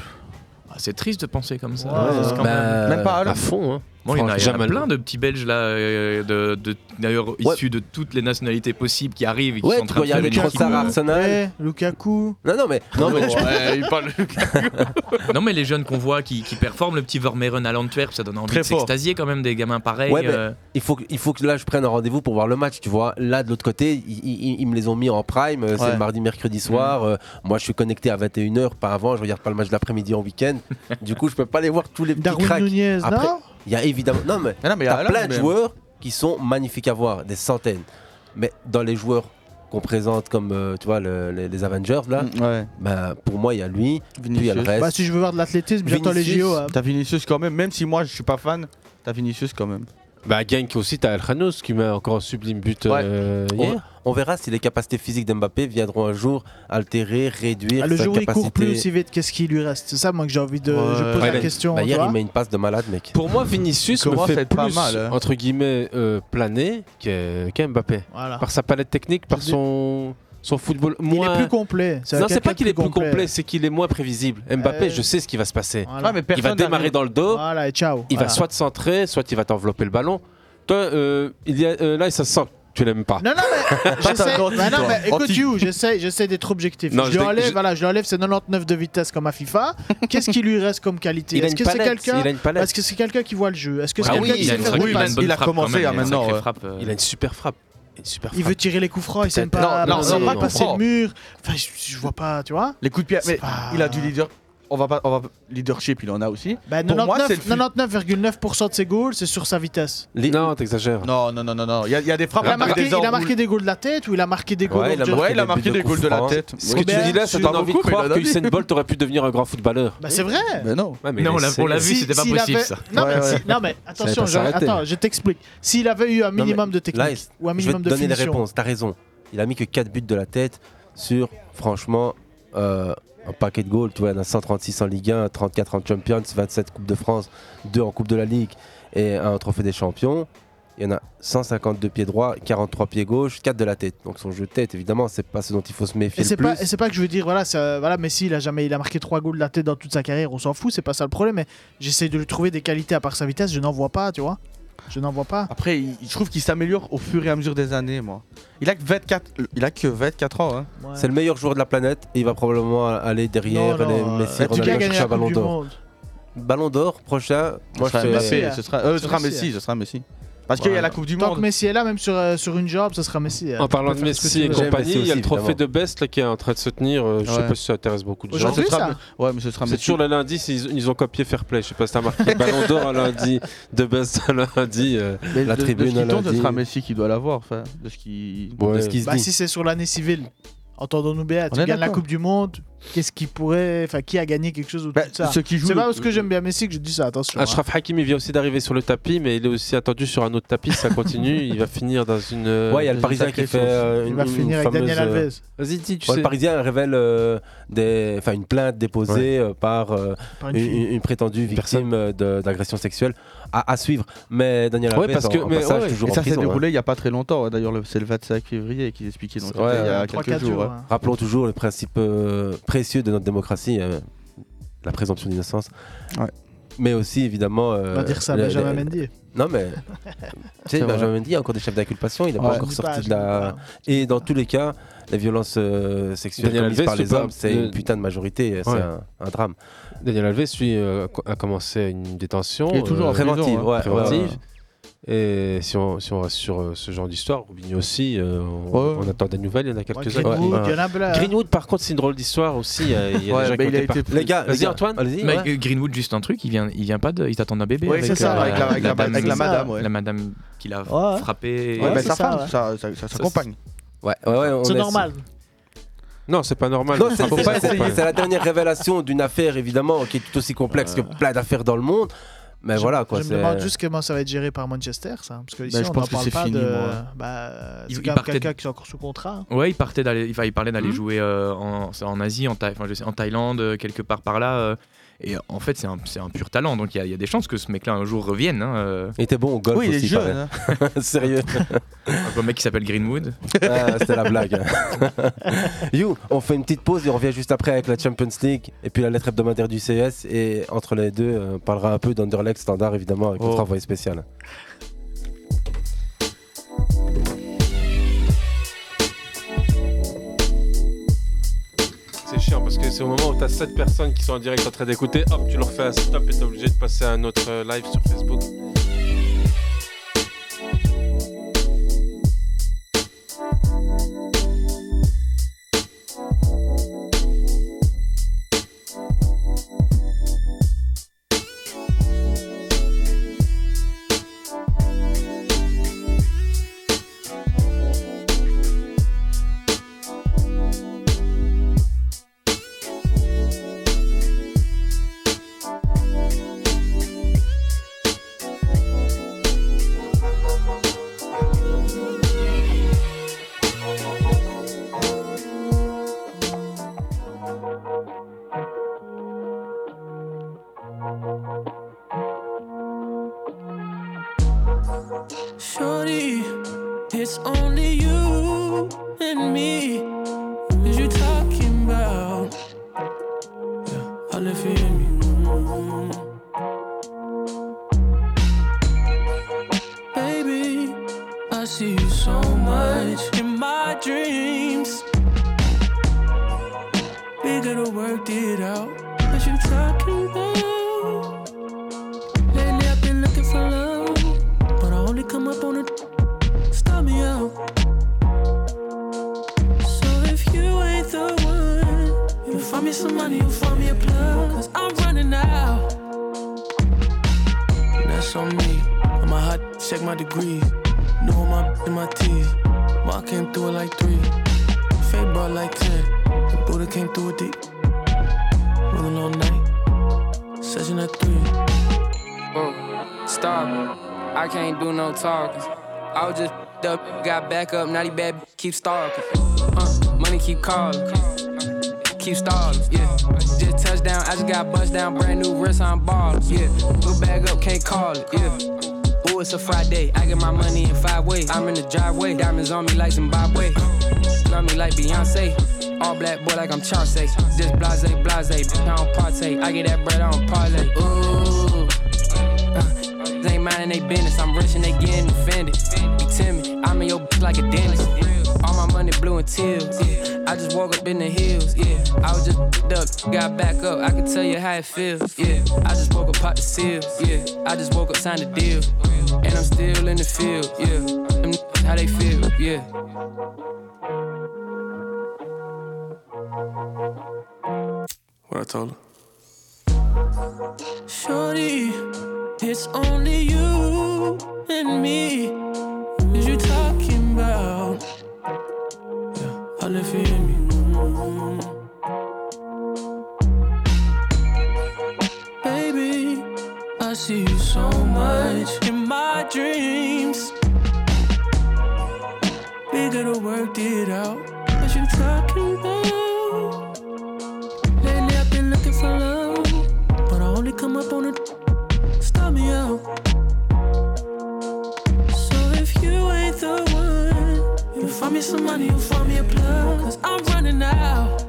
Ah, c'est triste de penser comme ça.
Ouais,
Parce qu'en
bah,
même-
Même pas à l'heure.
à fond. hein.
Bon, il y en a, il y en a
Jamal.
plein de petits Belges là, euh, de- de- d'ailleurs issus de toutes les nationalités possibles qui arrivent et qui
Ouais,
sont en
tu
train
vois,
de
il y a
faire
des
une équipe,
Trossard à
euh,
Arsenal.
Lukaku.
Non, non, mais. Non, mais tu-
Ouais, il parle Lukaku. non mais les jeunes qu'on voit qui, qui performent, le petit Vermeeren à l'Antwerp, ça donne envie
Très
de
fort.
s'extasier quand même des gamins pareils.
Ouais, mais
euh.
il, faut, que- il faut que là je prenne un rendez-vous pour voir le match, tu vois. Là de l'autre côté, i- i- ils me les ont mis en prime, euh,
Ouais.
c'est le mardi, mercredi
Mm.
soir. euh, moi je suis connecté à 21h, pas avant, je regarde pas le match de l'après-midi en week-end. du coup, je peux pas les voir tous les petits
Darwin
cracks.
Nunez,
Après,
non
Il y a évidemment. Non, mais,
mais il y a
t'as
Haaland,
plein de
mais-
joueurs qui sont magnifiques à voir, des centaines. Mais dans les joueurs qu'on présente comme euh, tu vois le- les, les Avengers là,
Mm,
bah, pour moi il y a lui, puis il y a le reste.
Bah, si je veux voir de l'athlétisme, j'attends les JO. hein.
T'as Vinicius quand même, même si moi je suis pas fan, t'as Vinicius quand même.
Bah, Genk aussi, t'as El Khanous qui met encore un sublime but euh,
On-
hier.
On verra si les capacités physiques d'Mbappé viendront un jour altérer, réduire
Ah, le
sa
jour où il
capacité.
court plus aussi vite, qu'est-ce qui lui reste C'est ça, moi, que j'ai envie de. euh, Je pose la question.
Bah,
tu
hier,
vois.
il met une passe de malade, mec.
Pour moi, Vinicius me
Comment
fait
c'est pas
plus,
mal, hein.
entre guillemets, euh, planer que- qu'Mbappé.
Voilà.
Par sa palette technique, par son, son football moins...
est plus complet. C'est
Non, c'est
quelqu'un
pas qu'il est plus complet,
complet.
c'est qu'il est moins prévisible. Mbappé,
Euh,
je sais ce qui va se passer.
voilà. Ouais, mais
il va
personne
démarrer
n'arrive-
dans le dos,
Voilà, et ciao.
il va
Voilà.
soit te centrer, soit il va t'envelopper le ballon. Toi, euh, il y a, euh, là, ça se sent. que Tu l'aimes pas.
Non, non, mais j'essaie.
Attends,
Bah non,
anti,
mais
toi.
écoute,
Anti.
You, j'essaie, j'essaie d'être objectif.
Non,
je
je
lui
dé-
enlève,
je-
voilà, je lui enlève ses 99 de vitesse comme à FIFA. Qu'est-ce qui lui reste comme qualité
Il a
Est-ce
une
que c'est
palette,
quelqu'un
il a une palette.
Est-ce que c'est quelqu'un qui voit le jeu Est-ce que c'est
Ah
quelqu'un
oui,
qui
il a
sait
une
faire
sacrée-
des
oui, il a
passes
une bonne frappe quand même, il a une sacrée
frappe, euh.
Il a une super frappe. Une super
hein, Il
frappe.
veut tirer les coups francs, Oh, il sait
Peut-être.
pas
Non, non,
passer-
non, non, non.
passer le
Franc.
mur. Enfin, je, je vois pas, tu vois.
Les coups de pied,
C'est
mais
pas-
il a du leader. On va pas, on va leadership, il en a aussi.
Bah,
Pour moi, c'est le
99 99,9% de ses goals, c'est sur sa vitesse.
Non, t'exagères.
Non, non, non, non, non. Il y, a- il y a des frappes.
Il a,
avec des
marqué, il a
enroules.
marqué des goals de la tête ou il a marqué des goals
Ouais, il a
hors jeu
marqué Ouais, il a des marqué buts de des coups goals de la francs. tête.
Ce que
Oui,
tu
ben,
dis là, ça
c'est
donne
pas
envie de
beaucoup, mais
croire
il en
que
a
Usain
mis.
Bolt aurait pu devenir un grand footballeur.
Bah c'est vrai.
Ben non.
Ouais, mais
Non, on
il
l'a-
essaie.
on l'a vu,
Si-
c'était pas
s'il
possible,
avait-
ça.
Non,
Ouais,
mais, si-
ouais.
non,
Ça
mais
allait
attention,
pas
je-
s'arrêter.
attends, je t'explique. S'il avait eu un
Non, mais
minimum de technique
là, il-
ou un
je
minimum
vais te
de
donner les
finition.
réponses, t'as raison. Il a mis que 4 buts de la tête sur, franchement, euh, un paquet de goals. Tu vois, il y en a 136 en Ligue 1, 34 en Champions, 27 Coupe de France, 2 en Coupe de la Ligue et un en Trophée des Champions. Il y en a 152 pieds droits, 43 pieds gauche, 4 de la tête. Donc son jeu de tête, évidemment, c'est pas ce dont il faut se méfier
Et
le
c'est
plus.
pas, et c'est pas que je veux dire, voilà, ça, voilà, Messi, il a jamais, il a marqué trois goals de la tête dans toute sa carrière, on s'en fout, c'est pas ça le problème. Mais j'essaie de lui trouver des qualités à part sa vitesse, je n'en vois pas, tu vois. Je n'en vois pas.
Après, il- je trouve qu'il s'améliore au fur et à mesure des années, moi. Il a que 24, il a que 24 ans. Hein.
C'est le meilleur joueur de la planète et il va probablement aller derrière
Non, non,
les
euh,
Messi,
en tout cas,
Ronaldo,
gagner la
chercher un
Coupe
Ballon
du
d'Or.
Monde.
Ballon d'Or prochain.
ce
Moi,
sera
je fais-
Messi, ce sera, euh, ce sera Messi, ce sera Messi. Parce qu'il y a
Voilà.
la Coupe du
Tant
Monde.
que Messi est là, même sur, euh, sur une job, ce sera Messi.
En parlant
Tu
de
peux faire ce que
Messi
tu
et
veux.
compagnie, il y a le trophée
évidemment.
de Best là, qui est en train de se tenir. euh, Je
Ouais.
sais pas si ça intéresse beaucoup de gens.
Aujourd'hui,
Ce sera-
ça Ouais, mais ce sera
C'est
Messi.
toujours le lundi, c'est- ils, ils ont copié Fair Play. Je sais pas si t'as marqué Ballon d'Or à lundi, de Best à lundi, euh,
Mais
la
de- de
tribune
ce
à
qui tourne,
lundi.
ce sera Messi qui doit l'avoir. enfin, De ce qui,
Ouais.
de ce qui se
Bah,
dit.
si c'est sur l'année civile, entendons-nous bien,
On
tu
est
gagnes la
d'accord.
Coupe du Monde, qu'est-ce qui pourrait. Enfin, qui a gagné quelque chose ou
Bah,
tout ça
ceux qui jouent
C'est
le-
pas parce
euh,
que j'aime bien Messi que je dis ça, attention.
Ah,
hein.
Ashraf Hakim il vient aussi d'arriver sur le tapis, mais il est aussi attendu sur un autre tapis. Ça continue, il va finir dans une. euh,
Ouais, il y a le
dans une
Parisien
sacrée
qui fait
sauce.
euh, une, une fameuse, euh,
Vas-y, dis, tu
ouais,
sais.
Le Parisien révèle euh, des, enfin, une plainte déposée euh, par, euh,
Par
une,
une fille.
une- une prétendue victime euh, de- d'agression sexuelle à, à suivre. Mais Daniel
Ouais,
Alves,
parce que-
en, en
mais
passage,
ouais.
toujours
Et
en
ça s'est
prison, hein.
déroulé il n'y a pas très longtemps. ouais. D'ailleurs, le- c'est le 25 février qu'ils expliquaient. Donc,
Ouais,
c'était il y
ouais.
a quelques jours. ouais.
hein.
Rappelons toujours le principe euh, précieux de notre démocratie, euh, la présomption d'innocence. Mais aussi, évidemment. euh,
On va dire ça à
le-
Benjamin
le-
Mendy.
Non, mais. tu sais,
C'est vrai.
Benjamin Mendy, il y a encore des chefs d'inculpation, il n'est
Ouais.
pas encore
Je dis pas,
sorti de
je
la. Et dans tous les cas, les violences euh, sexuelles
Daniel
commises
Alves
par
ou
les
pas
hommes, c'est
Le-
une putain de majorité, c'est
Ouais.
un, un drame.
Daniel Alves lui, euh, co- a commencé une détention
Il est toujours en prison,
préventive.
hein. Ouais,
préventive. Et si on, si on reste sur euh, ce genre d'histoire, Rubinho aussi, euh, on, on attend des nouvelles, il y en a quelques-uns.
Greenwood,
Ouais.
il y en a plein.
Greenwood, par contre, c'est une drôle d'histoire aussi. Il y a, il y a
Ouais,
des gens
mais
qui
il a
ont été
été-
par-
Les gars,
vas-y
les gars,
Antoine.
allez-y, Mais, euh, Greenwood, juste un truc, il vient, il vient pas de. Il t'attend d'un bébé.
Oui, c'est ça,
euh,
avec la- avec la-
dame-
avec la madame, ouais.
La madame qui l'a
Ouais.
frappé.
Ouais, mais sa femme, ça, ça, ça s'accompagne.
Ouais, ouais, ouais. on
C'est
laisse-
normal.
Non, c'est pas normal.
Non,
Faut
c'est-
pas
c'est-
essayer.
c'est- c'est la dernière révélation d'une affaire, évidemment, qui est tout aussi complexe que plein d'affaires dans le monde. Mais voilà, quoi.
Je me
c'est-
demande juste comment ça va être géré par Manchester, ça. hein, Parce que ici,
Bah, je
on
pense
n'en
que
parle
c'est
pas
fini,
de.
moi.
Bah,
Ils-
c'est
ils
quand même
partaient-
quelqu'un qui est encore sous contrat. hein.
Ouais, il partait d'aller, enfin, il parlait d'aller
Mhm.
jouer euh, en, c'est en Asie, en, Thaï- enfin, je sais- en Thaïlande, euh, quelque part par là. euh, Et en fait, c'est un, c'est un pur talent. Donc il y a- il y, a des chances que ce mec-là un jour revienne. hein, euh.
Il était bon au golf Oui, il est aussi, jeune, paraît. hein. Sérieux.
Un mec qui s'appelle Greenwood.
Ah, c'était la blague. you, on fait une petite pause et on revient juste après avec la Champions League et puis la lettre hebdomadaire du CS. Et entre les deux, euh, on parlera un peu d'Underleg standard évidemment avec
Oh.
notre envoyé spécial.
C'est chiant parce que c'est au moment où t'as 7 personnes qui sont en direct en train d'écouter, hop, tu leur fais un stop et t'es obligé de passer à un autre euh, live sur Facebook.
Shorty, it's only you and me. Is you talking about? Yeah, I live for you and me. Baby, I see you so much in my dreams. We gotta work it out. What you talking about? Lately, I've been looking for love. But I only come up on it. Stop me out. So if you ain't the one, you find me some money, you find me a plug. Cause I'm running out.
That's on me. I'm a hot, check my degrees. New on my in my teeth. Ma came through it like three. Fade brought like ten. The Buddha came through with deep. Rolling all night. Session at three.
Mm, stop. I can't do no talking. I was just fed up, got back up. Naughty bad, b- keep stalking. Uh, money keep calling. Keep stalling, yeah. Just touchdown, I just got bust down. Brand new wrist, I'm ballin', yeah. Blue bag up, can't call it, yeah. Ooh, it's a Friday. I get my money in five ways. I'm in the driveway. Diamonds on me like Zimbabwe. Love me like Beyonce. All black boy like I'm Chauncey. Just blase, blase. Bitch, I don't partake. I get that bread, I don't parlay. Ooh. Uh, they ain't minding they business. I'm rich and they getting offended. Be timid. I'm in your bitch like a dentist. All my money blue and teals. Yeah. I just woke up in the hills. Yeah. I was just fed up, got back up. I can tell you how it feels. Yeah. I just woke up, pop the seal. Yeah. I just woke up, signed a deal. And I'm still in the field. Yeah. Them n- how they feel. Yeah.
What I told her. Shorty, it's only you and me. Is you talking about? Yeah, I live for you and me. Baby, I see you so much in my dreams. We gotta work it out. What you talking about?
Lately, I've been looking for love,
but I only come up on it. Stop me out.
so if you ain't the one,
You find me some money, you find me a plug. Cause I'm running out.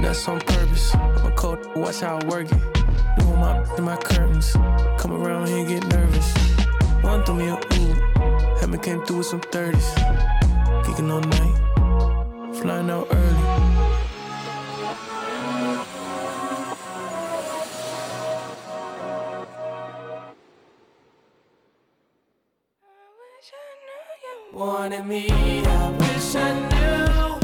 That's on purpose. I'm a cold, watch how I work it. Doing my in my curtains. Come around here, get nervous. One threw me a ooh. Hammer came through with some 30s. Geeking all night. Flying out early.
Wanted me, I wish I knew.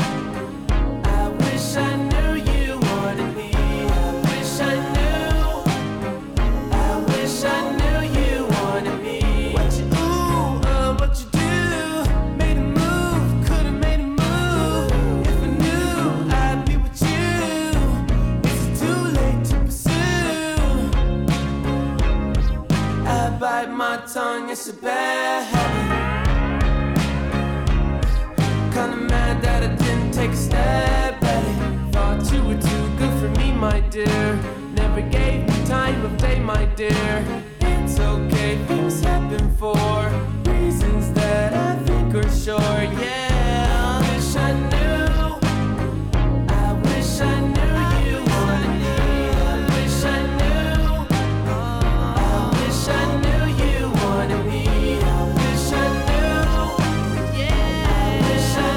I wish I knew you wanted me. I wish I knew. I wish I knew you wanted me. What you do, uh, what you do. Made a move, could've made a move. If I knew, I'd be with you. It's too late to pursue. I bite my tongue, it's a bad habit. Kinda mad that I didn't take a step at it. Thought you were too good for me, my dear. Never gave me time of day, my dear. It's okay, things happen for reasons that I think are sure. Yeah, I wish I knew. I wish I knew you wanted me. I wish I knew. I wish I knew you wanted me. I wish I knew. Yeah, I wish I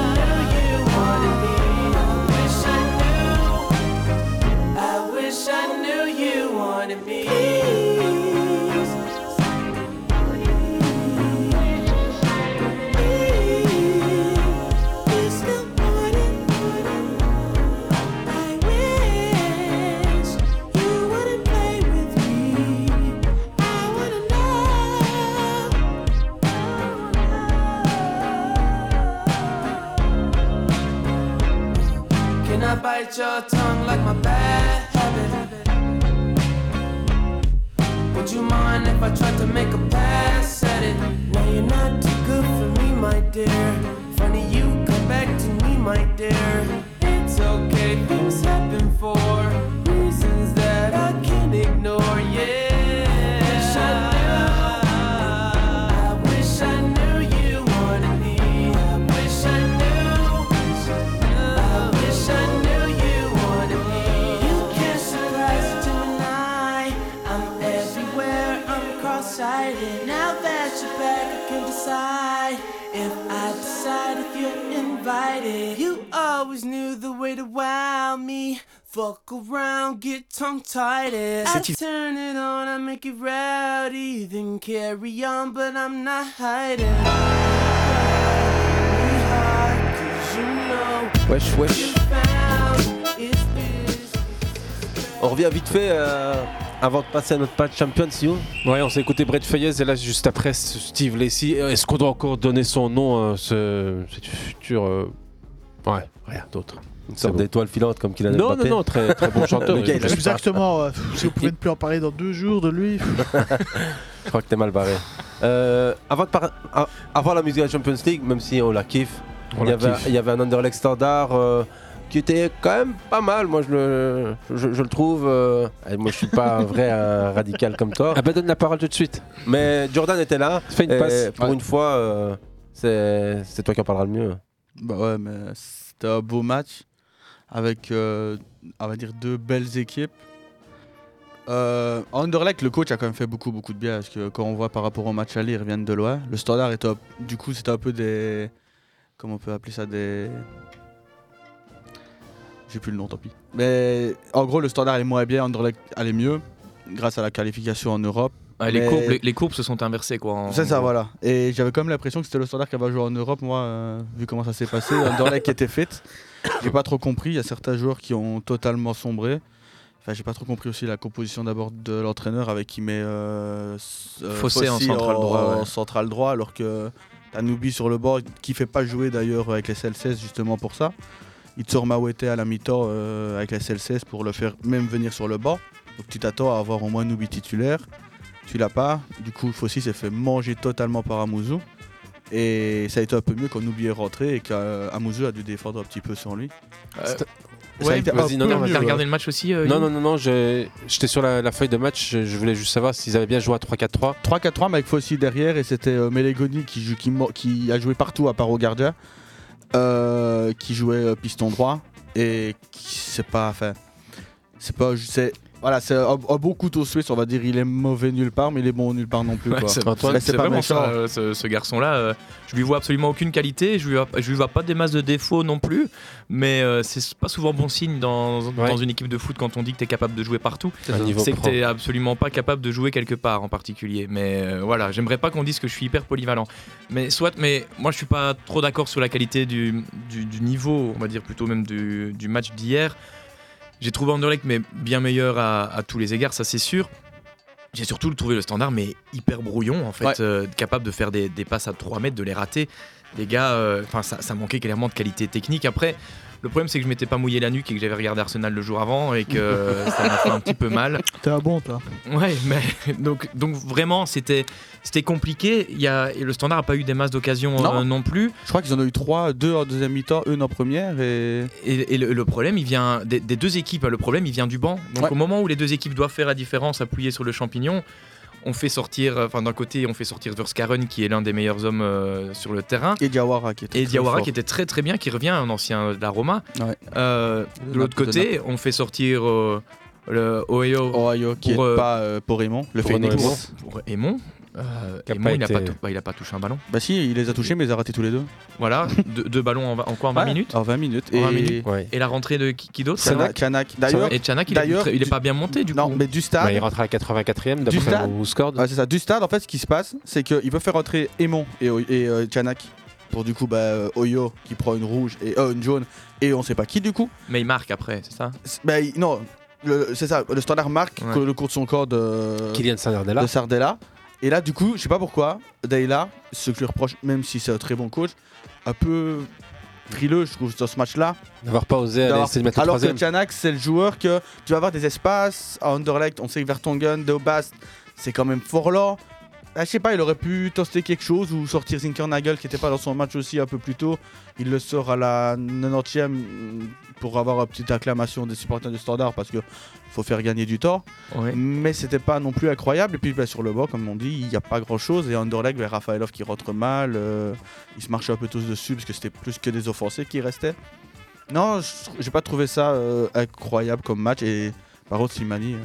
knew you wanted me. I wish I knew. I wish I knew you wanted me. Can I bite your tongue like my bad habit? Would you mind if I tried to make a pass at it? Now you're not too good for me, my dear. Funny you come back to me, my dear. It's okay, things happen for reasons that I can't ignore. Yeah, I wish I knew. I wish I knew you wanted me. I wish I knew. I wish I knew you wanted me. You can't surprise Gemini. I'm everywhere, I'm cross-sighted. Now that you're back, I can decide. If I decide if you're invited, you always knew the way to wow me. Fuck around, get tongue-tied. I
C'est-
turn it on, I make it rowdy, then carry on, but I'm not hiding.
Wesh, wesh. On revient vite fait euh, avant de passer à notre patch Champions, you.
Ouais, on s'est écouté Brett Fayez et là juste après Steve Lacey. Euh, Est-ce qu'on doit encore donner son nom à ce, cette future. euh, Ouais, rien d'autre.
Une sorte d'étoile filante comme qu'il a
Non, non, non, très, très bon chanteur.
Le gars, il a-
Exactement, ouais. si vous pouvez ne plus en parler dans deux jours de lui.
Je crois que t'es mal barré. Euh, avant, de par- a- avant la musique de la Champions League, même si on la kiffe,
On
il y,
la
avait,
kiffe.
il y avait un Underleg standard euh, qui était quand même pas mal. Moi, je le, je, je le trouve. euh, et moi, je suis pas un vrai euh, radical comme toi. Ah
bah, donne la parole tout de suite.
Mais Jordan était là.
Fais une
et
passe.
Pour
Ouais.
une fois, euh, c'est c'est toi qui en parleras le mieux.
Bah ouais, mais c'était un beau match avec, euh, on va dire, deux belles équipes. Euh, à Anderlecht, le coach a quand même fait beaucoup, beaucoup de bien parce que quand on voit par rapport au match aller, ils reviennent de loin. Le standard est top. Du coup, c'était un peu des. Comment on peut appeler ça Des. J'ai plus le nom, tant pis. Mais en gros, le standard est moins bien, Anderlecht allait mieux grâce à la qualification en Europe.
Ouais, Ah, les,
Mais-
courbes, les, les courbes se sont inversées quoi. en-
c'est ça,
en-
voilà. Et j'avais quand même l'impression que c'était le standard qui avait joué en Europe, moi, euh, vu comment ça s'est passé. Underleg qui était fait. J'ai pas trop compris. Il y a certains joueurs qui ont totalement sombré. Enfin, j'ai pas trop compris aussi la composition d'abord de l'entraîneur avec qui met euh, s- euh,
Fossé en central droit,
en
ouais.
central droit, alors que t'as Nubi sur le bord qui fait pas jouer d'ailleurs avec les CL16 justement pour ça. Il te sort Mawete à la mi-temps euh, avec les CL16 pour le faire même venir sur le banc. Donc tu t'attends à avoir au moins Nubi titulaire. Tu l'as pas. Du coup, Fossi s'est fait manger totalement par Amouzou. Et ça a été un peu mieux quand Nubi est rentré et qu'Amouzou a dû défendre un petit peu sans lui.
C'était-
Ça a
Euh, Ouais,
été un
vas-y, non,
peu
non,
mieux,
t'as regardé
ouais.
le match aussi, euh,
non,
Youn
non, non, non, je- j'étais sur la, la feuille de match, je, je voulais juste savoir s'ils avaient bien joué à 3-4-3.
3-4-3 mais avec Fossi derrière et c'était euh, Mellegoni qui, joue- qui, mo- qui a joué partout à part au gardien euh, qui jouait euh, piston droit et qui c'est pas enfin c'est pas c'est voilà c'est un, un bon couteau suisse on va dire il est mauvais nulle part mais il est bon nulle part non plus
Ouais,
quoi.
c'est
Mais
Antoine, c'est
pas
vraiment
méchant.
ça, euh, ce, ce garçon-là. euh, je lui vois absolument aucune qualité, je lui vois, je lui vois pas des masses de défauts non plus, mais euh, c'est pas souvent bon signe dans, dans une équipe de foot quand on dit que tu es capable de jouer partout.
C'est ça. Un niveau
C'est que
pro.
t'es absolument pas capable de jouer quelque part en particulier. Mais euh, voilà, j'aimerais pas qu'on dise que je suis hyper polyvalent. Mais soit, mais moi je suis pas trop d'accord sur la qualité du, du- du niveau, on va dire plutôt même du, du match d'hier. J'ai trouvé Anderlecht mais bien meilleur à, à tous les égards, ça c'est sûr. J'ai surtout trouvé le standard, mais hyper brouillon en fait,
Ouais.
euh, capable de faire des, des passes à 3 mètres, de les rater. Les gars, euh, enfin ça, ça manquait clairement de qualité technique. Après, Le problème, c'est que je m'étais pas mouillé la nuque et que j'avais regardé Arsenal le jour avant et que euh, ça m'a fait un petit peu mal.
T'es un bon, toi.
Ouais, mais donc, donc vraiment, c'était c'était compliqué. Il y a, et le standard n'a pas eu des masses d'occasions euh, non. plus.
Je crois qu'ils en ont eu 3, 2 en deuxième mi-temps, une en première. Et,
et, le, le problème, il vient des, des deux équipes. hein, Le problème, il vient du banc. Donc
Ouais.
au moment où les deux équipes doivent faire la différence, appuyer sur le champignon, on fait sortir, euh, enfin d'un côté, on fait sortir Verskaren qui est l'un des meilleurs hommes euh, sur le terrain.
Et Diawara qui était
Et
très
Diawara
fort.
qui était très très bien, qui revient, un ancien de la Roma.
Ouais.
Euh, de l'autre
Naples, de
côté, on fait sortir euh, le Ohio,
qui est pas euh, pour Raymond, le
pour
Phoenix.
Raymond. Pour Raymond. Euh,
Qui a
Raymond,
pas
il n'a
été-
pas, tou- bah, il a pas touché un ballon.
Bah si, il les a touchés, mais il les a ratés tous les deux.
Voilà, deux, deux ballons en, va- en quoi En 20
Ouais,
minutes
En 20 minutes.
En 20
Et-
minutes. Et la rentrée de qui, qui d'autre
Tchanak. Tchanak. D'ailleurs-
Et Tchanak, il, est-
d'ailleurs,
il est
du-
pas bien monté du
non,
coup.
mais du stade.
Bah, il
rentre à la 84e
du
d'après
stade.
où score.
Ouais, c'est ça. Du stade, en fait, ce qui se passe, c'est qu'il veut faire entrer Aimon et, Oy- et euh, Tchanak pour du coup bah, euh, Oyo qui prend une rouge et euh, une jaune et on sait pas qui du coup.
Mais il marque après, c'est ça
C'est- bah, il- non, le- c'est ça. Le standard marque
Ouais.
que le cours de son corps de
Kylian Sardella.
De Sardella. Et là, du coup, je sais pas pourquoi, Dayla, ce que je lui reproche, même si c'est un très bon coach, un peu frileux, je trouve, dans ce match-là.
D'avoir pas osé aller
D'avoir-
essayer de mettre le
Alors que
troisième.
Tchanak, c'est le joueur que tu vas avoir des espaces à Underlect. On sait que Vertonghen, Deobast, c'est quand même fort lent. Ah, je sais pas, il aurait pu tester quelque chose ou sortir Zinkernagel qui était pas dans son match aussi un peu plus tôt. Il le sort à la 90e pour avoir une petite acclamation des supporters du standard parce que faut faire gagner du temps. Mais c'était pas non plus incroyable. Et puis bah, sur le banc, comme on dit, il n'y a pas grand chose. Et Underleg, vers Rafaelov qui rentre mal. euh, ils se marchaient un peu tous dessus parce que c'était plus que des offensés qui restaient. Non, je- j'ai pas trouvé ça euh, incroyable comme match. Et par contre, Slimani. euh,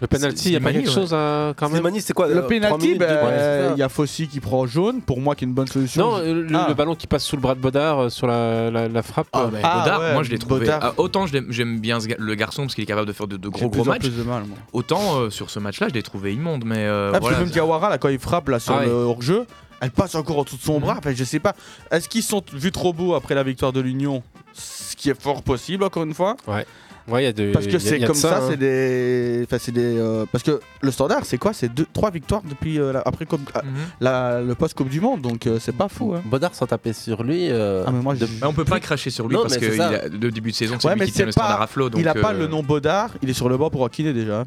Le penalty, y a pas quelque chose à- quand même Slimani, c'est quoi, euh,
Le
trois
penalty, bah, euh, il
minutes, deux minutes, c'est ça
y a Fossi qui prend jaune. Pour moi, qui est une bonne solution.
Non,
Je-
euh, le,
Ah.
le ballon qui passe sous le bras de Bodard euh, sur la, la- la frappe.
Ah,
euh,
Bodard, moi je l'ai trouvé.
Bodard.
ah, autant je l'aime- j'aime bien ce ga- le garçon parce qu'il est capable de faire de, de
J'ai
gros
de
gros
plus en
matchs.
plus de mal, moi.
Autant euh, sur ce match-là, je l'ai trouvé immonde. Mais euh,
Ah, parce
voilà,
que même Diawara, là, quand il frappe là, sur
Ah ouais.
le hors-jeu, elle passe encore en dessous de
Mm-hmm.
son bras. Enfin, je sais pas. Est-ce qu'ils se sont vus trop beaux après la victoire de l'Union Ce qui est fort possible, encore une fois.
Ouais. Ouais, il y a de-
Parce
il y
que
a-
c'est
il y a de
comme ça,
hein.
c'est des. Enfin, c'est des. euh, Parce que le standard, c'est quoi C'est deux- trois victoires depuis euh, la- après coupe- ah,
Mhm.
la- le post-Coupe du Monde. Donc, euh, c'est pas fou. Hein.
Bodard s'en tapait sur lui.
Ah, mais moi, je-
Mais on peut pas cracher sur lui
Non,
parce
mais
que
c'est ça.
il a- le début de saison, c'est
Ouais,
lui
mais
qui tient
c'est
le standard
pas-
à flot.
il
donc,
a pas
euh,
le nom Bodard, il est sur le banc pour Akiné déjà.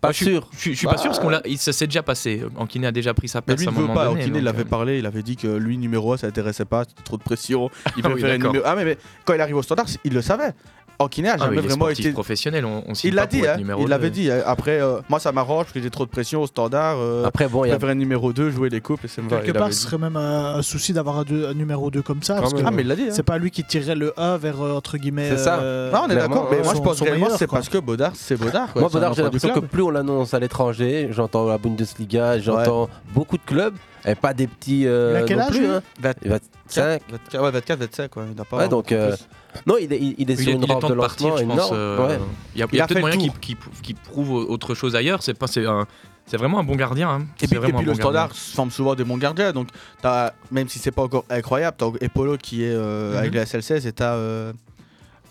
Pas sûr. Je, suis pas sûr
Ah.
parce qu'on l'a, il- ça s'est déjà passé. Ankiné a déjà pris sa
Mais
place
lui
à
ne
un
veut
moment
pas.
donné.
Hawkins, il
donc, euh,
avait parlé, il avait dit que lui, numéro 1, ça l'intéressait pas, c'était trop de pression. Il
Ah
veut
oui,
faire
d'accord.
numéro Ah, mais, mais quand il arrive au standard, il le savait. Hawkins a
Ah, mais
jamais
il est
vraiment
sportif
été.
professionnel. On, on signe
Il l'a
pas pour
dit,
être
hein,
numéro
il
deux.
l'avait dit. hein. Après, euh, moi ça m'arrange parce que j'ai trop de pression au standard. euh,
Après, bon, il y a-
je préfère être numéro 2, jouer les coupes et ça me va.
Quelque
il
part,
l'avait
ce
dit.
serait même un, un souci d'avoir un, deux- un numéro 2 comme ça.
Quand
Parce que
même. Ah, mais il l'a dit, hein.
C'est pas lui qui tirerait le A vers, euh, entre guillemets.
C'est ça.
euh,
Non, on est d'accord, mais moi je
son-
pense
son
réellement
meilleur,
c'est
quoi.
parce que Bodard, c'est Bodard. quoi.
Moi,
C'est un
Bodard, j'ai
enfant du
l'impression que
club.
plus on l'annonce à l'étranger, j'entends la Bundesliga, j'entends beaucoup de clubs, et pas des petits. euh,
Il a quel
non
âge,
plus,
lui
hein. Il va-
24, 24, ouais, 24, 25, quoi. Il n'a pas
Ouais,
vraiment
donc, euh,
plus.
non, il est, il, il est
Il
sur
est,
une
il est
rampe
temps
de
de partir,
lancement
je pense.
énorme.
euh,
ouais.
Il y a, il y a peut-être moyen qu'il qu'il- qu'il prouve autre chose ailleurs. C'est pas, c'est un- c'est vraiment un bon gardien. hein.
Et
C'est
puis, et
vraiment
puis le
un bon gardien.
standard forme souvent des bons gardiens. Donc, t'as- même si c'est pas encore incroyable, t'as Epolo qui est euh,
Mhm.
avec la SL16 et t'as euh,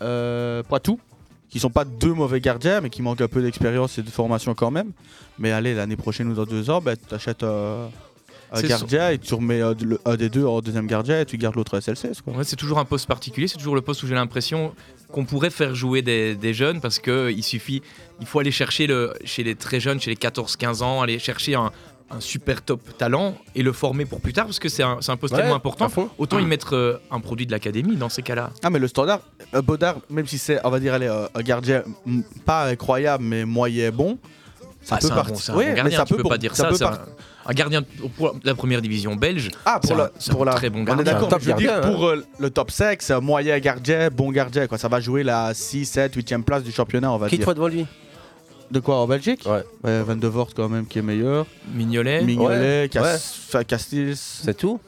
euh, Poitou, qui sont pas deux mauvais gardiens, mais qui manquent un peu d'expérience et de formation quand même. Mais allez, l'année prochaine ou dans deux ans, bah, t'achètes euh, un
C'est
gardien et tu remets euh, le- un des deux en deuxième gardien et tu gardes l'autre SL16. Quoi.
Ouais, c'est toujours un poste particulier, c'est toujours le poste où j'ai l'impression qu'on pourrait faire jouer des, des jeunes parce que il suffit, il faut aller chercher le, chez les très jeunes, chez les 14-15 ans, aller chercher un, un super top talent et le former pour plus tard parce que c'est un, c'est un poste
Ouais,
tellement
à
important.
fond.
Autant y
Mmh.
mettre euh, un produit de l'académie dans ces cas-là.
Ah mais le standard, euh, Bodard, même si c'est, on va dire, allez, euh, un gardien m- pas incroyable mais moyen bon, ça
Ah,
peut
c'est un
partir.
bon- c'est un bon gardien, tu peux pas dire ça. c'est un- Un gardien de- pour la première division belge,
Ah,
c'est
pour
un,
la,
c'est
pour
un
la,
très bon
on
gardien. hein.
est d'accord, je veux dire,
hein.
pour euh, le top 5, c'est un moyen gardien, bon gardien, quoi. Ça va jouer la 6, 7, 8ème place du championnat, on va
Qui
dire.
toi devant lui
De quoi, en Belgique
Ouais.
Van de Voort, quand même, qui est meilleur.
Mignolet.
Mignolet,
Ouais.
Cas- enfin, Castils. C'est
tout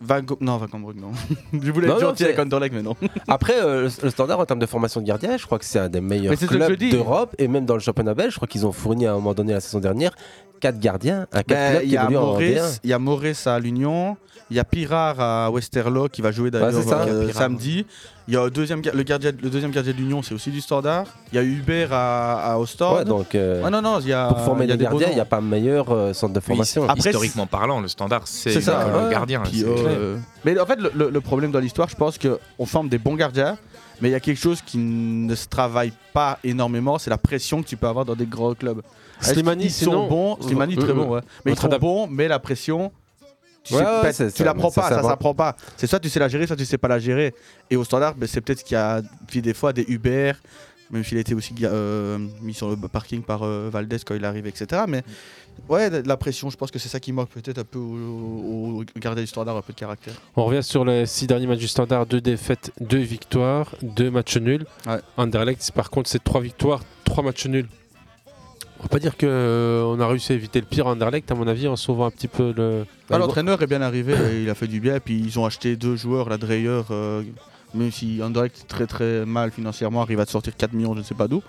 Van Go- Non, Van Gambrook, non. je voulais
Non,
être
non,
gentil
c'est-
avec Anderlecht, mais non.
Après, euh, le- le standard en termes de formation de gardien, je crois que c'est un des meilleurs
Mais c'est ce que je
clubs
dis.
d'Europe et même dans le championnat belge. Je crois qu'ils ont fourni à un moment donné la saison dernière 4 gardiens à 4
Ben,
clubs
il
qui
y a
évoluent en D1.
Maurice, il y a Maurice à l'Union, il y a Pirard à Westerlo qui va jouer d'ailleurs
Ouais, c'est ça.
euh,
Pirard, ouais.
samedi. Il y a un deuxième ga- le gardien, le deuxième gardien de l'Union, c'est aussi du Standard. Il y a Hubert à, à Ostord.
Ouais, donc, euh,
Ah non non, il y a
Pour former
il y a
des gardiens,
beaux
il n'y a
noms.
pas meilleur euh, centre de
Oui,
formation.
historiquement parlant, le standard, c'est
C'est ça,
le
ouais.
gardien.
Puis,
c'est-
euh, Mais en fait, le, le- le problème dans l'histoire, je pense qu'on forme des bons gardiens, Mais il y a quelque chose qui ne se travaille pas énormément, c'est la pression que tu peux avoir dans des gros clubs. Est-ce
Slimani,
qu'ils sont
sinon-
bons, Slimani
Euh,
très
euh,
bon, ouais. Mais ils
notre
sont
adap-
bons, mais la pression, tu,
Ouais,
sais
ouais,
pas-
c'est-
tu
ça,
la prends
ça,
pas,
ça
ça,
va.
s'apprend pas. C'est soit tu sais la gérer, soit tu sais pas la gérer. Et au standard, ben, c'est peut-être qu'il y a puis des fois des Uber, même s'il a été aussi euh, mis sur le parking par euh, Valdez quand il arrive, etc. Mais ouais, la- la pression, je pense que c'est ça qui manque peut-être un peu au, au- au garder du standard un peu de caractère.
On revient sur les six derniers matchs du standard, deux défaites, deux victoires, deux matchs nuls. Anderlecht, par contre, c'est trois victoires, trois matchs nuls. On va pas dire que euh, on a réussi à éviter le pire à Anderlecht, à mon avis, en sauvant un petit peu le.
Bah,
Ah, L'entraîneur est bien arrivé, et il a fait du bien, et puis ils ont acheté deux joueurs, la Dreyer, euh, même si Anderlecht très très mal financièrement arrive à te sortir 4 millions, je ne sais pas d'où.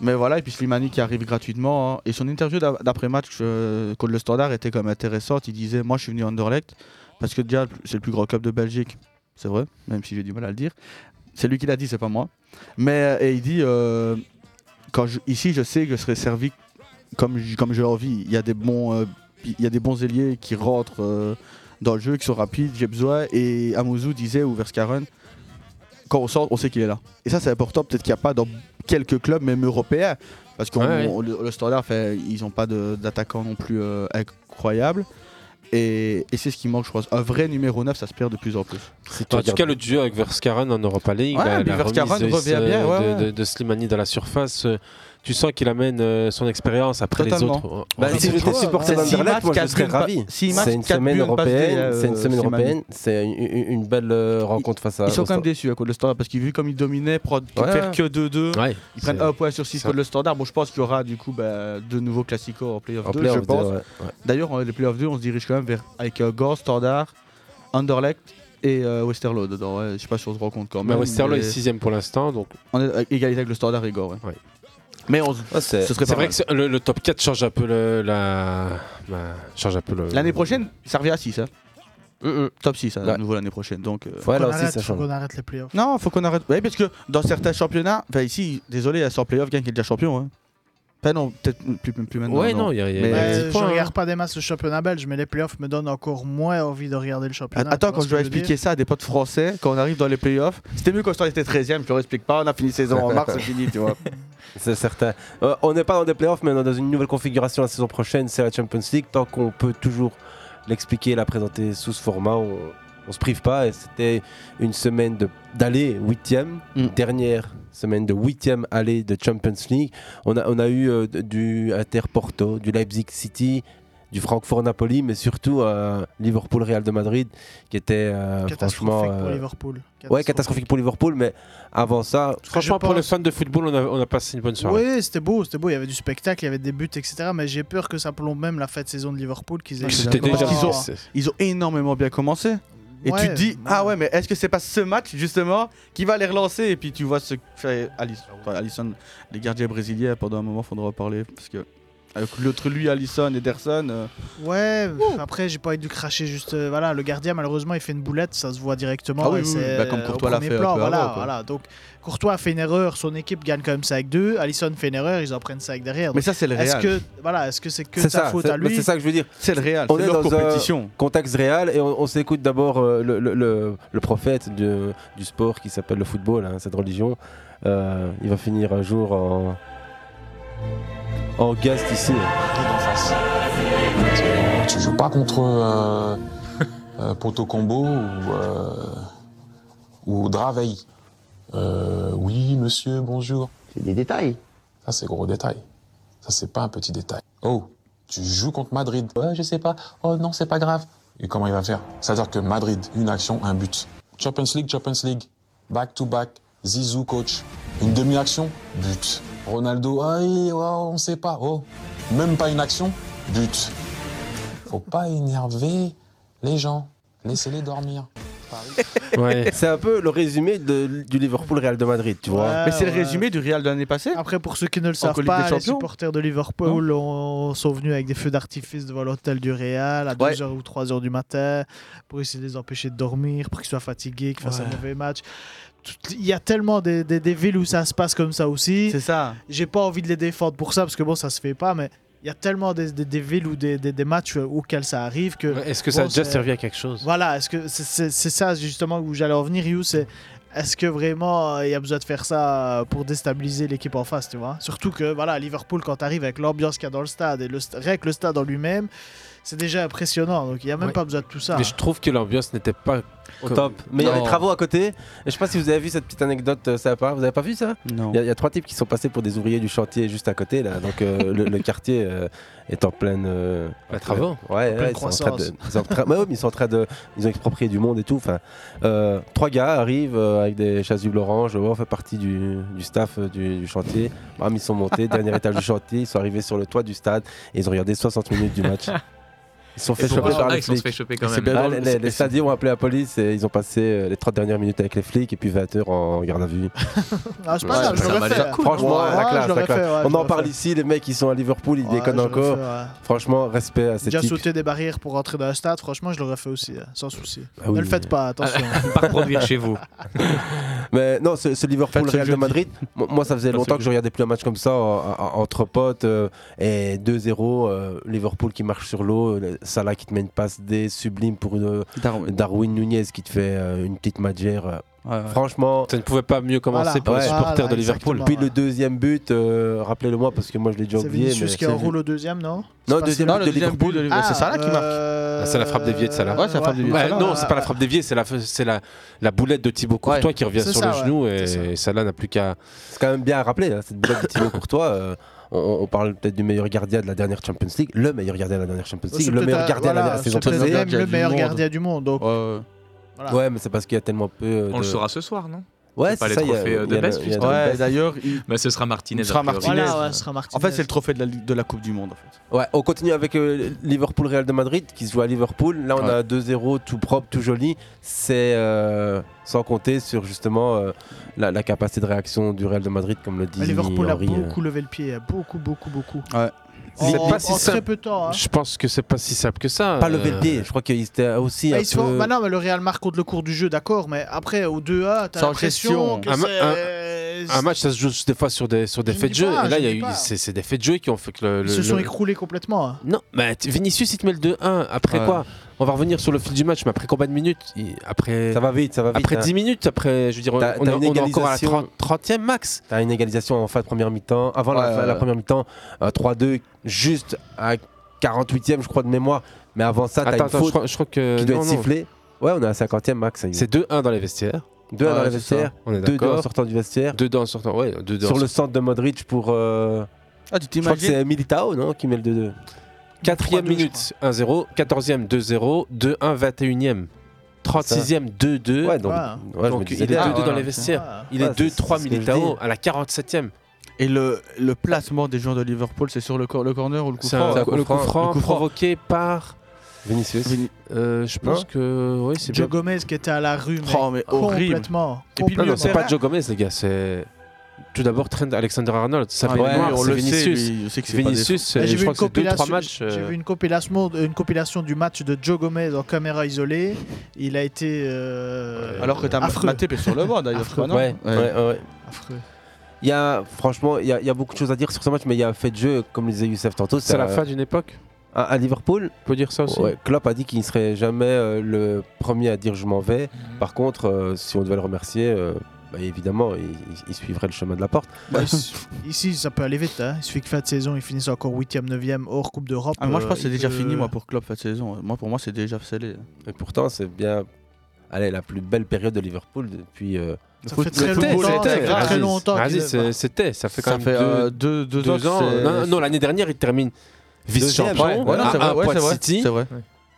Mais voilà, et puis Slimani qui arrive gratuitement. hein. Et son interview d'a- d'après-match euh, contre le Standard était quand même intéressante. Il disait Moi je suis venu à Anderlecht parce que déjà c'est le plus grand club de Belgique. C'est vrai, même si j'ai du mal à le dire. C'est lui qui l'a dit, c'est pas moi. Mais et il dit euh, quand je- Ici je sais que je serai servi comme, j- comme j'ai envie. Il y a des bons, euh, il y a des bons ailiers qui rentrent euh, dans le jeu, qui sont rapides. J'ai besoin. Et Amouzou disait, ou Verskaren, quand on sort, on sait qu'il est là. Et ça, c'est important. Peut-être qu'il n'y a pas dans quelques clubs, même européens, parce que
Ouais, ouais.
le, le Standard, fait, ils n'ont pas de- d'attaquants non plus euh, incroyables. Et, et c'est ce qui manque, je pense. Un vrai numéro 9, ça se perd de plus en plus.
En tout cas, le duo avec Verskaren en Europa League,
Ouais,
la,
puis
la
Verskaren
remise de-
revient bien, ouais,
de, de- de Slimani dans la surface, euh, tu sens qu'il amène euh, son expérience après
Totalement.
les autres.
Bah, si j'étais
hein.
supporter d'Anderlecht, moi je serais ravi. C'est une semaine européenne,
euh,
c'est une semaine européenne, c'est une, une- une belle euh, rencontre face à.
Ils sont
au
quand même déçus à cause de Standard parce qu'ils vu comme ils dominaient, prendre-
Ouais.
faire que 2-2,
Ouais,
ils prennent
c'est-
un point sur 6
ça.
contre le Standard. Bon, je pense qu'il y aura du coup bah, de nouveaux classicos en playoff
En
2,
play-off
je
2,
pense.
ouais, ouais.
D'ailleurs, en- les playoff 2, on se dirige quand même vers avec euh, Gand, Standard, Anderlecht et euh, Westerlo dedans. ouais. Je sais pas si on se rend compte quand
Mais
même.
Bah, Westerlo
mais-
est sixième pour l'instant, donc
On est à égalité avec le Standard et Gore. Ouais. Mais on,
C'est
ce serait
c'est
pas
vrai
mal.
que c'est- le, le top 4 change un peu le, la. bah, change un peu le.
L'année prochaine, ça revient à 6. Hein. Top 6 à nouveau l'année prochaine. Donc, euh,
Faut qu'on arrête- faut qu'on arrête les playoffs.
Non, faut qu'on arrête. Ouais, parce que dans certains championnats, enfin ici, désolé, sans playoff, gagne qui est déjà champion. Hein. Enfin, non, peut-être plus, plus, plus maintenant.
Ouais, non, il y a- il y a-
Mais-
il y a
Euh, je
hein.
hein.
regarde pas des masses le championnat belge, mais les playoffs me donnent encore moins envie de regarder le championnat.
Attends,
tu
quand je
vois ce que
dois
veux
expliquer ça à des potes français, quand on arrive dans les playoffs, c'était mieux quand on était 13 e je leur explique pas, on a fini saison en mars, c'est fini, tu vois.
C'est certain. Euh, on n'est pas dans des playoffs, mais on est dans une nouvelle configuration la saison prochaine, c'est la Champions League. Tant qu'on peut toujours l'expliquer, la présenter sous ce format, on, on se prive pas. Et c'était une semaine de- d'aller huitième, dernière semaine de huitième aller de Champions League. On a, on a eu euh, d- du Inter Porto, du Leipzig City. Du Francfort-Napoli, mais surtout euh, Liverpool-Real de Madrid, qui était euh,
Catastrophique
franchement.
pour
euh,
Liverpool.
Ouais, catastrophique pour Liverpool, mais avant ça.
Franchement, pour les fans de football, on a, on a passé une bonne soirée.
Oui, c'était beau, c'était beau. Il y avait du spectacle, il y avait des buts, etc. Mais j'ai peur que ça plombe même la fête saison de Liverpool qu'ils aient.
Parce qu'ils ont,
Oh.
ils ont énormément bien commencé. Et
Ouais.
tu te dis, ah ouais, mais est-ce que c'est pas ce match justement qui va les relancer Et puis tu vois ce que fait Alisson. Enfin, Alisson, les gardiens brésiliens, pendant un moment, faudra en parler. Parce que, avec l'autre lui, Alisson, Ederson. euh,
Ouais, après j'ai pas envie de cracher juste euh, voilà, le gardien malheureusement il fait une boulette, ça se voit directement
Ah oui,
et
oui,
c'est,
oui. Bah, comme
euh,
Courtois
au
l'a
premier
fait un
plan,
peu
voilà,
avant, quoi.
voilà. Donc Courtois fait une erreur, son équipe gagne quand même ça avec deux, Allison fait une erreur, ils en prennent ça avec derrière.
Mais
Donc,
ça, c'est le
Est-ce
Real.
que voilà, est-ce que c'est que
C'est
sa
ça,
faute
c'est-
à
mais
lui
C'est ça que je veux dire.
C'est le Real,
On
c'est
est
leur
dans
compétition.
un contexte réel et on, on s'écoute d'abord euh, le, le- le- le prophète de- du sport qui s'appelle le football, hein, cette religion. Euh, il va finir un jour en, en guest ici.
Tu joues pas contre euh, euh, Poto Combo ou, euh, ou Draveil. Euh, oui, monsieur, bonjour. C'est des détails. Ça, c'est gros détail. Ça, c'est pas un petit détail. Oh, tu joues contre Madrid. Ouais, je sais pas. Oh non, c'est pas grave. Et comment il va faire C'est-à-dire que Madrid, une action, un but. Champions League, Champions League. Back to back. Zizou, coach. Une demi-action, but. Ronaldo, ah, il- oh, on sait pas. Oh, même pas une action, but. Faut pas énerver les gens. Laissez-les dormir.
C'est un peu le résumé de- du Liverpool Real de Madrid, tu vois.
mais c'est le résumé du Real de l'année passée.
Après, pour ceux qui ne le
En
savent
Ligue
pas,
des
les
Champions
supporters de Liverpool ont- sont venus avec des feux d'artifice devant l'hôtel du Real à 2h ou 3h du matin pour essayer de les empêcher de dormir, pour qu'ils soient fatigués, qu'ils fassent
Ouais.
un mauvais match. Tout- Il y a tellement des, des- des villes où ça se passe comme ça aussi.
C'est ça.
J'ai pas envie de les défendre pour ça parce que bon, ça se fait pas, mais il y a tellement des, des- des villes ou des, des- des matchs auxquels ça arrive que.
Est-ce que ça
bon,
a déjà
c'est-
servi à quelque chose
voilà, est-ce que c'est- c'est c'est ça justement où j'allais en venir, Ryu, c'est est-ce que vraiment euh, il y a besoin de faire ça euh, pour déstabiliser l'équipe en face, tu vois Surtout que voilà, Liverpool quand t'arrives avec l'ambiance qu'il y a dans le stade et le st- rien que le stade en lui-même, c'est déjà impressionnant. Donc il y a même
Ouais.
pas besoin de tout ça.
Mais je trouve que l'ambiance n'était
Ah.
pas
Au
comme-
top. Mais il y a
Non.
les travaux à côté. Et je sais pas si vous avez vu cette petite anecdote euh, sympa. Vous avez pas vu ça
Non.
Il y, a- il y a trois types qui sont passés pour des ouvriers du chantier juste à côté. Là. Donc euh, le, le quartier euh, est en pleine. euh, en
Bah, travaux.
pleine- Ouais,
En pleine
ouais, ils sont en train de-
croissance.
ils sont en train- ouais, ouais, mais ils sont en train de. Ils ont exproprié du monde et tout. Enfin, euh, trois gars arrivent euh, avec des chasubles orange. Ouais, on fait partie du, du staff euh, du, du chantier. Bam, ils sont montés, dernier étage du chantier. Ils sont arrivés sur le toit du stade et ils ont regardé 60 minutes du match. Ils se sont fait
Et pour
choper
un
par
soldat,
les
ils se sont
flics.
fait choper quand
Et c'est
même.
bien
Ah,
drôle,
les-
les-
les-
les stadiers ont appelé la police et ils ont passé euh, les 30 dernières minutes avec les flics et puis 20 heures en garde à vue.
Ah, c'est pas grave, je l'aurais fait. Cool.
Franchement, la
Ouais, je
classe, la
l'aurais
classe.
fait, ouais, je
On en
l'aurais
parle
fait.
ici, les mecs ils sont à Liverpool, ils
Ouais,
déconnent
je l'aurais
encore.
fait, ouais.
Franchement, respect à ces
Déjà
types.
sauter des barrières pour entrer dans le stade, franchement, je l'aurais fait aussi, hein, sans souci.
Ah oui.
Ne le faites pas, attention.
Mais non, ce, ce Liverpool
Faites ce
Real de
jeudi.
Madrid, mo- moi ça faisait
Faites ce
longtemps que
jeudi.
je regardais plus un match comme ça en- en- entre potes euh, et 2-0 euh, Liverpool qui marche sur l'eau, euh, Salah qui te met une passe D sublime pour une- Darwin. Nunez qui te fait euh, une petite magère. euh. Franchement,
ça ne pouvait pas mieux commencer
Voilà,
pour les
ouais.
supporters de Liverpool.
Puis le deuxième but, euh, rappelez-le moi parce que moi je l'ai déjà
C'est
oublié.
Vinicius
mais-
qui enroule au deuxième, non
Non,
C'est pas
deuxième
ça
but de Liverpool.
Ah,
C'est Salah qui marque.
euh,
Ah, c'est la frappe déviée de Salah. Bah,
Ouais, c'est la frappe déviée de Salah.
non, c'est pas la frappe déviée, c'est la, c'est la, la boulette de Thibaut Courtois qui revient
C'est
sur
ça,
le
ouais.
genou
C'est ça.
et Salah n'a plus qu'à.
C'est quand même bien à rappeler, hein, cette boulette de Thibaut Courtois. euh, on, on parle peut-être du meilleur gardien de la dernière Champions League, le meilleur gardien de la dernière Champions League,
C'est
le
peut-être
meilleur
un-
gardien de la
voilà,
dernière saison.
c'est peut-être même le meilleur gardien du monde. Donc, voilà.
Ouais, mais c'est parce qu'il y a tellement peu. euh,
On le
de-
saura ce soir, non
Ouais,
C'est pas
c'est
les
ça. il y a-
trophées, euh, de
il y a
best,
le- il y a
justement.
le
Ouais,
best.
d'ailleurs, il...
Mais ce sera Martinez.
Ce sera
a priori.
Martinez.
Voilà, ouais, ce sera
En fait, c'est le trophée de la, de la Coupe du Monde. En fait.
Ouais, on continue avec euh, Liverpool Real de Madrid qui se joue à Liverpool. Là, on a 2-0, tout propre, tout joli. C'est euh, sans compter sur justement euh, la, la capacité de réaction du Real de Madrid, comme le dit
Ah, Mais Bah, Liverpool a
Henry, euh.
beaucoup levé le pied, beaucoup, beaucoup, beaucoup.
Ouais.
En- C'est pas si en très simple. peu de temps, hein.
Je pense que c'est pas si simple que ça. euh.
Pas lever le pied, je crois qu'il était aussi
Bah,
un
ils se font-
peu-
bah non, mais le Real marque contre le cours du jeu, d'accord, mais après, au 2A, t'as
Sans
l'impression
gestion.
que
Un ma-
c'est- euh,
Un match, ça se joue des fois sur des, sur des
Je
faits de
dis
jeu.
pas,
et là,
je
il y a
dis
eu,
pas.
c'est, c'est des faits de jeu qui ont fait que le.
Ils
le-
se sont
le-
écroulés complètement. hein.
Non, mais t- Vinicius, il te met le 2-1. Après
Ouais.
quoi On va revenir sur le fil du match, mais après combien de minutes Il- Après.
Ça va vite, ça va vite.
Après
hein.
10 minutes, après, je veux dire, on,
T'as-
on
t'as
est-
une
on est encore à la
égalisation.
30 30e max.
T'as une égalisation en fin de première mi-temps, avant la,
Ouais,
fin- la
ouais.
première mi-temps, euh, 3-2, juste à 48e, je crois, de mémoire. Mais avant ça, t'as une
Attends, attends, je
faute
crois- je crois que-
qui doit
non,
être
non.
sifflée. Ouais, on est à 50e max.
C'est 2-1 dans les vestiaires.
2
Ouais,
dans les
c'est ça.
vestiaires,
On est
2 en
d'accord.
sortant du vestiaire.
2 en sortant, ouais. deux- deux en
Sur le
sortant.
centre de Modric pour. euh,
Ah, tu
Je crois que
t'imagines
c'est Militao, non Qui met le 2-2.
Quatrième minute, 1-0. 14e, 2-0. 2-1, 21e. 36e, 2-2.
Ouais, donc-
hein.
Donc,
ouais, je me
il est
disais
2-2
bien. Ah,
dans
voilà.
les vestiaires.
Ah.
Il est
Ouais, c'est- c'est
2-3
ce que je dis.
Militao à la 47e.
Et le, le placement des joueurs de Liverpool, c'est sur le, cor- le corner ou le coup
C'est
franc
un- le coup franc
Le coup franc.
provoqué par.
Vinicius. Hein
Euh, je pense
Non
que. Oui, c'est
Joe
bien.
Gomez qui était à la rue, mais,
Oh, mais horrible.
complètement.
Et puis, non, non,
complètement. Bah,
c'est pas Joe Gomez, les gars, c'est. Tout d'abord, Trent Alexander-Arnold, ça
Ah,
fait
ouais,
noir,
on
c'est
le sait,
Vinicius.
lui, je sais que c'est pas des
Vinicius,
fous.
euh,
Mais j'ai
je
vu
crois
une
que c'est 2-3
compilation-
matchs.
J'ai
euh,
vu une compilation, une compilation du match de Joe Gomez en caméra isolée. Il a été. euh,
Alors que t'as
affreux.
Matip est sur le banc, d'ailleurs,
Affreux.
pas, non
Ouais, ouais, ouais, ouais.
Affreux.
Il y a, franchement, il y, a- il y a beaucoup de choses à dire sur ce match, mais il y a un fait de jeu, comme le disait Youssef tantôt.
C'est la fin d'une époque
à, à Liverpool.
On peut dire ça aussi.
Ouais, Klopp a dit qu'il ne serait jamais euh, le premier à dire je m'en vais. Par contre, euh, si on devait le remercier, euh, bah, évidemment, il, il- il suivrait le chemin de la porte.
Bah, ici- Ici, ça peut aller vite. hein. Il suffit que fin de saison, ils finissent encore 8e, 9e hors Coupe d'Europe.
Ah, moi, je
euh,
pense que c'est
il
déjà
peut-
fini, moi, pour Klopp cette saison. Moi, pour moi, c'est déjà scellé.
Et pourtant, c'est bien allez, la plus belle période de Liverpool depuis. euh,
Ça
le
fait
foot-
très
le football.
longtemps,
C'était,
ça fait
Aziz.
très longtemps
Aziz,
qu'ils
c'est-
avaient-
c'était, ça fait
Ça
quand même
fait,
deux,
euh, deux- deux ans que
ans.
c'est-
Non, non, l'année dernière, il termine vice-champion.
euh, Deuxième, ouais. Ouais, non,
à
c'est vrai,
un
ouais,
point
c'est
de
vrai,
City.
c'est vrai.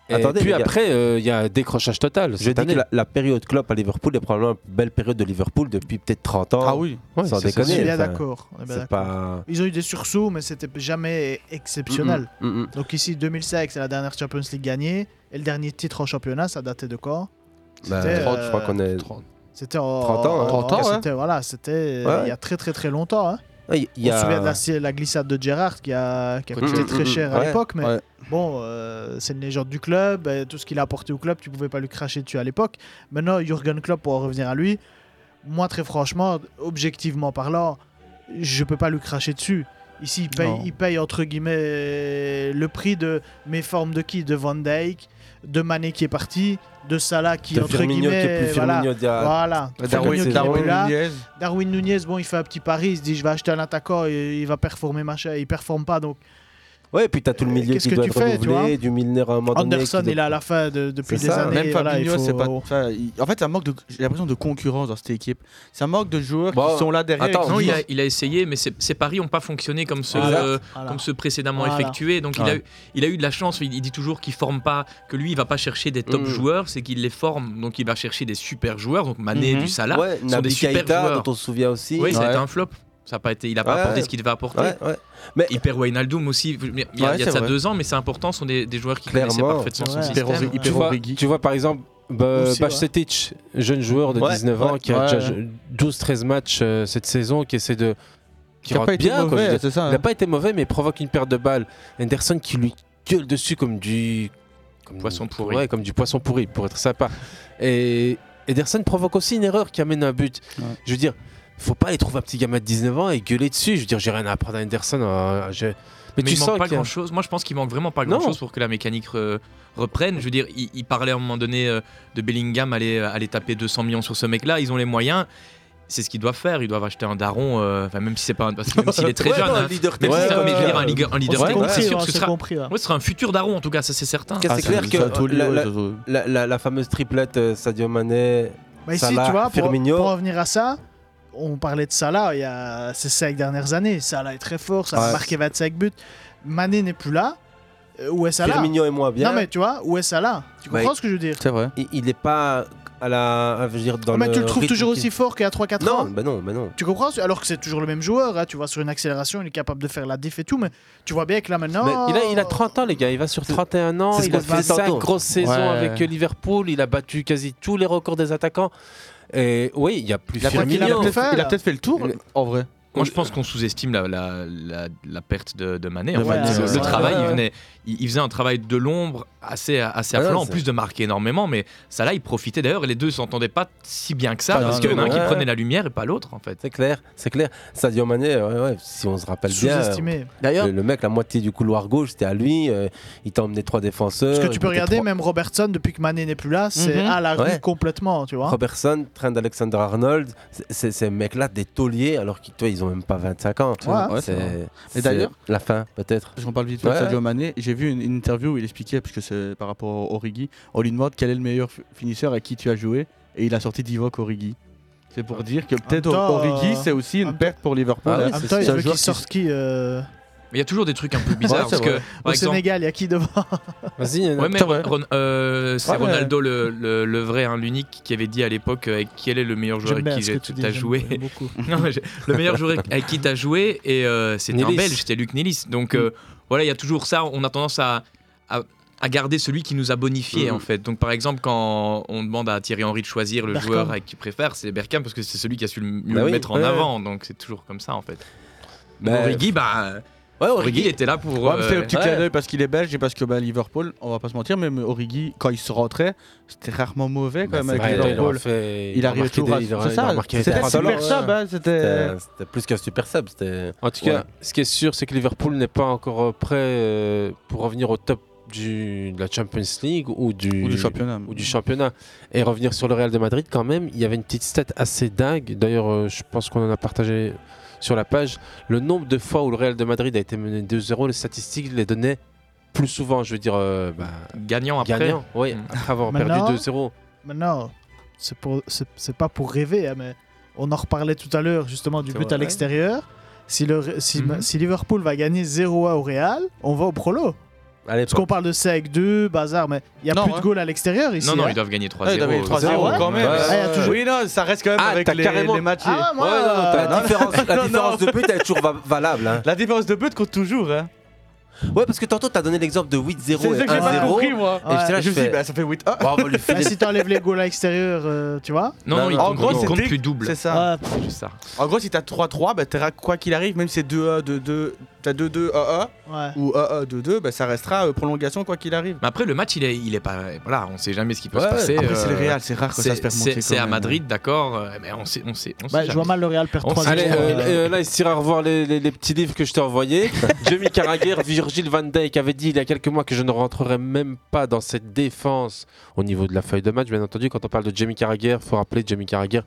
Et
Attendez,
puis
les gars.
après, euh, il y a un décrochage
Je
total. cette
dis que
année.
la, la période Klopp à Liverpool est probablement la belle période de Liverpool depuis peut-être 30 ans.
Ah oui. Ouais,
sans
ça, c'est
déconner.
sûr.
On est bien
enfin,
d'accord, on est bien
c'est
d'accord.
pas.
Ils ont eu des sursauts, mais c'était jamais exceptionnel.
Mm, mm, mm, mm.
Donc ici, 2005, c'est la dernière Champions League gagnée. Et le dernier titre en championnat, ça datait de quand
Bah,
C'était, euh,
je crois qu'on est.
C'était en
30 ans, hein.
30
30 ans, ouais.
C'était voilà, c'était euh,
Ouais.
il y a très très très longtemps. hein.
Ouais, il y
On
a-
se souvient de la, si- la glissade de Gerrard qui a, qui a
Mm,
coûté
mm,
très
mm,
cher à
ouais,
l'époque, mais
ouais.
bon, euh, c'est une légende du club. et tout ce qu'il a apporté au club, tu pouvais pas lui cracher dessus à l'époque. Maintenant, Jurgen Klopp, pour en revenir à lui, moi très franchement, objectivement parlant, je peux pas lui cracher dessus. Ici, il paye,
Non.
il paye, entre guillemets euh, le prix de mes formes de qui De Van Dyke, de Mané qui est parti, de Salah qui,
De
entre
Firmino qui est
guillemets.
plus
voilà,
Firmino d'il y a-
voilà.
Darwin-
Firmino qui est
Darwin
plus là.
Nunez.
Darwin Nunez, bon, il fait un petit pari, il se dit je vais acheter un attaquant, et il va performer, machin, il performe pas donc.
Ouais, et puis t'as tout le milieu
Euh, qu'est-ce
qui
que
doit
tu
être
fais, tu vois
renouvelé, du Milner à un moment donné.
Anderson,
qui doit-
il est à la fin de- depuis
C'est
des
ça.
années.
Même
et voilà, il
Fabinho,
faut-
c'est pas. enfin, il- En fait, ça manque de. J'ai l'impression de concurrence dans cette équipe. Ça manque de joueurs qui sont là derrière. et qui
Non, il,
disent-
a, il a essayé, mais ses, ses paris n'ont pas fonctionné comme ceux,
Voilà.
euh,
Voilà.
comme ceux précédemment
Voilà.
effectués. Donc il, a
Ouais.
eu, il a eu de la chance. Il, il dit toujours qu'il forme pas, que lui, il va pas chercher des top
Mm.
joueurs, c'est qu'il les forme. Donc il va chercher des super joueurs. Donc Mané,
Mhm.
du Salah,
Ouais,
sont
Naby
des super
Keïta,
joueurs.
dont on se souvient aussi. Ah,
Oui, ça a
Ouais.
été un flop. Ça a pas été, il n'a pas
Ouais,
apporté
ouais.
ce qu'il devait apporter.
Ouais, ouais.
Mais Hyper Wijnaldum aussi, il y a, il y a
Ouais,
de
c'est
ça
vrai.
deux ans, mais c'est important, ce sont des, des joueurs qui connaissaient
Clairement.
parfaitement son
Ouais.
système.
Hyper-
tu, vois, tu vois, par exemple bah,
Aussi, ouais.
Bacetich, jeune joueur de
Ouais,
19
ouais,
ans qui a
ouais,
déjà
ouais.
jou- 12-13 matchs euh, cette saison, qui essaie de.
Qui a
rentre
pas été
bien, quoi,
mauvais,
je veux dire.
c'est ça,
Il n'a
hein.
pas été mauvais, mais provoque une paire de balles. Anderson qui lui gueule dessus comme du. Comme poisson pourri. Ouais, comme du poisson pourri, pour être sympa. Et Ederson provoque aussi une erreur qui amène un but. Je veux dire, faut pas aller trouver un petit gamin de 19 ans et gueuler dessus. Je veux dire, j'ai rien à apprendre à Anderson. euh, je-
Mais,
tu
il manque
sens
pas
qu'il y a-
grand chose. Moi, je pense qu'il manque vraiment pas
Non.
grand chose pour que la mécanique euh, reprenne. Je veux dire, il, il parlait à un moment donné euh, de Bellingham aller, euh, aller taper 200 millions sur ce mec-là. Ils ont les moyens. C'est ce qu'ils doivent faire. Ils doivent acheter un daron. euh, Enfin, même si c'est pas un, parce que même s'il est très
Ouais,
jeune.
non, un
hein.
leader
mais
technique,
c'est ça, mais je veux dire, un,
euh,
ligue- un leader
on s'est
technique,
compris,
c'est sûr
on
que ce
s'est
sera,
compris, ouais.
ouais, ce sera un futur daron en tout cas. Ça, c'est certain.
Ah,
Ah,
c'est clair que la, la- la- la- la fameuse triplette euh, Sadio Mané,
Bah ici,
Salah,
tu vois, pour,
Firmino.
pour en venir à ça, on parlait de Salah il y a ces cinq dernières années. Salah est très fort, ça a
Ouais.
marqué 25 buts. Mané n'est plus là. Euh, Où est Salah
Firmino est moins bien.
Non, mais tu vois, où est Salah Tu comprends
Bah,
ce que je veux dire Ah,
C'est vrai.
Il n'est pas à la. à- je veux dire, dans
Mais tu le
le
trouves
rythme
toujours
qu'il-
aussi fort qu'il y a 3-4
Non,
ans
bah non, bah non.
Tu comprends Alors que c'est toujours le même joueur. hein. Tu vois, sur une accélération, il est capable de faire la diff et tout. Mais tu vois bien que là maintenant.
Mais il, a, il a 30 ans, les gars. Il va sur 31 ans.
c'est ce
Il a
qu'on disait
25
tantôt.
grosses saisons
Ouais.
avec Liverpool. Il a battu quasi tous les records des attaquants. Et oui, il y a plus
Il a peut-être- il a
Firmino.
peut-être fait- il a peut-être fait le tour, en vrai.
Moi, je pense qu'on sous-estime la, la- la- la perte de, de Mané. en
De
fait.
Mané,
Le-
ouais.
le
Ouais,
travail,
ouais,
il,
ouais.
venait, il, il faisait un travail de l'ombre assez, assez
Ouais,
affolant, en
Ah, c'est-
plus de marquer énormément. Mais ça, là, il profitait d'ailleurs. Et les deux s'entendaient pas si bien que ça,
Pas
parce
du
qu'il y en a
tout,
un qui
ouais.
prenait la lumière et pas l'autre, en fait.
C'est clair, c'est clair. Sadio Mané, ouais, ouais, si on se rappelle bien.
Sous-estimé.
euh, le, le mec, la moitié du couloir gauche, c'était à lui. euh, il t'a emmené trois défenseurs.
Parce que
il
tu peux
mettait
regarder,
euh, trois-
même Robertson, depuis que Mané n'est plus là, c'est
Mhm.
à la rue
Ouais.
complètement, tu vois.
Robertson, Trent Alexander-Arnold, c'est- c'est- ces mecs-là, des tauliers, alors qu'ils, toi, ils ont même pas 25 ans. tu
Ouais.
vois.
Ouais,
C'est-
Ah, c'est vrai.
c'est
Et d'ailleurs-
la fin, peut-être.
J'en parle vite fait de
Ouais.
Sadio Mané. J'ai vu une, une interview où il expliquait, parce que c'est par rapport à Origi, on lui demande quel est le meilleur fi- finisseur à qui tu as joué, et il a sorti Divock Origi. C'est pour dire que peut-être
Ah. En même temps,
Origi,
euh,
c'est aussi une perte pour Liverpool.
En
hein.
même temps, il
C'est un
veut
joueur
qu'il sorte qui euh,
Mais il y a toujours des trucs un peu bizarres.
Ouais, c'est
parce que,
vrai.
Au
par exemple,
Sénégal, il y a qui devant
Vas-y,
Ouais, mais Ron- Ron- euh, c'est
Ouais, mais-
Ronaldo le, le- le vrai, hein, l'unique, qui avait dit à l'époque euh, quel est le meilleur joueur
J'aime bien
avec qui
ce
j'ai-
que tu dis,
t'as
j'aime
joué.
beaucoup.
Non, mais j'ai- le meilleur joueur avec qui t'as joué, et euh, c'était un
Nilis.
Belge, c'était Luc Nilis. Donc euh, voilà, il y a toujours ça. On a tendance à, à, à garder celui qui nous a bonifié
Mhm.
en fait. Donc par exemple, quand on demande à Thierry Henry de choisir le
Bergkamp.
joueur avec qui il préfère, c'est Berkham parce que c'est celui qui a su le mieux
Bah
le
oui,
mettre en
ouais, ouais.
avant. Donc c'est toujours comme ça en fait.
Bah,
Origi, bah.
Ouais,
Origi était là pour.
Ouais, mais c'est
euh,
un petit clin d'œil parce qu'il est belge et parce que bah, Liverpool, on va pas se mentir, même Origi, quand il se rentrait, c'était rarement mauvais quand
Bah,
même
c'est
avec
vrai, il
Liverpool.
a fait- il
il
a
arrivait
marqué
toujours à.
des- il a-
C'est
il a
ça,
marqué des
c'était
trois
super
talents.
sub, hein, c'était.
C'était- C'était plus qu'un super sub. C'était.
En tout
Voilà.
cas, ce qui est sûr, c'est que Liverpool n'est pas encore euh, prêt euh, pour revenir au top du, de la Champions League ou du,
Ou du championnat.
ou du championnat. Et revenir sur le Real de Madrid, quand même, il y avait une petite stat assez dingue. D'ailleurs, euh, je pense qu'on en a partagé sur la page. Le nombre de fois où le Real de Madrid a été mené 2-0, les statistiques les donnaient plus souvent, je veux dire, euh, bah,
gagnant
après.
Gagnant, oui, après avoir
Maintenant-
perdu 2-0.
Maintenant, c'est pour- c'est- c'est pas pour rêver, hein, mais on en reparlait tout à l'heure justement du
C'est
but
vrai.
à l'extérieur. Si, le, si, si Liverpool va gagner 0-1 au Real, on va au prolo.
Parce
qu'on parle de 5-2, bazar, mais il n'y a
Non,
plus
hein.
de goal à l'extérieur ici.
Non, non,
hein.
ils doivent gagner 3-0.
Ah, il avait 3-0 quand même.
Ouais.
Ah, Oui, non, ça reste quand même
Ah,
avec
t'as
les,
carrément-
les matchs.
Ah, moi, Ouais, non, non, euh, t'as la différence- la différence de but, elle est toujours valable. hein.
La différence de but compte toujours. Hein.
Ouais, parce que tantôt, t'as donné l'exemple de 8-0
C'est
et
ça que j'ai pas
1-0.
compris, moi.
Et j'étais là,
Ouais. Je me suis dit, bah, ça fait 8 1
Bon, on va lui
Ah,
filer
si t'enlèves les goals à l'extérieur, euh, tu vois Ah,
Non, non, il
en
compte,
gros,
il
c'est
compte
dé-
plus double.
C'est ça.
C'est juste ça.
En gros, si t'as 3-3, bah, t'auras quoi qu'il arrive, même si c'est 2-1, 2-2, T'as 2-2 1-1
Ouais.
ou 1-1-2-2, bah, ça restera euh, prolongation quoi qu'il arrive.
Mais après, le match, il est, il est pas. Voilà, on sait jamais ce qui peut
Ouais,
se passer. euh,
après, c'est le Real, c'est rare que ça se perd
C'est
monter
c'est
quand
à
même.
Madrid, d'accord. euh, Mais on sait. On sait, on sait
Bah, je
jamais.
vois mal le Real perdre 3
Allez, euh, euh, là, il se tire à revoir les, les- les petits livres que je t'ai envoyés. Jimmy Carragher, Virgil Van Dijk avait dit il y a quelques mois que je ne rentrerai même pas dans cette défense au niveau de la feuille de match. Bien entendu, quand on parle de Jimmy Carragher, faut rappeler Jimmy Carragher.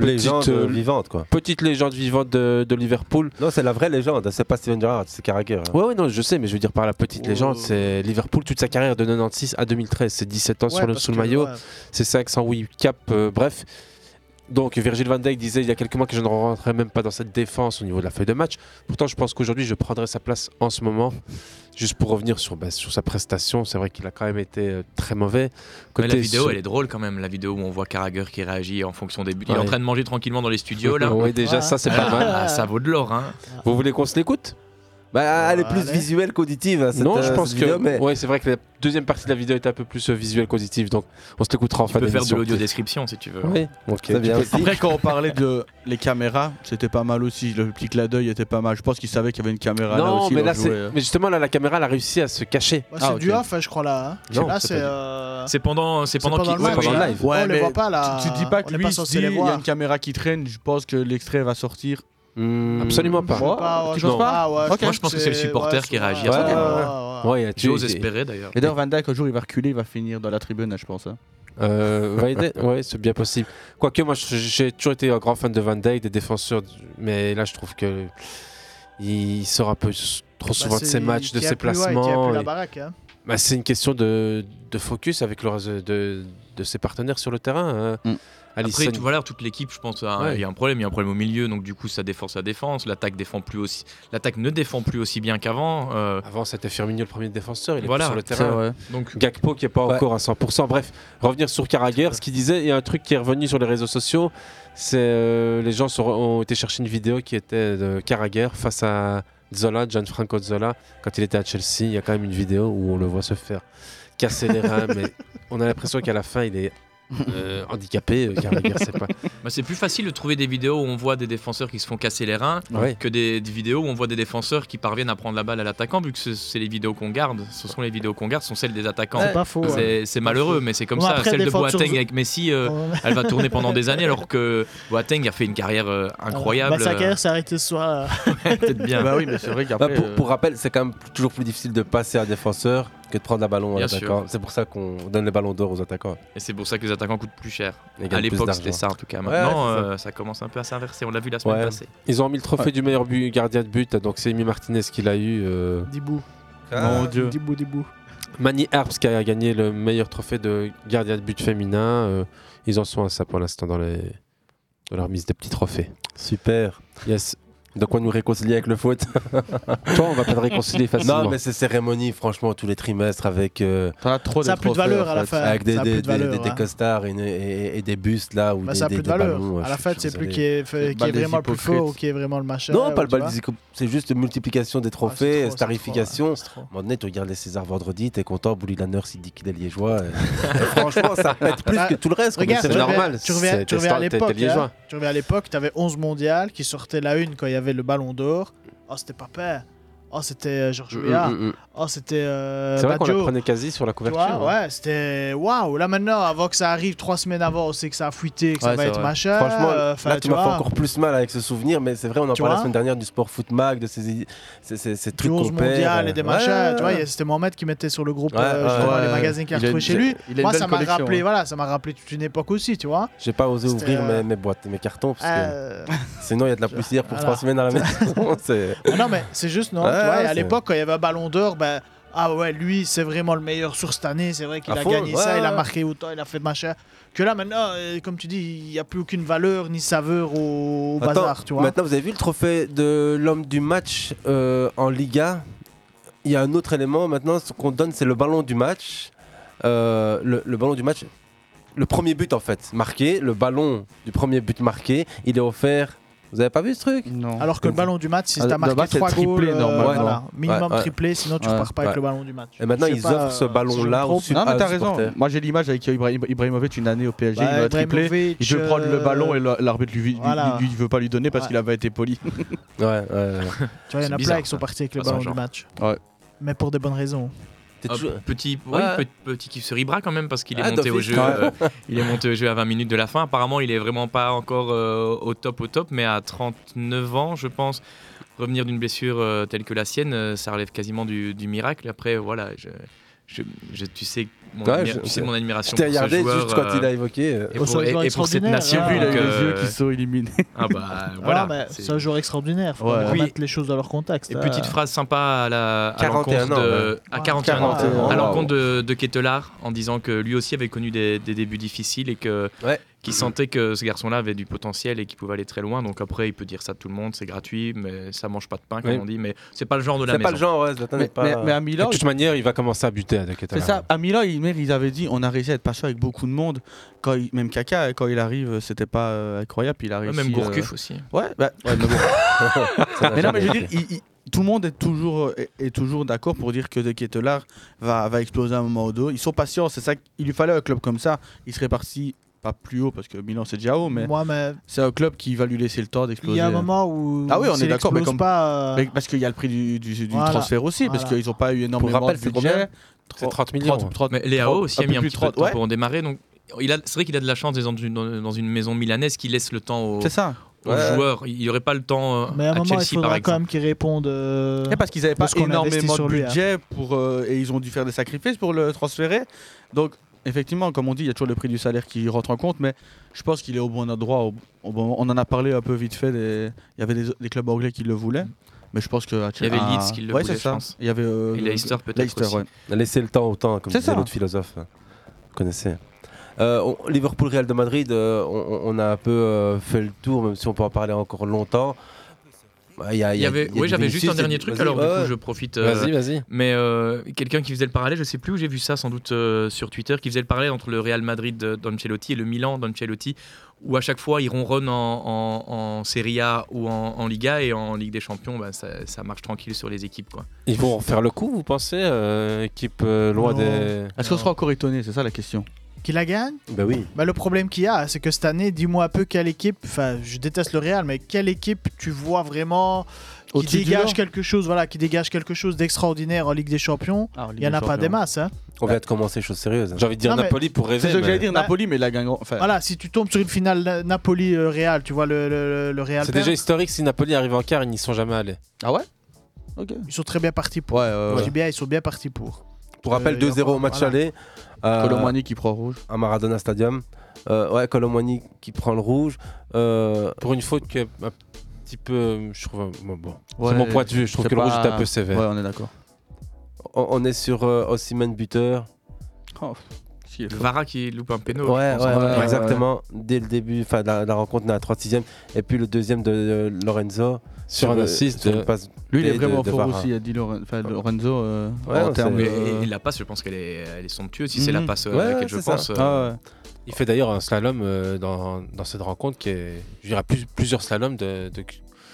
euh,
Légende vivante, quoi.
Petite légende vivante de, de Liverpool.
Non, c'est la vraie légende, c'est pas Steven Gerrard, c'est Carragher. hein.
Ouais, ouais, non, je sais, mais je veux dire par la petite légende, c'est Liverpool toute sa carrière de 96 à 2013, c'est 17 ans
Ouais,
sur le,
parce
sous le
que,
maillot,
ouais.
c'est 508 cap, euh, bref. Donc Virgil van Dijk disait il y a quelques mois que je ne rentrerai même pas dans cette défense au niveau de la feuille de match. Pourtant, je pense qu'aujourd'hui, je prendrai sa place en ce moment. Juste pour revenir sur, bah, sur sa prestation, c'est vrai qu'il a quand même été euh, très mauvais.
Mais la
Côté
vidéo,
sur-
elle est drôle quand même. La vidéo où on voit Carragher qui réagit en fonction des buts. Il est
Ouais.
en train de manger tranquillement dans les studios là.
Ouais, déjà, ça, c'est pas
Ah,
mal.
ah, ça vaut de l'or. Hein.
Vous voulez qu'on se l'écoute
Bah, elle est plus visuelle qu'auditive. hein, cette,
non, je
euh,
pense
cette vidéo,
que
mais-
ouais, c'est vrai que la deuxième partie de la vidéo est un peu plus euh, visuelle positive, donc on se l'écoutera en
Tu
fin
peux faire de
d'émission.
l'audio description si tu veux. hein.
Oui, ok.
Tu peux- Après, quand on parlait de les caméras, c'était pas mal aussi. Le petit clin d'œil était pas mal. Je pense qu'ils savaient qu'il y avait une caméra là
Non,
aussi.
mais
leur
là,
jouet,
hein.
c'est...
euh.
mais justement, là, la caméra, elle a réussi à se cacher.
c'est du off, hein, je crois là. hein.
Non,
là,
c'est
c'est.
pas du-
Ah.
euh,
C'est pendant, c'est pendant, qu'il- ouais, ouais.
on les voit pas là.
Tu, tu dis pas
On
que
est
lui,
pas
il se
censé
dit,
les
il y a
voir.
une caméra qui traîne. Je pense que l'extrait va sortir.
Absolument pas.
Je sais pas, ouais,
Non.
je pense pas. Ah ouais, je
Moi,
pense
je pense que
que
c'est le
c'est-
supporter
ouais,
qui réagit
ouais,
à
ouais,
ça.
ouais, ouais. Ouais, il a tué-
J'ose espérer d'ailleurs.
Et d'ailleurs, Van Dijk, un jour, il va reculer, il va finir dans la tribune, là, je pense. hein.
Euh, Van Dijk, ouais, c'est bien possible. Quoique, moi, je- j'ai toujours été un grand fan de Van Dijk, des défenseurs, du- mais là, je trouve que il sort un peu s- trop souvent de
Bah, c'est-
ses matchs, de
qui a
ses
plus- ouais, qui a
placements.
plus la
et-
baraque, hein.
Bah, c'est une question de, de focus avec le reste de, de ses partenaires sur le terrain. hein.
Mm.
Alisson-
Après, tout, voilà, toute l'équipe, je pense, a- il
Ouais.
y a un problème. Il y a un problème au milieu, donc du coup, ça défend sa défense. L'attaque défend plus aussi. L'attaque ne défend plus aussi bien qu'avant. euh.
Avant, c'était Firmino le premier défenseur. Il est
voilà.
plus sur le terrain. Donc Gakpo qui est pas
Ouais.
encore à 100%. Bref, revenir sur Carragher, ce qu'il disait et un truc qui est revenu sur les réseaux sociaux, c'est euh, les gens sont- ont été chercher une vidéo qui était de Carragher face à Zola, Gianfranco Zola, quand il était à Chelsea. Il y a quand même une vidéo où on le voit se faire casser les reins, mais on a l'impression qu'à la fin il est euh, handicapé. euh, Carragher, c'est pas.
Bah, c'est plus facile de trouver des vidéos où on voit des défenseurs qui se font casser les reins
Ouais.
que des, des vidéos où on voit des défenseurs qui parviennent à prendre la balle à l'attaquant, vu que ce- c'est les vidéos qu'on garde. Ce sont les vidéos qu'on garde, ce sont celles des attaquants.
C'est pas faux,
C'est-
ouais.
C'est
Pas
malheureux,
faux.
mais c'est comme
Bon,
ça.
après,
Celle de
défendre sur-
Boateng avec Messi, euh,
Ouais.
elle va tourner pendant des années, alors que Boateng a fait une carrière euh, incroyable. euh,
Bah, sa carrière s'est arrêtée ce soir. euh.
Peut-être bien. Bah oui, mais c'est vrai qu'après,
Bah, pour,
euh,
pour rappel, c'est quand même toujours plus difficile de passer à un défenseur que de prendre la ballon à
Bien sûr.
l'attaquant. C'est pour ça qu'on donne les ballons d'or aux attaquants.
Et c'est pour ça que les attaquants coûtent plus cher.
Et gagnent
À
plus
l'époque,
d'argent.
c'était ça en tout cas.
Ouais,
Maintenant,
c'est ça.
euh, ça commence un peu à s'inverser. On l'a vu la semaine
Ouais.
passée.
Ils ont remis le trophée du meilleur bu- gardien de but, donc c'est Emi Martinez qui l'a eu. euh,
Dibou.
Ah.
Mon Dieu.
Dibou, Dibou.
Manny Harps qui a gagné le meilleur trophée de gardien de but féminin. euh, ils en sont à ça pour l'instant dans, les... dans leur mise des petits trophées.
Super.
Yes.
De quoi nous réconcilier avec le foot
Euh,
Toi, on va pas te réconcilier facilement.
Non, mais ces cérémonies, franchement, tous les trimestres avec. euh,
trop
Ça a des plus de trophées, valeur en à la fait. fin.
Avec des,
Ça a plus
des,
de valeur,
des- des
hein.
costards et, une- et- et des bustes là. Ou
Bah,
des,
ça a
des-
plus
des
de valeur.
ballons, ouais,
à la
je-
fin,
je
c'est
suis
plus qui
désolé.
est, fait- qui est vraiment le plus fort ou qui est vraiment le machin.
Non,
ou
pas le
tu
bal
vois. Ah,
des éco- c'est juste une multiplication des trophées, starification. À un moment donné, tu regardes les Césars vendredi, t'es content, Bully Lanner, il dit qu'il est liégeois. et- et franchement, ça pète plus
Bah,
que tout le reste. quoi, mais
regarde,
c'est
tu
normal.
reviens- Tu reviens,
c'est-
tu reviens à
t'es- t'es- t'es
l'époque.
liégeois.
hein. Tu reviens à l'époque, tu avais 11 mondiales qui sortaient la une quand il y avait le ballon d'or. Oh, c'était Papa. Oh, c'était euh, Georges
Mm,
Weah.
mm, mm.
Oh, c'était. euh,
C'est vrai qu'on la
Baggio.
prenait quasi sur la
Tu vois,
couverture. hein.
ouais, c'était waouh. Là maintenant, avant que ça arrive, trois semaines avant, on sait que ça a fuité, que ça va être machin.
Franchement,
euh, enfin,
là, tu m'as fait
vois.
encore plus mal avec ce souvenir, mais c'est vrai, on en
Tu
parlait la
vois
semaine dernière du sport foot mag, de ces, ces, ces- ces
Du
trucs
11
qu'on perd.
mondial et des
Ouais,
machins,
ouais,
tu vois,
ouais.
il y a- c'était Mohamed qui mettait sur le groupe
Ouais,
euh, justement,
ouais,
les
ouais.
magazines qu'il a
Il a
retrouvés
une-
chez
il a
lui.
une
Moi,
belle
ça m'a
collection,
rappelé,
hein.
voilà, ça m'a rappelé toute une époque aussi, tu vois.
J'ai pas osé
C'était,
ouvrir
euh,
mes, mes boîtes, mes cartons, parce que
Euh,
sinon, il y a de la poussière pour
voilà.
trois semaines à la maison. c'est-
Ah non, mais c'est juste, non,
Ouais,
tu vois,
ouais,
et à
c'est-
l'époque, quand il y avait un ballon d'or, ben, ah ouais, lui, c'est vraiment le meilleur sur cette année, c'est vrai qu'il
À
a
fond,
gagné
ouais,
ça, il a
ouais.
marqué autant, il a fait machin. Que là, maintenant, euh, comme tu dis, il n'y a plus aucune valeur ni saveur au, au
Attends,
bazar, tu vois.
Maintenant, vous avez vu le trophée de l'homme du match euh, en Liga. Il y a un autre élément maintenant, ce qu'on donne, c'est le ballon du match. Euh, le, le ballon du match, le premier but en fait marqué, le ballon du premier but marqué, il est offert Vous avez pas vu ce truc
Non.
Alors que le ballon du match, si
Ah,
t'as
de
marqué
base, c'est
3 goals,
triplé,
euh,
normalement.
voilà,
Ouais,
minimum
ouais.
triplé, sinon tu
Ouais,
repars pas avec
ouais.
le ballon du match.
Et maintenant,
Je sais
ils
pas,
offrent ce
euh, si je me
ballon-là au
trompe.
sud.
Non, mais
à
t'as
aux
raison.
supporters.
Moi, j'ai l'image avec Ibrahim- Ibrahimovic une année au PSG,
Bah,
il doit tripler.
Ibrahimovic,
Il veut prendre le
euh,
ballon et la- l'arbitre lui, lui,
voilà.
lui- lui veut pas lui donner parce
Ouais.
qu'il avait été poli.
ouais, ouais, ouais.
Tu vois, il y en a plein qui sont partis avec le ballon du match.
Ouais.
Mais pour des bonnes raisons.
Hop, Euh, petit, oui,
Ouais.
pe- petit kiff sur Ibra quand même parce qu'il est
Ah,
monté au
d'office.
jeu.
Ouais.
euh, il est monté au jeu à 20 minutes de la fin. Apparemment, il est vraiment pas encore euh, au top, au top, mais à 39 ans, je pense, revenir d'une blessure euh, telle que la sienne, euh, ça relève quasiment du, du miracle. Après, voilà, je, je- je- tu sais mon,
Ouais,
admi-
je-
tu sais mon admiration.
je t'ai
pour ce
regardé
joueur,
juste quand
euh,
il a évoqué, euh, Ah, Oh,
et pour,
c'est
et-
un
et pour cette
extraordinaire,
nation.
ouais.
Il a eu
donc,
les yeux
euh,
qui se sont illuminés.
Ah bah
Ah,
voilà.
mais
c'est-
c'est un joueur extraordinaire. Faut
Ouais. Puis-
remettre les choses dans leur contexte.
Et
hein.
petite phrase sympa à la à
41
l'encontre
ans,
de-
ouais.
à 41 ans,
41 ans,
à
ouais.
l'encontre de, de Ketelaar en disant que lui aussi avait connu des, des débuts difficiles et que qu'il sentait que ce garçon-là avait du potentiel et qu'il pouvait aller très loin. Donc après, il peut dire ça de tout le monde, c'est gratuit, mais ça mange pas de pain comme
Oui.
on dit. Mais c'est pas le genre de la maison.
De toute manière, il va commencer à buter, t'inquiète.
C'est ça, à Milan, ils, mais ils avaient dit on a réussi à être patient avec beaucoup de monde. Quand il- même Kaka, quand il arrive, c'était pas euh, incroyable. puis Il a
Ouais,
réussi,
même Gourcuff
euh,
aussi.
Ouais, bah, ouais, mais bon.
Ça n'a
mais non, mais je veux
jamais
dire,
été.
il- il- tout le monde est toujours, euh, est, est toujours d'accord pour dire que De Ketelaar va, va exploser à un moment ou deux. Ils sont patients, c'est ça. qu'il- Il lui fallait un club comme ça. Il serait parti pas plus haut parce que Milan c'est déjà haut, mais,
Moi, mais
c'est un club qui va lui laisser le temps
il
d'exploser.
y a un moment où.
Ah oui, on
s'il
est d'accord, mais
explose
comme
pas, euh,
mais parce qu'il y a le prix du, du- du
Voilà.
transfert aussi, parce
Voilà.
qu'ils n'ont pas eu énormément
rappel,
de
c'est
budget.
combien C'est 30 millions.
mais Léao aussi a mis un petit peu de temps
ouais.
pour en démarrer. Donc il a, c'est vrai qu'il a de la chance d'être dans une, dans une maison milanaise qui laisse le temps aux,
C'est ça.
aux
Ouais.
joueurs. Il n'y aurait pas le temps euh,
Mais à un
à
moment,
Chelsea
il
par
faudra
exemple.
quand même qu'ils répondent. euh,
Et parce qu'ils n'avaient
de
pas
ce qu'on a investi
énormément de
sur lui, hein.
budget pour, euh, et ils ont dû faire des sacrifices pour le transférer. Donc, effectivement, comme on dit, il y a toujours le prix du salaire qui rentre en compte, mais je pense qu'il est au bon endroit. Au, au bon moment. On en a parlé un peu vite fait. des- il y avait des, des clubs anglais qui le voulaient. Mais je pense que. à
Il y avait
à-
Leeds qui le
ouais,
voulait,
c'est
je
ça.
pense.
Il y avait. euh,
Et Leicester peut-être
Leicester,
aussi.
ouais.
Laissez le temps au temps, comme
C'est
disait
ça.
l'autre philosophe. Vous connaissez. Euh, on- Liverpool, Real de Madrid, euh, on, on a un peu euh, fait le tour, même si on peut en parler encore longtemps. Bah, y a-
Il
y
y
a-
avait,
y a
oui,
du
j'avais juste
Vinicius, y
un
a
dernier
du-
truc,
vas-y,
alors
ouais,
du coup
ouais.
je profite. euh,
Vas-y, vas-y.
Mais euh, quelqu'un qui faisait le parallèle, je sais plus où j'ai vu ça, sans doute euh, sur Twitter, qui faisait le parallèle entre le Real Madrid de- d'Ancelotti et le Milan d'Ancelotti, où à chaque fois ils ronronnent en, en, en Serie A ou en, en Liga et en Ligue des Champions, bah, ça, ça marche tranquille sur les équipes. Quoi.
Ils vont refaire le coup, vous pensez euh, Équipe euh, loin
Non.
des.
Est-ce qu'on sera encore étonné C'est ça la question.
Qui la gagne
Bah oui.
Bah, le problème qu'il y a, c'est que cette année, dis-moi un peu quelle équipe, enfin je déteste le Real, mais quelle équipe tu vois vraiment qui
Au-dessus du
dégage
lot
quelque chose, voilà, qui dégage quelque chose d'extraordinaire en Ligue des Champions
Ah, en Ligue
Il y en
des
a pas
Champions.
des masses. hein.
On vient de commencer, chose sérieuse.
J'ai envie de dire
Non, mais-
Napoli pour rêver.
C'est ce que
mais-
j'allais dire,
Bah-
Napoli, mais la gagne. Enfin,
Voilà, si tu tombes sur une finale Na- Napoli-Real, tu vois le, le, le Real.
C'est
perdre,
déjà historique si Napoli arrive en quart, ils n'y sont jamais allés.
Ah ouais
Ils sont très bien partis pour.
ouais, ouais.
Moi, je dis eh bien, ils sont bien partis pour.
Pour rappel,
Euh,
2-0 au
voilà.
match aller. euh,
Colomwani qui prend rouge.
À Maradona Stadium. Euh, ouais, Colomwani qui prend le rouge. Euh,
Pour une faute que. Un petit peu. euh, Je trouve. Bon, bon.
Ouais,
c'est mon point de vue, je trouve
c'est
que le rouge
pas-
est un peu sévère.
Ah. Ouais, on est d'accord.
on, on est sur euh, Osimhen buteur.
Le Vara qui loupe un péno. je
ouais,
pense,
ouais,
en
ouais,
fait.
exactement. Dès le début, enfin, la, la rencontre, on est à 3 6 Et puis le deuxième de euh, Lorenzo.
Sur un
euh,
assist
sur une
de-
passe
Lui, il est
de- de-
vraiment
de
fort
Vara.
aussi, il a dit Loren- enfin, Lorenzo euh,
Ouais,
en
on
termes
sait.
Mais-
de-
et, et la passe, je pense qu'elle est, elle est somptueuse. Si c'est la
Mhm.
passe euh,
Ouais,
à
ouais,
laquelle je
c'est ça.
pense. euh,
Ah ouais. Il fait d'ailleurs un slalom euh, dans, dans cette rencontre qui est. Je dirais plus- plusieurs slaloms de. de...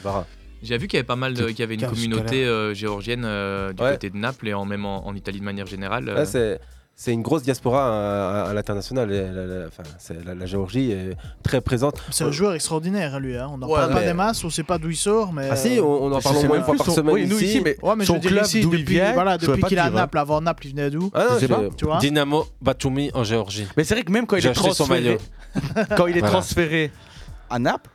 Barra.
J'ai vu qu'il y avait pas mal de- qu'il y avait une
Quinze
communauté
galères.
euh, géorgienne euh, du côté de Naples et en, même en, en Italie de manière générale. euh,
Ouais, c'est c'est une grosse diaspora hein, à, à- à l'international. et la- la- enfin, c'est la, la Géorgie est très présente.
C'est un
Euh,
joueur extraordinaire, hein, lui. hein. On n'en
Ouais,
parle pas
mais-
des masses, on sait pas d'où il sort, mais.
Ah si, on- on en
Je
parle au
sais
moins
même
une fois
plus
par
son-
semaine
oui, nous,
ici.
mais- Ouais, mais
Son
je veux dire
club,
ici,
d'où il
depuis-
vient,
Voilà,
je saurais
depuis
pas
qu'il est
te
à
dire, hein.
Naples. Avant Naples, il venait d'où
Ah non,
je sais
je-
pas.
tu vois.
Dynamo Batumi en Géorgie.
Mais c'est vrai que même quand il
J'ai
est
acheté son
transféré,
maillot.
quand il est
Voilà.
transféré à Naples,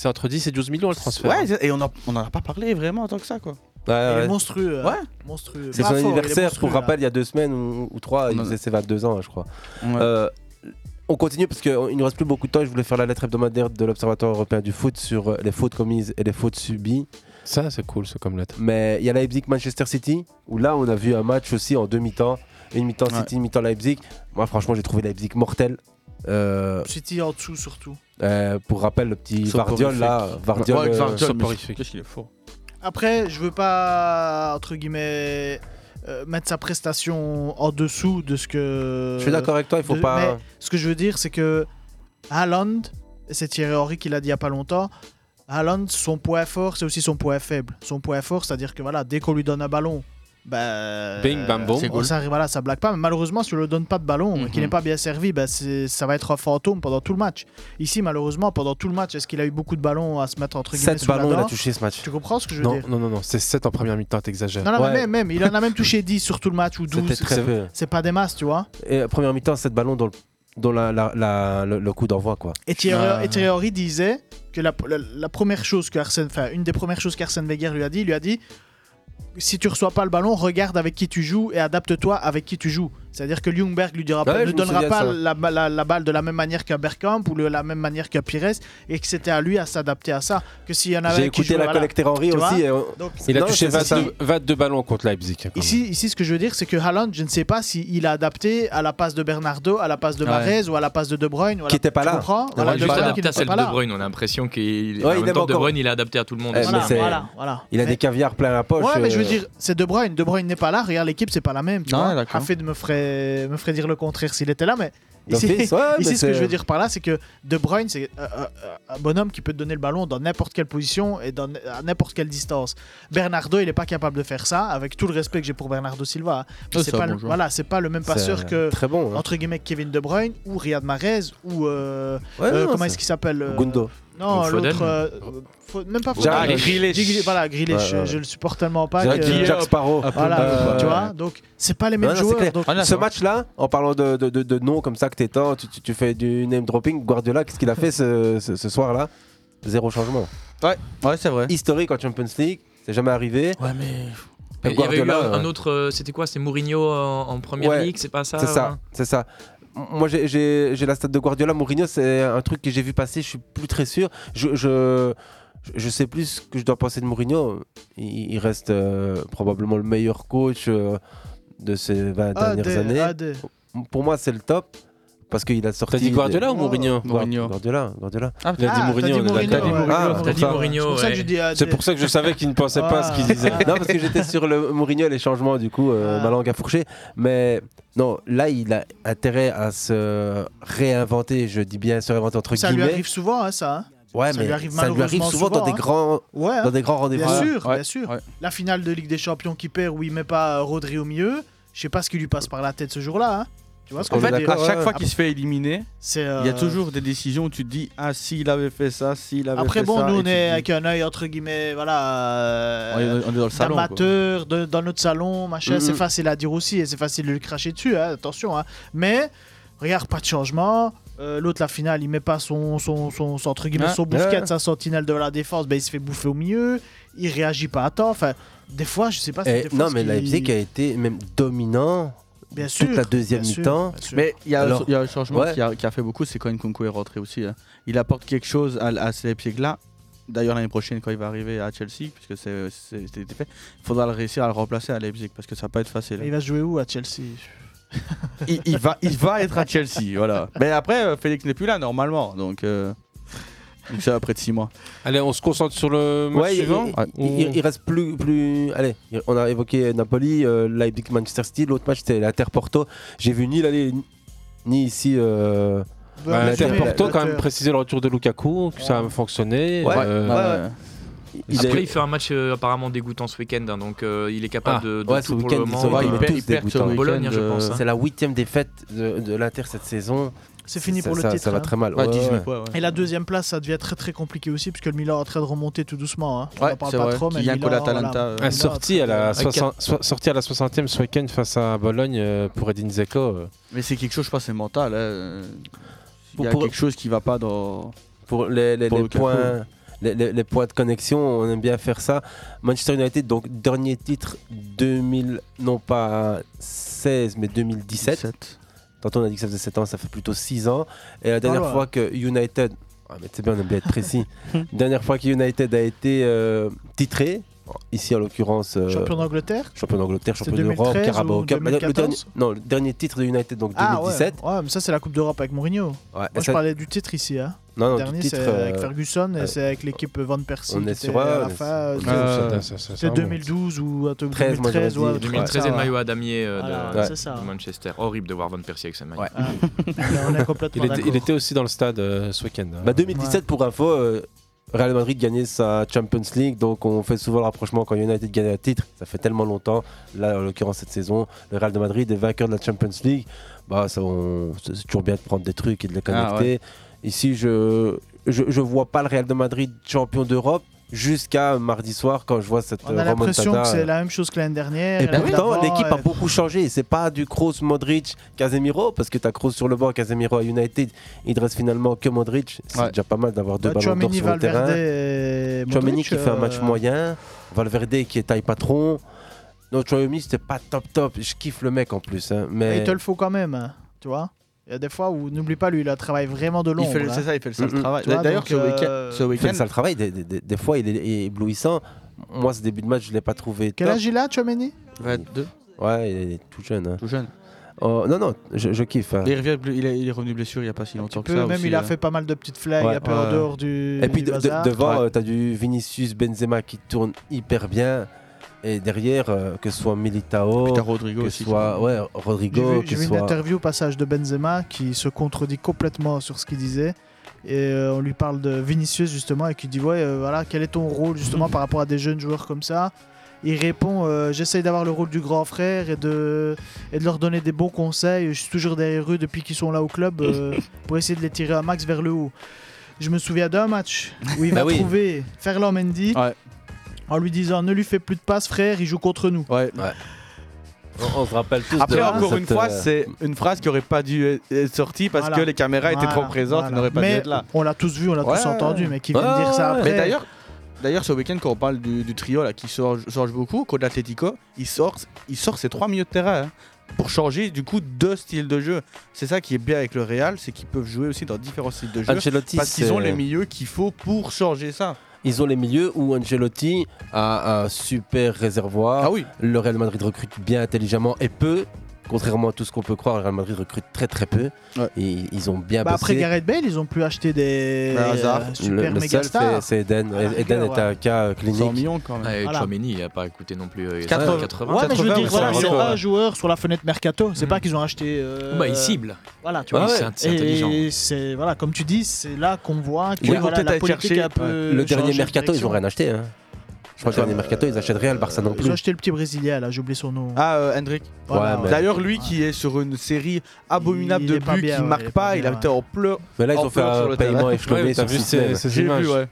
C'est entre 10 et 12 millions le transfert.
ouais, et on en, on en a pas parlé vraiment tant que ça quoi.
Il
hein. ouais,
est
ouais.
monstrueux. hein.
Ouais. euh,
Monstrueux.
C'est
Pas
son
fort, il est
anniversaire,
monstrueux,
pour
là.
rappel, il y a deux semaines ou, ou trois, il
Ouais.
faisait ses 22 ans, hein, je crois. Euh, on continue parce qu'il ne nous reste plus beaucoup de temps. Je voulais faire la lettre hebdomadaire de l'Observatoire européen du foot sur euh, les fautes commises et les fautes subies.
Ça, c'est cool, ça, comme lettre.
Mais il y a Leipzig-Manchester City, où là, on a vu un match aussi en deux mi-temps. Une mi-temps City, une mi-temps Leipzig. Moi, franchement, j'ai trouvé Leipzig mortel. Euh,
City en dessous, surtout.
euh, pour rappel, le petit
Soporifique.
Vardiol, là. Vardiol,
Ouais, avec
euh,
Vardiol, mais
soporifique.
Qu'est-ce qu'il est fort.
Après, je veux pas, entre guillemets, euh, mettre sa prestation en dessous de ce que.
Je suis d'accord avec toi, il faut
de-
pas-
mais ce que je veux dire, c'est que Haaland, et c'est Thierry Henry qui l'a dit il y a pas longtemps, Haaland, son point fort, c'est aussi son point faible. Son point fort, c'est-à-dire que voilà, dès qu'on lui donne un ballon, bah,
Bing, bam, boum.
c'est
C'est cool. Mhm.
Ça, voilà, ça blague pas. Mais malheureusement, si on ne lui donne pas de ballon, et qu'il n'est pas bien servi, bah, c'est- ça va être un fantôme pendant tout le match. Ici, malheureusement, pendant tout le match, est-ce qu'il a eu beaucoup de ballons à se mettre entre guillemets
Sept
sous
ballons,
la
il a
dent
touché ce match.
Tu comprends ce que je veux
non,
dire
Non, non, non, c'est 7 en première mi-temps, t'exagères.
Non, non, mais
Ouais.
même, même, il en a même touché 10 sur tout le match ou 12.
C'était très
C'est-
peu.
C'est pas des masses, tu vois.
Et euh, première mi-temps, 7 ballons dans le, dans la, la- la- le, le coup d'envoi, quoi.
Et Thierry,
Ah.
et Thierry disait que la, la- la première chose que Arsène, enfin une des premières choses qu'Arsène Wenger lui a dit, il lui a dit si tu reçois pas le ballon, regarde avec qui tu joues et adapte-toi avec qui tu joues. C'est-à-dire que Ljungberg lui dira,
Ah ouais,
pas-
je
ne
me
donnera
souviens de
pas
ça.
la, la- la balle de la même manière qu'un Bergkamp ou de la même manière qu'un Pires et que c'était à lui à s'adapter à ça. Que s'il y en
J'ai
avait un Ah qui
écouté
jouait,
la
voilà.
collecteur Henry
Tu vois
aussi. euh, et on-
Donc,
Il a
Non,
touché
c'est ça,
22,
c'est-
22 ballons contre Leipzig. quand même.
Ici, ici, ce que je veux dire, c'est que Haaland, je ne sais pas s'il a adapté à la passe de Bernardo, à la passe de
Ouais.
Marez ou à la passe de De Bruyne. ou à la-
Qui était pas
tu
là.
comprends
Ouais,
Voilà,
juste
De Bruyne qui
adapté à
n'était
celle
pas
de
là.
De Bruyne, on a l'impression qu'il.
Ouais,
en
il
même
aime
temps, De
encore.
Bruyne, il est adapté à tout le monde.
Eh, mais
aussi.
c'est-
voilà.
Il a des caviars plein la poche.
Ouais, mais je veux
euh,
dire, c'est De Bruyne. De Bruyne n'est pas là. Regarde, l'équipe, c'est pas la même. Tu
Non,
vois
d'accord.
Hafid me ferait, me ferait dire le contraire s'il était là, mais. Ici,
D'office, ouais, mais
ici, ce que
c'est-
je veux dire par là, c'est que De Bruyne, c'est euh, euh, euh, un bonhomme qui peut te donner le ballon dans n'importe quelle position et dans, à n'importe quelle distance. Bernardo, il n'est pas capable de faire ça, avec tout le respect que j'ai pour Bernardo Silva. hein. Mais
Ouais,
c'est
c'est un
pas,
bon
le-
joueur.
voilà, c'est pas le même
Ah, C'est
passeur que
très bon, hein.
entre guillemets Kevin De Bruyne ou Riyad Mahrez ou euh,
Ouais,
euh,
non,
comment
c'est-
est-ce qu'il s'appelle euh,
Gundo.
Non,
Ou Foden. Oh.
l'autre, euh, Fo- même pas
Jarry.
Foden.
Grealish.
Gigli- Voilà, Grealish,
Ouais, ouais,
je- je
ouais.
le supporte tellement pas.
Jack-
que-
Jack Sparrow.
Voilà,
Euh,
tu
ouais.
vois, donc c'est pas les
Non,
mêmes
non, c'est
joueurs.
clair.
Ah,
donc-
Ce match-là, en parlant de, de, de, de noms comme ça que t'étends, tu, tu, tu fais du name dropping. Guardiola, qu'est-ce qu'il a fait ce, ce, ce soir-là Zéro changement.
Ouais, ouais c'est vrai.
Historique en Champions League, c'est jamais arrivé.
Ouais, mais.
Et Il y avait eu un, un autre, euh, c'était quoi C'est Mourinho en, en première
Ouais,
ligue, c'est pas ça
C'est
ouais.
ça, c'est ça. M- Moi, j'ai- j'ai j'ai la stat de Guardiola. Mourinho, c'est un truc que j'ai vu passer. Je suis plus très sûr. Je, je, je sais plus ce que je dois penser de Mourinho. Il, il reste euh, probablement le meilleur coach euh, de ces 20
Ah,
dernières
des-
années.
ah, des-
Pour moi, c'est le top. Parce qu'il a sorti.
T'as dit Guardiola
des-
ou Mourinho
Guardiola, Guardiola. Guardiola.
Ah, Il a dit ah, Mourinho, t'as dit on est d'accord. Mourinho, ouais.
Ah,
T'as dit
ça.
Mourinho, C'est pour ça que ouais. je dis, ah, C'est des- pour ça que je savais qu'il ne pensait pas à ce qu'il disait.
non, parce que j'étais sur le Mourinho et les changements, du coup,
Ah.
euh, ma langue a fourché. Mais non, là, il a intérêt à se réinventer, je dis bien se réinventer entre
Ça lui
guillemets.
arrive souvent, hein, ça. hein.
Ouais,
ça
mais
lui arrive
ça lui arrive
malheureusement
souvent, dans, des
hein.
grands,
Ouais, hein.
dans des grands rendez-vous.
Bien sûr, bien sûr. La finale de Ligue des Champions qui perd où il met pas euh, Rodri au milieu, je sais pas ce qui lui passe par la tête ce jour-là. hein. Tu vois ce
En
que je
fait,
veux dire
à chaque fois qu'il se fait éliminer,
C'est,
il y
euh,
a toujours des décisions où tu te dis Ah, s'il avait fait ça, s'il avait
Après
fait
bon,
ça.
nous
et
on
tu
est
te dis-
avec un œil entre guillemets, voilà, euh,
On est- on est dans le salon, quoi.
d'amateur, de- dans notre salon, machin.
Mhm.
Mm-hmm.
C'est facile à dire aussi et c'est facile de le cracher dessus. hein, attention, hein. mais regarde, pas de changement. Euh, L'autre, la finale, il met pas son, son, son, son, entre guillemets,
Ouais.
son bousquet,
Ouais.
sa sentinelle de la défense, ben, il se fait bouffer au milieu, il réagit pas à temps. Enfin, des fois, je sais pas si
Et
des fois,
Eh, non,
ce
mais
qui-
Leipzig a été même dominant
Bien
toute
sûr,
la deuxième
bien sûr,
mi-temps.
bien sûr.
Mais il y, a
Alors,
il y a un changement
ouais.
qui, a, qui a fait beaucoup, c'est quand Nkunku est rentré aussi. hein. Il apporte quelque chose à, à ce Leipzig-là. D'ailleurs, l'année prochaine, quand il va arriver à Chelsea, puisque c'est- c'est c'était fait, il faudra le réussir à le remplacer à Leipzig, parce que ça va pas être
hein.
facile. hein.
Il va jouer où à Chelsea
il, il va, il va être à Chelsea, voilà. Mais après, euh, Félix n'est plus là, normalement, donc... euh, donc ça va près de 6 mois.
Allez, on se concentre sur le match
Ouais, il,
suivant
il- il- il reste plus, plus. Allez, il- on a évoqué Napoli, euh, Leipzig, Manchester City. L'autre match, c'était l'Inter-Porto. J'ai vu ni l'aller ni- ni ici. euh,
Bah,
l'Inter-
Inter Porto, quand même
l'Inter.
préciser le retour de Lukaku, que ça a fonctionné.
Ouais,
euh,
Il
Après,
est-
il fait un match euh, apparemment dégoûtant ce week-end, hein, donc euh, il est capable
Ah,
de, de
ouais, ce
tout pour
week-end,
le
ils
moment.
ont été
Euh,
tous
il perd
dégoûtants. euh,
contre Bologne, hein, je pense. hein.
C'est la huitième défaite de, de l'Inter cette saison.
C'est fini
Ça-
pour le
ça-
titre.
Ça va
hein.
très mal. Ouais, ouais.
Et la deuxième place, ça devient très très compliqué aussi, puisque le Milan est en train de remonter tout doucement. Hein.
Ouais,
on en parle
c'est
pas
vrai.
trop, mais
Kylian
Milan,
Kola Atalanta,
voilà.
euh,
Milan
Un
est
sorti
très-
à la
Ouais,
60 so- sorti à la 60e ce week-end face à Bologne euh, pour Edin Zeko. euh.
Mais c'est quelque chose, je pense, c'est mental. hein, euh, Il y a
Pour-
quelque chose qui va pas dans...
pour les, les-
Pour
les
Lukaku.
points, les, les- les points de connexion, on aime bien faire ça. Manchester United, donc dernier titre 2000, non pas 16, mais 2017. Tantôt on a dit que ça faisait 7 ans, ça fait plutôt 6 ans. Et la
Ah
dernière
loin.
fois que United, ah, mais c'est bien, on aime bien être précis. dernière fois que United a été euh, titré, ici en l'occurrence. euh,
Champion d'Angleterre
Champion d'Angleterre, champion
C'est
d'Europe,
2013
Carabao
ou
Cup. Le dernier-
2014?
non, le dernier titre de United, donc
Ah
2017.
ouais, ouais, mais ça c'est la Coupe d'Europe avec Mourinho. Moi
et
je
ça-
parlais du titre ici. Hein.
Non, non,
le
du
dernier
titre,
c'est avec
euh,
Ferguson et
euh,
c'est avec l'équipe Van Persie.
on
qui
est
était
sur-
à la
ouais,
fin,
c'est-
euh,
Euh, ça, ça, ça,
c'est
ça,
2012 ou attends,
13, moi,
2013 ou
j'aurais
un
dit.
truc comme
2013
ça,
et le
ouais.
maillot à damier euh,
Voilà,
de,
c'est ça. Ah.
de Manchester. Horrible de voir Van Persie avec sa maillot.
on est complètement
il, était, il
d'accord.
était aussi dans le stade euh, ce week-end. hein.
Bah 2017 pour info, euh, Real Madrid gagnait sa Champions League, donc on fait souvent le rapprochement quand United gagne un titre, ça fait tellement longtemps. Là, en l'occurrence, cette saison, le Real de Madrid est vainqueur de la Champions League. Bah, ça, on- c'est c'est toujours bien de prendre des trucs et de les
Ah,
connecter.
ouais.
Ici, je, je je vois pas le Real de Madrid champion d'Europe jusqu'à mardi soir quand je vois cette
On a
euh,
l'impression
remontada.
que c'est la même chose que l'année dernière. euh,
Et
l'année
pourtant,
d'avant,
l'équipe a
et-
beaucoup changé. C'est pas du Kroos, Modric, Casemiro, parce que t'as Kroos sur le banc, Casemiro à United. Il reste finalement que Modric. C'est déjà pas mal d'avoir deux
Bah,
ballons d'or
Tchouaméni,
sur le
Valverde
terrain.
et
Tchouaméni
Modric,
qui fait un
euh,
match moyen, Valverde qui est taille patron. Non, Tchouaméni c'était pas top top. Je kiffe le mec en plus, hein, mais
Il te le faut quand même, hein, tu vois. Il y a des fois où, n'oublie pas, lui, il a travaillé vraiment de long.
fait le- c'est ça, il fait le sale travail.
Ah,
D'ailleurs, ce
euh,
week-end- ce
il Mm, fait le sale travail. Des, des- des- des fois, il est, il est éblouissant. Moi, ce début de match, je l'ai pas trouvé.
Quel
top.
âge il a, Tchouaméni
Ouais, il est tout jeune. Tout
jeune.
non, non, je, je kiffe. hein.
Il, revient bl- il est, il est revenu blessure il n'y a pas si longtemps que
Peu,
ça.
même,
aussi,
il a
hein.
fait pas mal de petites flags
Ouais.
un peu en dehors du.
Et puis
du
de- de-
bazar.
devant, tu as du Vinicius Benzema qui tourne hyper bien. Et derrière, euh, que ce soit Militao, que ce soit ouais, Rodrigo,
J'ai vu- J'ai
que
vu,
ce soit.
une interview au passage de Benzema qui se contredit complètement sur ce qu'il disait. Et euh, on lui parle de Vinicius justement et qui dit ouais euh, voilà quel est ton rôle justement par rapport à des jeunes joueurs comme ça. Il répond euh, j'essaye d'avoir le rôle du grand frère et de et de leur donner des bons conseils. Je suis toujours derrière eux depuis qu'ils sont là au club euh, pour essayer de les tirer un max vers le haut. Je me souviens d'un match où il
Bah
va
oui.
trouver Ferland Mendy en lui disant ne lui fais plus de passes frère il joue contre nous.
On, on se rappelle tous.
Après,
de-
encore
cette,
une fois,
euh,
c'est une phrase qui aurait pas dû être sortie parce
Voilà.
que les caméras étaient trop
Voilà,
présentes,
voilà.
ils n'auraient pas
Mais
dû être là.
On l'a tous vu, on l'a
Ouais.
tous entendu, mais qui viennent
Ouais,
dire ça
ouais, ouais.
après.
Mais d'ailleurs, d'ailleurs, ce week-end, quand on parle du, du trio là, qui change, change beaucoup, contre l'Atletico, il sort, il sort ses trois milieux de terrain hein, pour changer du coup deux styles de jeu. C'est ça qui est bien avec le Real, c'est qu'ils peuvent jouer aussi dans différents styles de jeu.
Ancelotti,
parce qu'ils ont
c'est-
les milieux qu'il faut pour changer ça.
Ils ont les milieux où Ancelotti a un super réservoir.
Ah
Le Real Madrid recrute bien intelligemment et peu. Contrairement à tout ce qu'on peut croire, le Real Madrid recrute très très peu. Et ils ont bien
Bah, après
bossé.
Gareth Bale, ils ont plus acheté des
Bah,
Le
euh,
hasard,
super
le, le
méga
seul, c'est-
stars.
c'est Eden.
À la
Eden
rigueur,
est
ouais.
un cas euh, clinique.
100 millions, quand même.
Ouais,
Voilà.
Tchouaméni, il a pas coûté non plus. euh, il a
80.
80.
Ouais, mais je veux dire, voilà,
c'est
c'est
encore,
un
ouais.
joueur sur la fenêtre mercato. C'est pas qu'ils ont acheté. euh,
Mm. Bah, ils ciblent.
Voilà, tu
Ouais,
vois.
c'est int- c'est
Et
intelligent.
c'est voilà, comme tu dis, c'est là qu'on voit que
Ils vont
voilà,
peut-être
la
aller
politique
chercher,
a un peu.
le dernier
changé de
mercato, ils
direction. Euh,
ont rien acheté. hein. Je crois que le dernier mercato, ils achètent rien, le Barça non
Ils ont
plus.
acheté le petit brésilien là, j'ai oublié son nom.
Ah, euh, Hendrik.
Voilà, Ouais, ouais. mais-
D'ailleurs, lui qui est sur une série abominable
Il
de
est pas
buts,
bien,
qui
ouais,
marque
il est
pas,
pas
il
bien,
a été en pleurs.
Mais là, ils
en
ont fait
pleurs sur
un
le terrain.
paiement échelonné sur le système.
J'ai vu, ouais.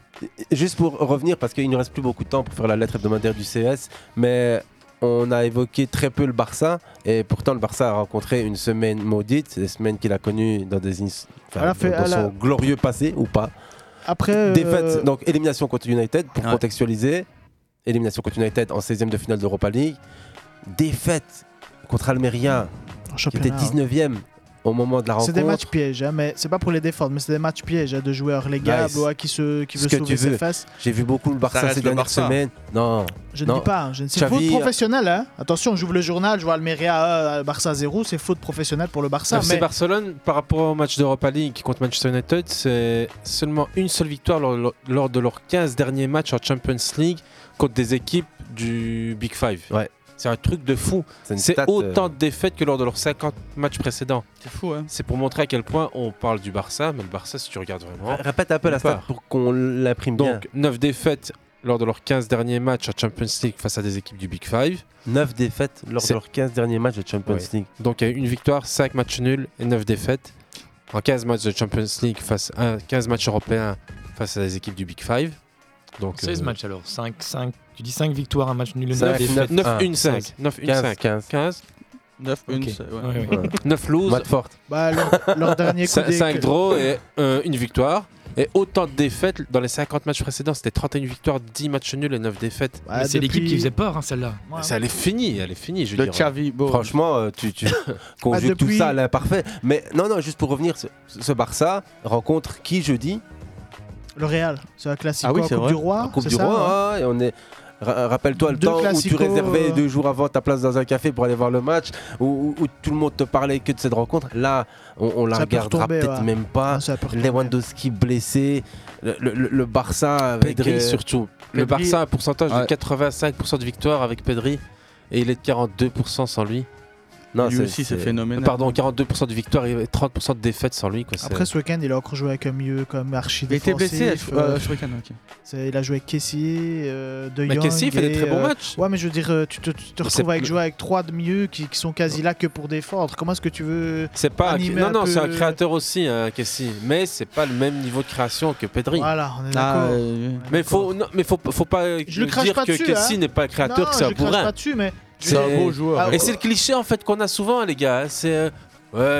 Juste pour revenir, parce qu'il ne reste plus beaucoup de temps pour faire la lettre hebdomadaire du CS, mais on a évoqué très peu le Barça, et pourtant le Barça a rencontré une semaine maudite, des semaines qu'il a connues dans, des ins- enfin,
Elle a fait-
dans- dans
elle a-
son glorieux passé ou pas.
Après, euh,
Défaite, donc élimination contre United, pour contextualiser. Élimination contre United en 16e de finale d'Europa League. Défaite contre Almeria, qui était
championnat, hein.
19e au moment de la rencontre.
C'est des matchs pièges, hein, mais c'est pas pour les défendre, mais c'est des matchs pièges hein, de joueurs légables
Nice.
ou à qui, se, qui
Ce
veut
que
sauver
tu
ses
veux.
fesses.
J'ai vu beaucoup le Barça
reste
ces
le
dernières
Barça.
semaines. Non.
Je ne
non.
dis pas, hein, je ne c'est
Xavi, euh,
faute professionnelle. hein. Attention, j'ouvre le journal, je vois Almeria 1, Barça 0, c'est faute professionnelle pour le Barça.
FC
Mais
Barcelone, par rapport au match d'Europa League contre Manchester United, c'est seulement une seule victoire lors, lors- lors de leurs 15 derniers matchs en Champions League contre des équipes du Big Five. C'est un truc de fou.
une
C'est
stat, euh.
autant de défaites que lors de leurs 50 matchs précédents.
C'est fou, hein.
C'est pour montrer à quel point on parle du Barça, mais le Barça, si tu regardes vraiment.
R- Répète un peu la
nulle part.
stat pour qu'on l'imprime bien.
Donc, 9 défaites lors de leurs 15 derniers matchs en Champions League face à des équipes du Big Five.
9 défaites lors de leurs 15 derniers matchs de Champions League.
Donc, il y a eu une victoire, 5 matchs nuls et 9 défaites. En 15 matchs de Champions League, face à 15 matchs européens face à des équipes du Big Five. Donc,
16
euh,
matchs alors. 5, 5, tu dis 5 victoires, un match nul, une
Cinq,
défaite.
neuf, neuf, une, cinq. Neuf, une,
15,
cinq.
15.
15.
9, une,
Ok.
c'est- ouais.
Ouais, ouais.
9 loses.
Matt Fort.
bah, leur, leur dernier coup
5
d'é-
draws et euh, une victoire. Et autant de défaites dans les 50 matchs précédents. C'était 31 victoires, 10 matchs nuls et 9 défaites.
Mais
Ah,
c'est l'équipe qui faisait peur, hein, celle-là.
Ça, elle est finie, elle est finie. Je veux dire.
Franchement, euh, tu, tu conjugues
Bah,
Ah, depuis-
tout ça à l'imparfait. Mais non, non, juste pour revenir, ce, ce Barça rencontre qui jeudi
le Real, c'est un classique
Ah oui,
en
c'est
Coupe
vrai.
du
En
Roi.
Coupe
c'est
du
ça,
Roi,
hein
hein, et on est. Ra- Rappelle-toi le
Deux
temps où tu
classicos,
réservais
euh.
deux jours avant ta place dans un café pour aller voir le match, où, où- où tout le monde te parlait que de cette rencontre. Là, on, on la
Ça peut
regardera
retomber,
peut-être
ouais.
même pas. Lewandowski blessé, le, le- le- le Barça avec.
Pedri
euh,
surtout. Le
Pedri-
Barça a un pourcentage
Ouais.
de 85% de victoire avec Pedri et il est de 42% sans lui.
Non,
Lui aussi, c'est phénoménal.
Pardon, 42% de victoire et 30% de défaite sans lui. Quoi, c'est-
Après ce week-end, il a encore joué avec un milieu comme archi
Il était blessé,
défensif,
euh,
euh,
ce week-end, ok.
c'est- Il a joué avec Kessie, euh, De
Mais
Jong
Kessie, il fait des
et,
très bons
euh,
matchs.
Ouais, mais je veux dire, euh, tu te, tu te
Mais
retrouves
c'est-
avec jouer avec trois de milieu qui, qui sont quasi là que pour défendre. Comment est-ce que tu veux
C'est pas un...
animer
non non
peu-
c'est un créateur aussi hein, Kessie mais c'est pas le même niveau de création que Pedri.
Voilà, on est d'accord.
euh,
Ah,
oui.
mais faut non, mais faut faut pas
Je le
dire
crache pas
que
dessus,
Kessie
hein.
n'est pas créateur
Non,
que c'est un
je crache
bourrin.
pas dessus, mais-
C'est
un beau joueur. Ah,
Et c'est le cliché en fait qu'on a souvent les gars, hein, c'est euh,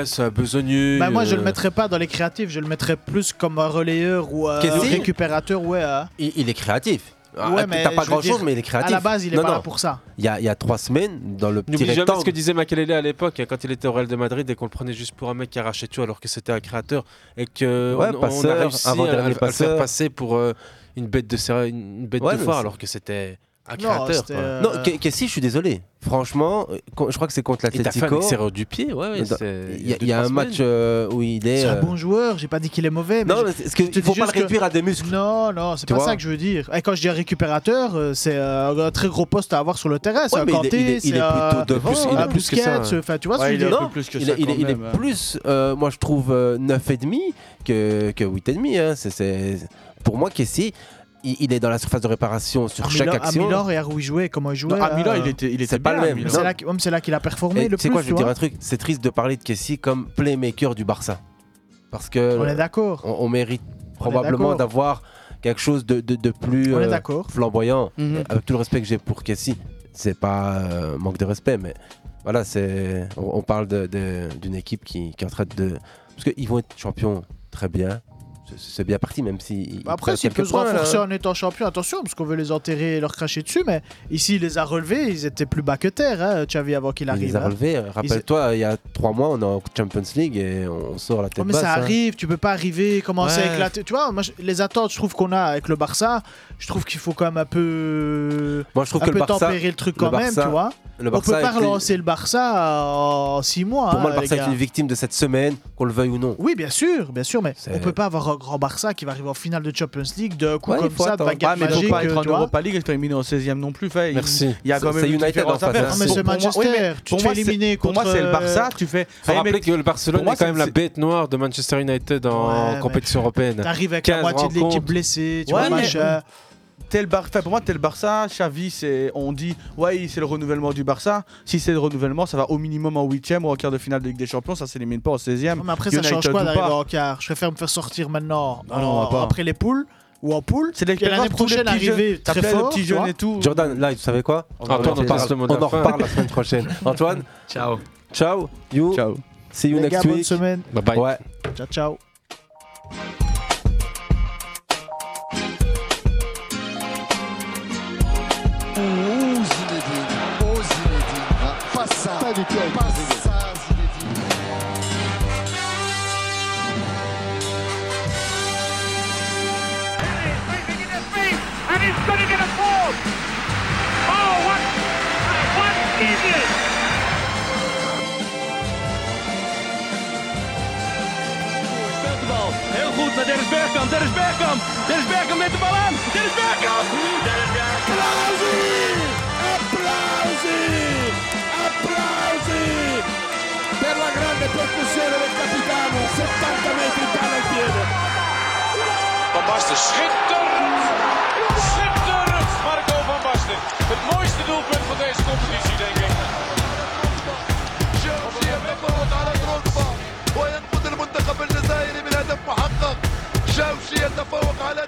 ouais, c'est un besogneux.
Bah moi je
euh,
le mettrais pas dans les créatifs, je le mettrais plus comme un relayeur ou un
Kessie
récupérateur, ouais. hein.
Il, il est créatif. Ah,
Ouais, mais
T'as pas
je veux
grand chose,
dire,
mais il est créatif.
à la base, il est
Non,
pas là
non.
pour ça.
Il y, a, il y a trois semaines, dans le petit
N'oublie jamais
rectangle.
ce que disait Makelele à l'époque hein, quand il était au Real de Madrid et qu'on le prenait juste pour un mec qui arrachait tout alors que c'était un créateur et que
Ouais,
on- on,
passeur,
a réussi à- à,
avant-dernier
le faire
passeur.
passer pour euh, une bête de ser- une bête
Ouais,
de
mais
foire
c'est-
alors que c'était un
Non,
créateur.
c'était,
quoi.
euh, Non, Ke- Kessie, je suis désolé. Franchement, euh, con- je crois que c'est contre
Il t'a fait un
l'Atletico.
extérieur du pied, ouais, ouais,
Dans-
c'est-
Il y a,
deux,
il y a
trois
un match
semaines.
euh, où il est.
C'est un
euh,
bon joueur, j'ai pas dit qu'il est mauvais. mais
Non,
je-
mais c'est- ce que-
je te
il faut
dis
pas
juste
le réduire à des muscles.
Non, non, c'est
Tu
pas
vois
ça que je veux dire. Et quand je dis récupérateur, euh, c'est euh, un très gros poste à avoir sur le terrain. C'est
Ouais,
un
mais il est- il
Kanté,
est- il
c'est
est
un
plutôt devant, il est
un
plus que ça.
Busquets, enfin, tu vois ce que je veux
Non,
dire.
il est- il est- il est
hein.
plus, euh, moi je trouve euh, 9,5 que, que 8,5. hein. C'est- c'est- Pour moi, Kessie, il, il est dans la surface de réparation sur
À
chaque
Milan-
action.
À Milan, regarde où il jouait, comment il jouait.
Non, à Milan,
hein.
il était- il était C'est pas bien, le même. à Milan.
C'est là qu'il- ouais, mais C'est là qu'il a performé
Et
le
tu sais
plus.
quoi, je vais
tu
te dire
vois.
un truc. C'est triste de parler de Kessie comme playmaker du Barça. Parce que.
On est d'accord.
On, on mérite
est
probablement
d'accord.
d'avoir quelque chose de, de- de plus
On est
euh,
d'accord.
flamboyant. Euh,
Mhm.
Avec tout le respect que j'ai pour Kessie, c'est pas euh, manque de respect, mais voilà, c'est. On, on parle de- de- d'une équipe qui, qui est en train de. Parce qu'ils vont être champions très bien. C'est- C'est bien parti, même si. ils
Bah Après,
perdent
s'ils
quelques
peuvent se
points, hein. là.
renforcer en étant champion, attention, parce qu'on veut les enterrer et leur cracher dessus, mais ici, il les a relevés, ils étaient plus bas que terre, hein, Xavi, avant qu'il
Il
arrive.
les a
hein.
relevés.
Ils-
Rappelle-toi, il y a trois mois, on est en Champions League et on sort la tête
Ouais, Oh, mais
basse.
ça
hein.
arrive, tu peux pas arriver, commencer
Ouais.
à éclater. Tu vois, moi, je- les attentes, je trouve qu'on a avec le Barça, je trouve qu'il faut quand même un peu.
Moi, je trouve
un
que le
peu
Barça-
tempérer le truc quand
le
même,
Barça-
tu vois.
le
On peut
Barça
pas
était-
relancer le Barça en 6 mois.
Pour moi,
hein,
le
les
Barça
gars.
est une victime de cette semaine, qu'on le veuille ou non.
Oui, bien sûr, bien sûr, mais on peut pas avoir un grand Barça qui va arriver en finale de Champions League d'un coup
Ouais,
comme
il faut
ça, de
attendre.
baguette
Ouais, mais
magique.
faut pas
tu
être en
vois.
Europa League et terminer en 16 e non plus. Fait, il-
Merci.
Il y a quand
C'est-
même
c'est
une
United
différence
en
à
face,
faire.
hein. Mais
Pour-
c'est
pour moi-
Manchester,
oui, mais
tu te
pour
fais
moi, c'est-
éliminer
Pour moi,
contre,
c'est le Barça,
euh,
tu fais.
Faut
Hey, mais-
rappeler que le Barcelone
pour moi,
est quand
c'est-
même la
c'est-
bête noire de Manchester United en
Ouais,
compétition européenne.
T'arrives avec
15
la moitié de l'équipe
rencontres.
blessée, tu
Ouais,
vois,
mais-
machin.
Tel Bar... enfin, pour moi, tel Barça, Xavi, c'est... on dit, ouais, il- c'est le renouvellement du Barça. Si c'est le renouvellement, ça va au minimum en 8 ou en quart de finale de Ligue des Champions, ça s'élimine pas en 16 e
Mais après, ça change quoi d'arriver en quart Je préfère me faire sortir maintenant
Ah non, on va
en-
pas.
après les poules ou en poule.
C'est
Et l'année prochaine, arriver très fort. tu vois.
Jordan, là, tu savais quoi
On va Antoine, arrêter. on passe le mot de
On
la
en
fin.
reparle la semaine prochaine. Antoine
Ciao.
Ciao. You. Ciao. See you
Les
next
gars,
week.
bonne semaine.
Bye bye.
Ouais.
Ciao, ciao.
Ouh, Zinedine. Oh, Zinedine. pas ça. Pas du tout. Pas ça, Zinedine.
and he's going to get a ball. Oh, what, what is it?
Speelt de bal. Heel goed naar Dennis Bergkamp. Dennis Bergkamp. Dennis Bergkamp met de bal aan. Dennis Bergkamp. Dennis Bergkamp.
Applausi! Applausi! Applausi! Per la grande percussione del capitano, 70 metri in palla al piede. Van Basten, schitterend! Schitterend, Marco van Basten. Het mooiste doelpunt van deze competitie, denk ik.
شيرفي يبعد على أوروبا وينقذ المنتخب الجزائري بالهدف محقق شاوشي يتفوق على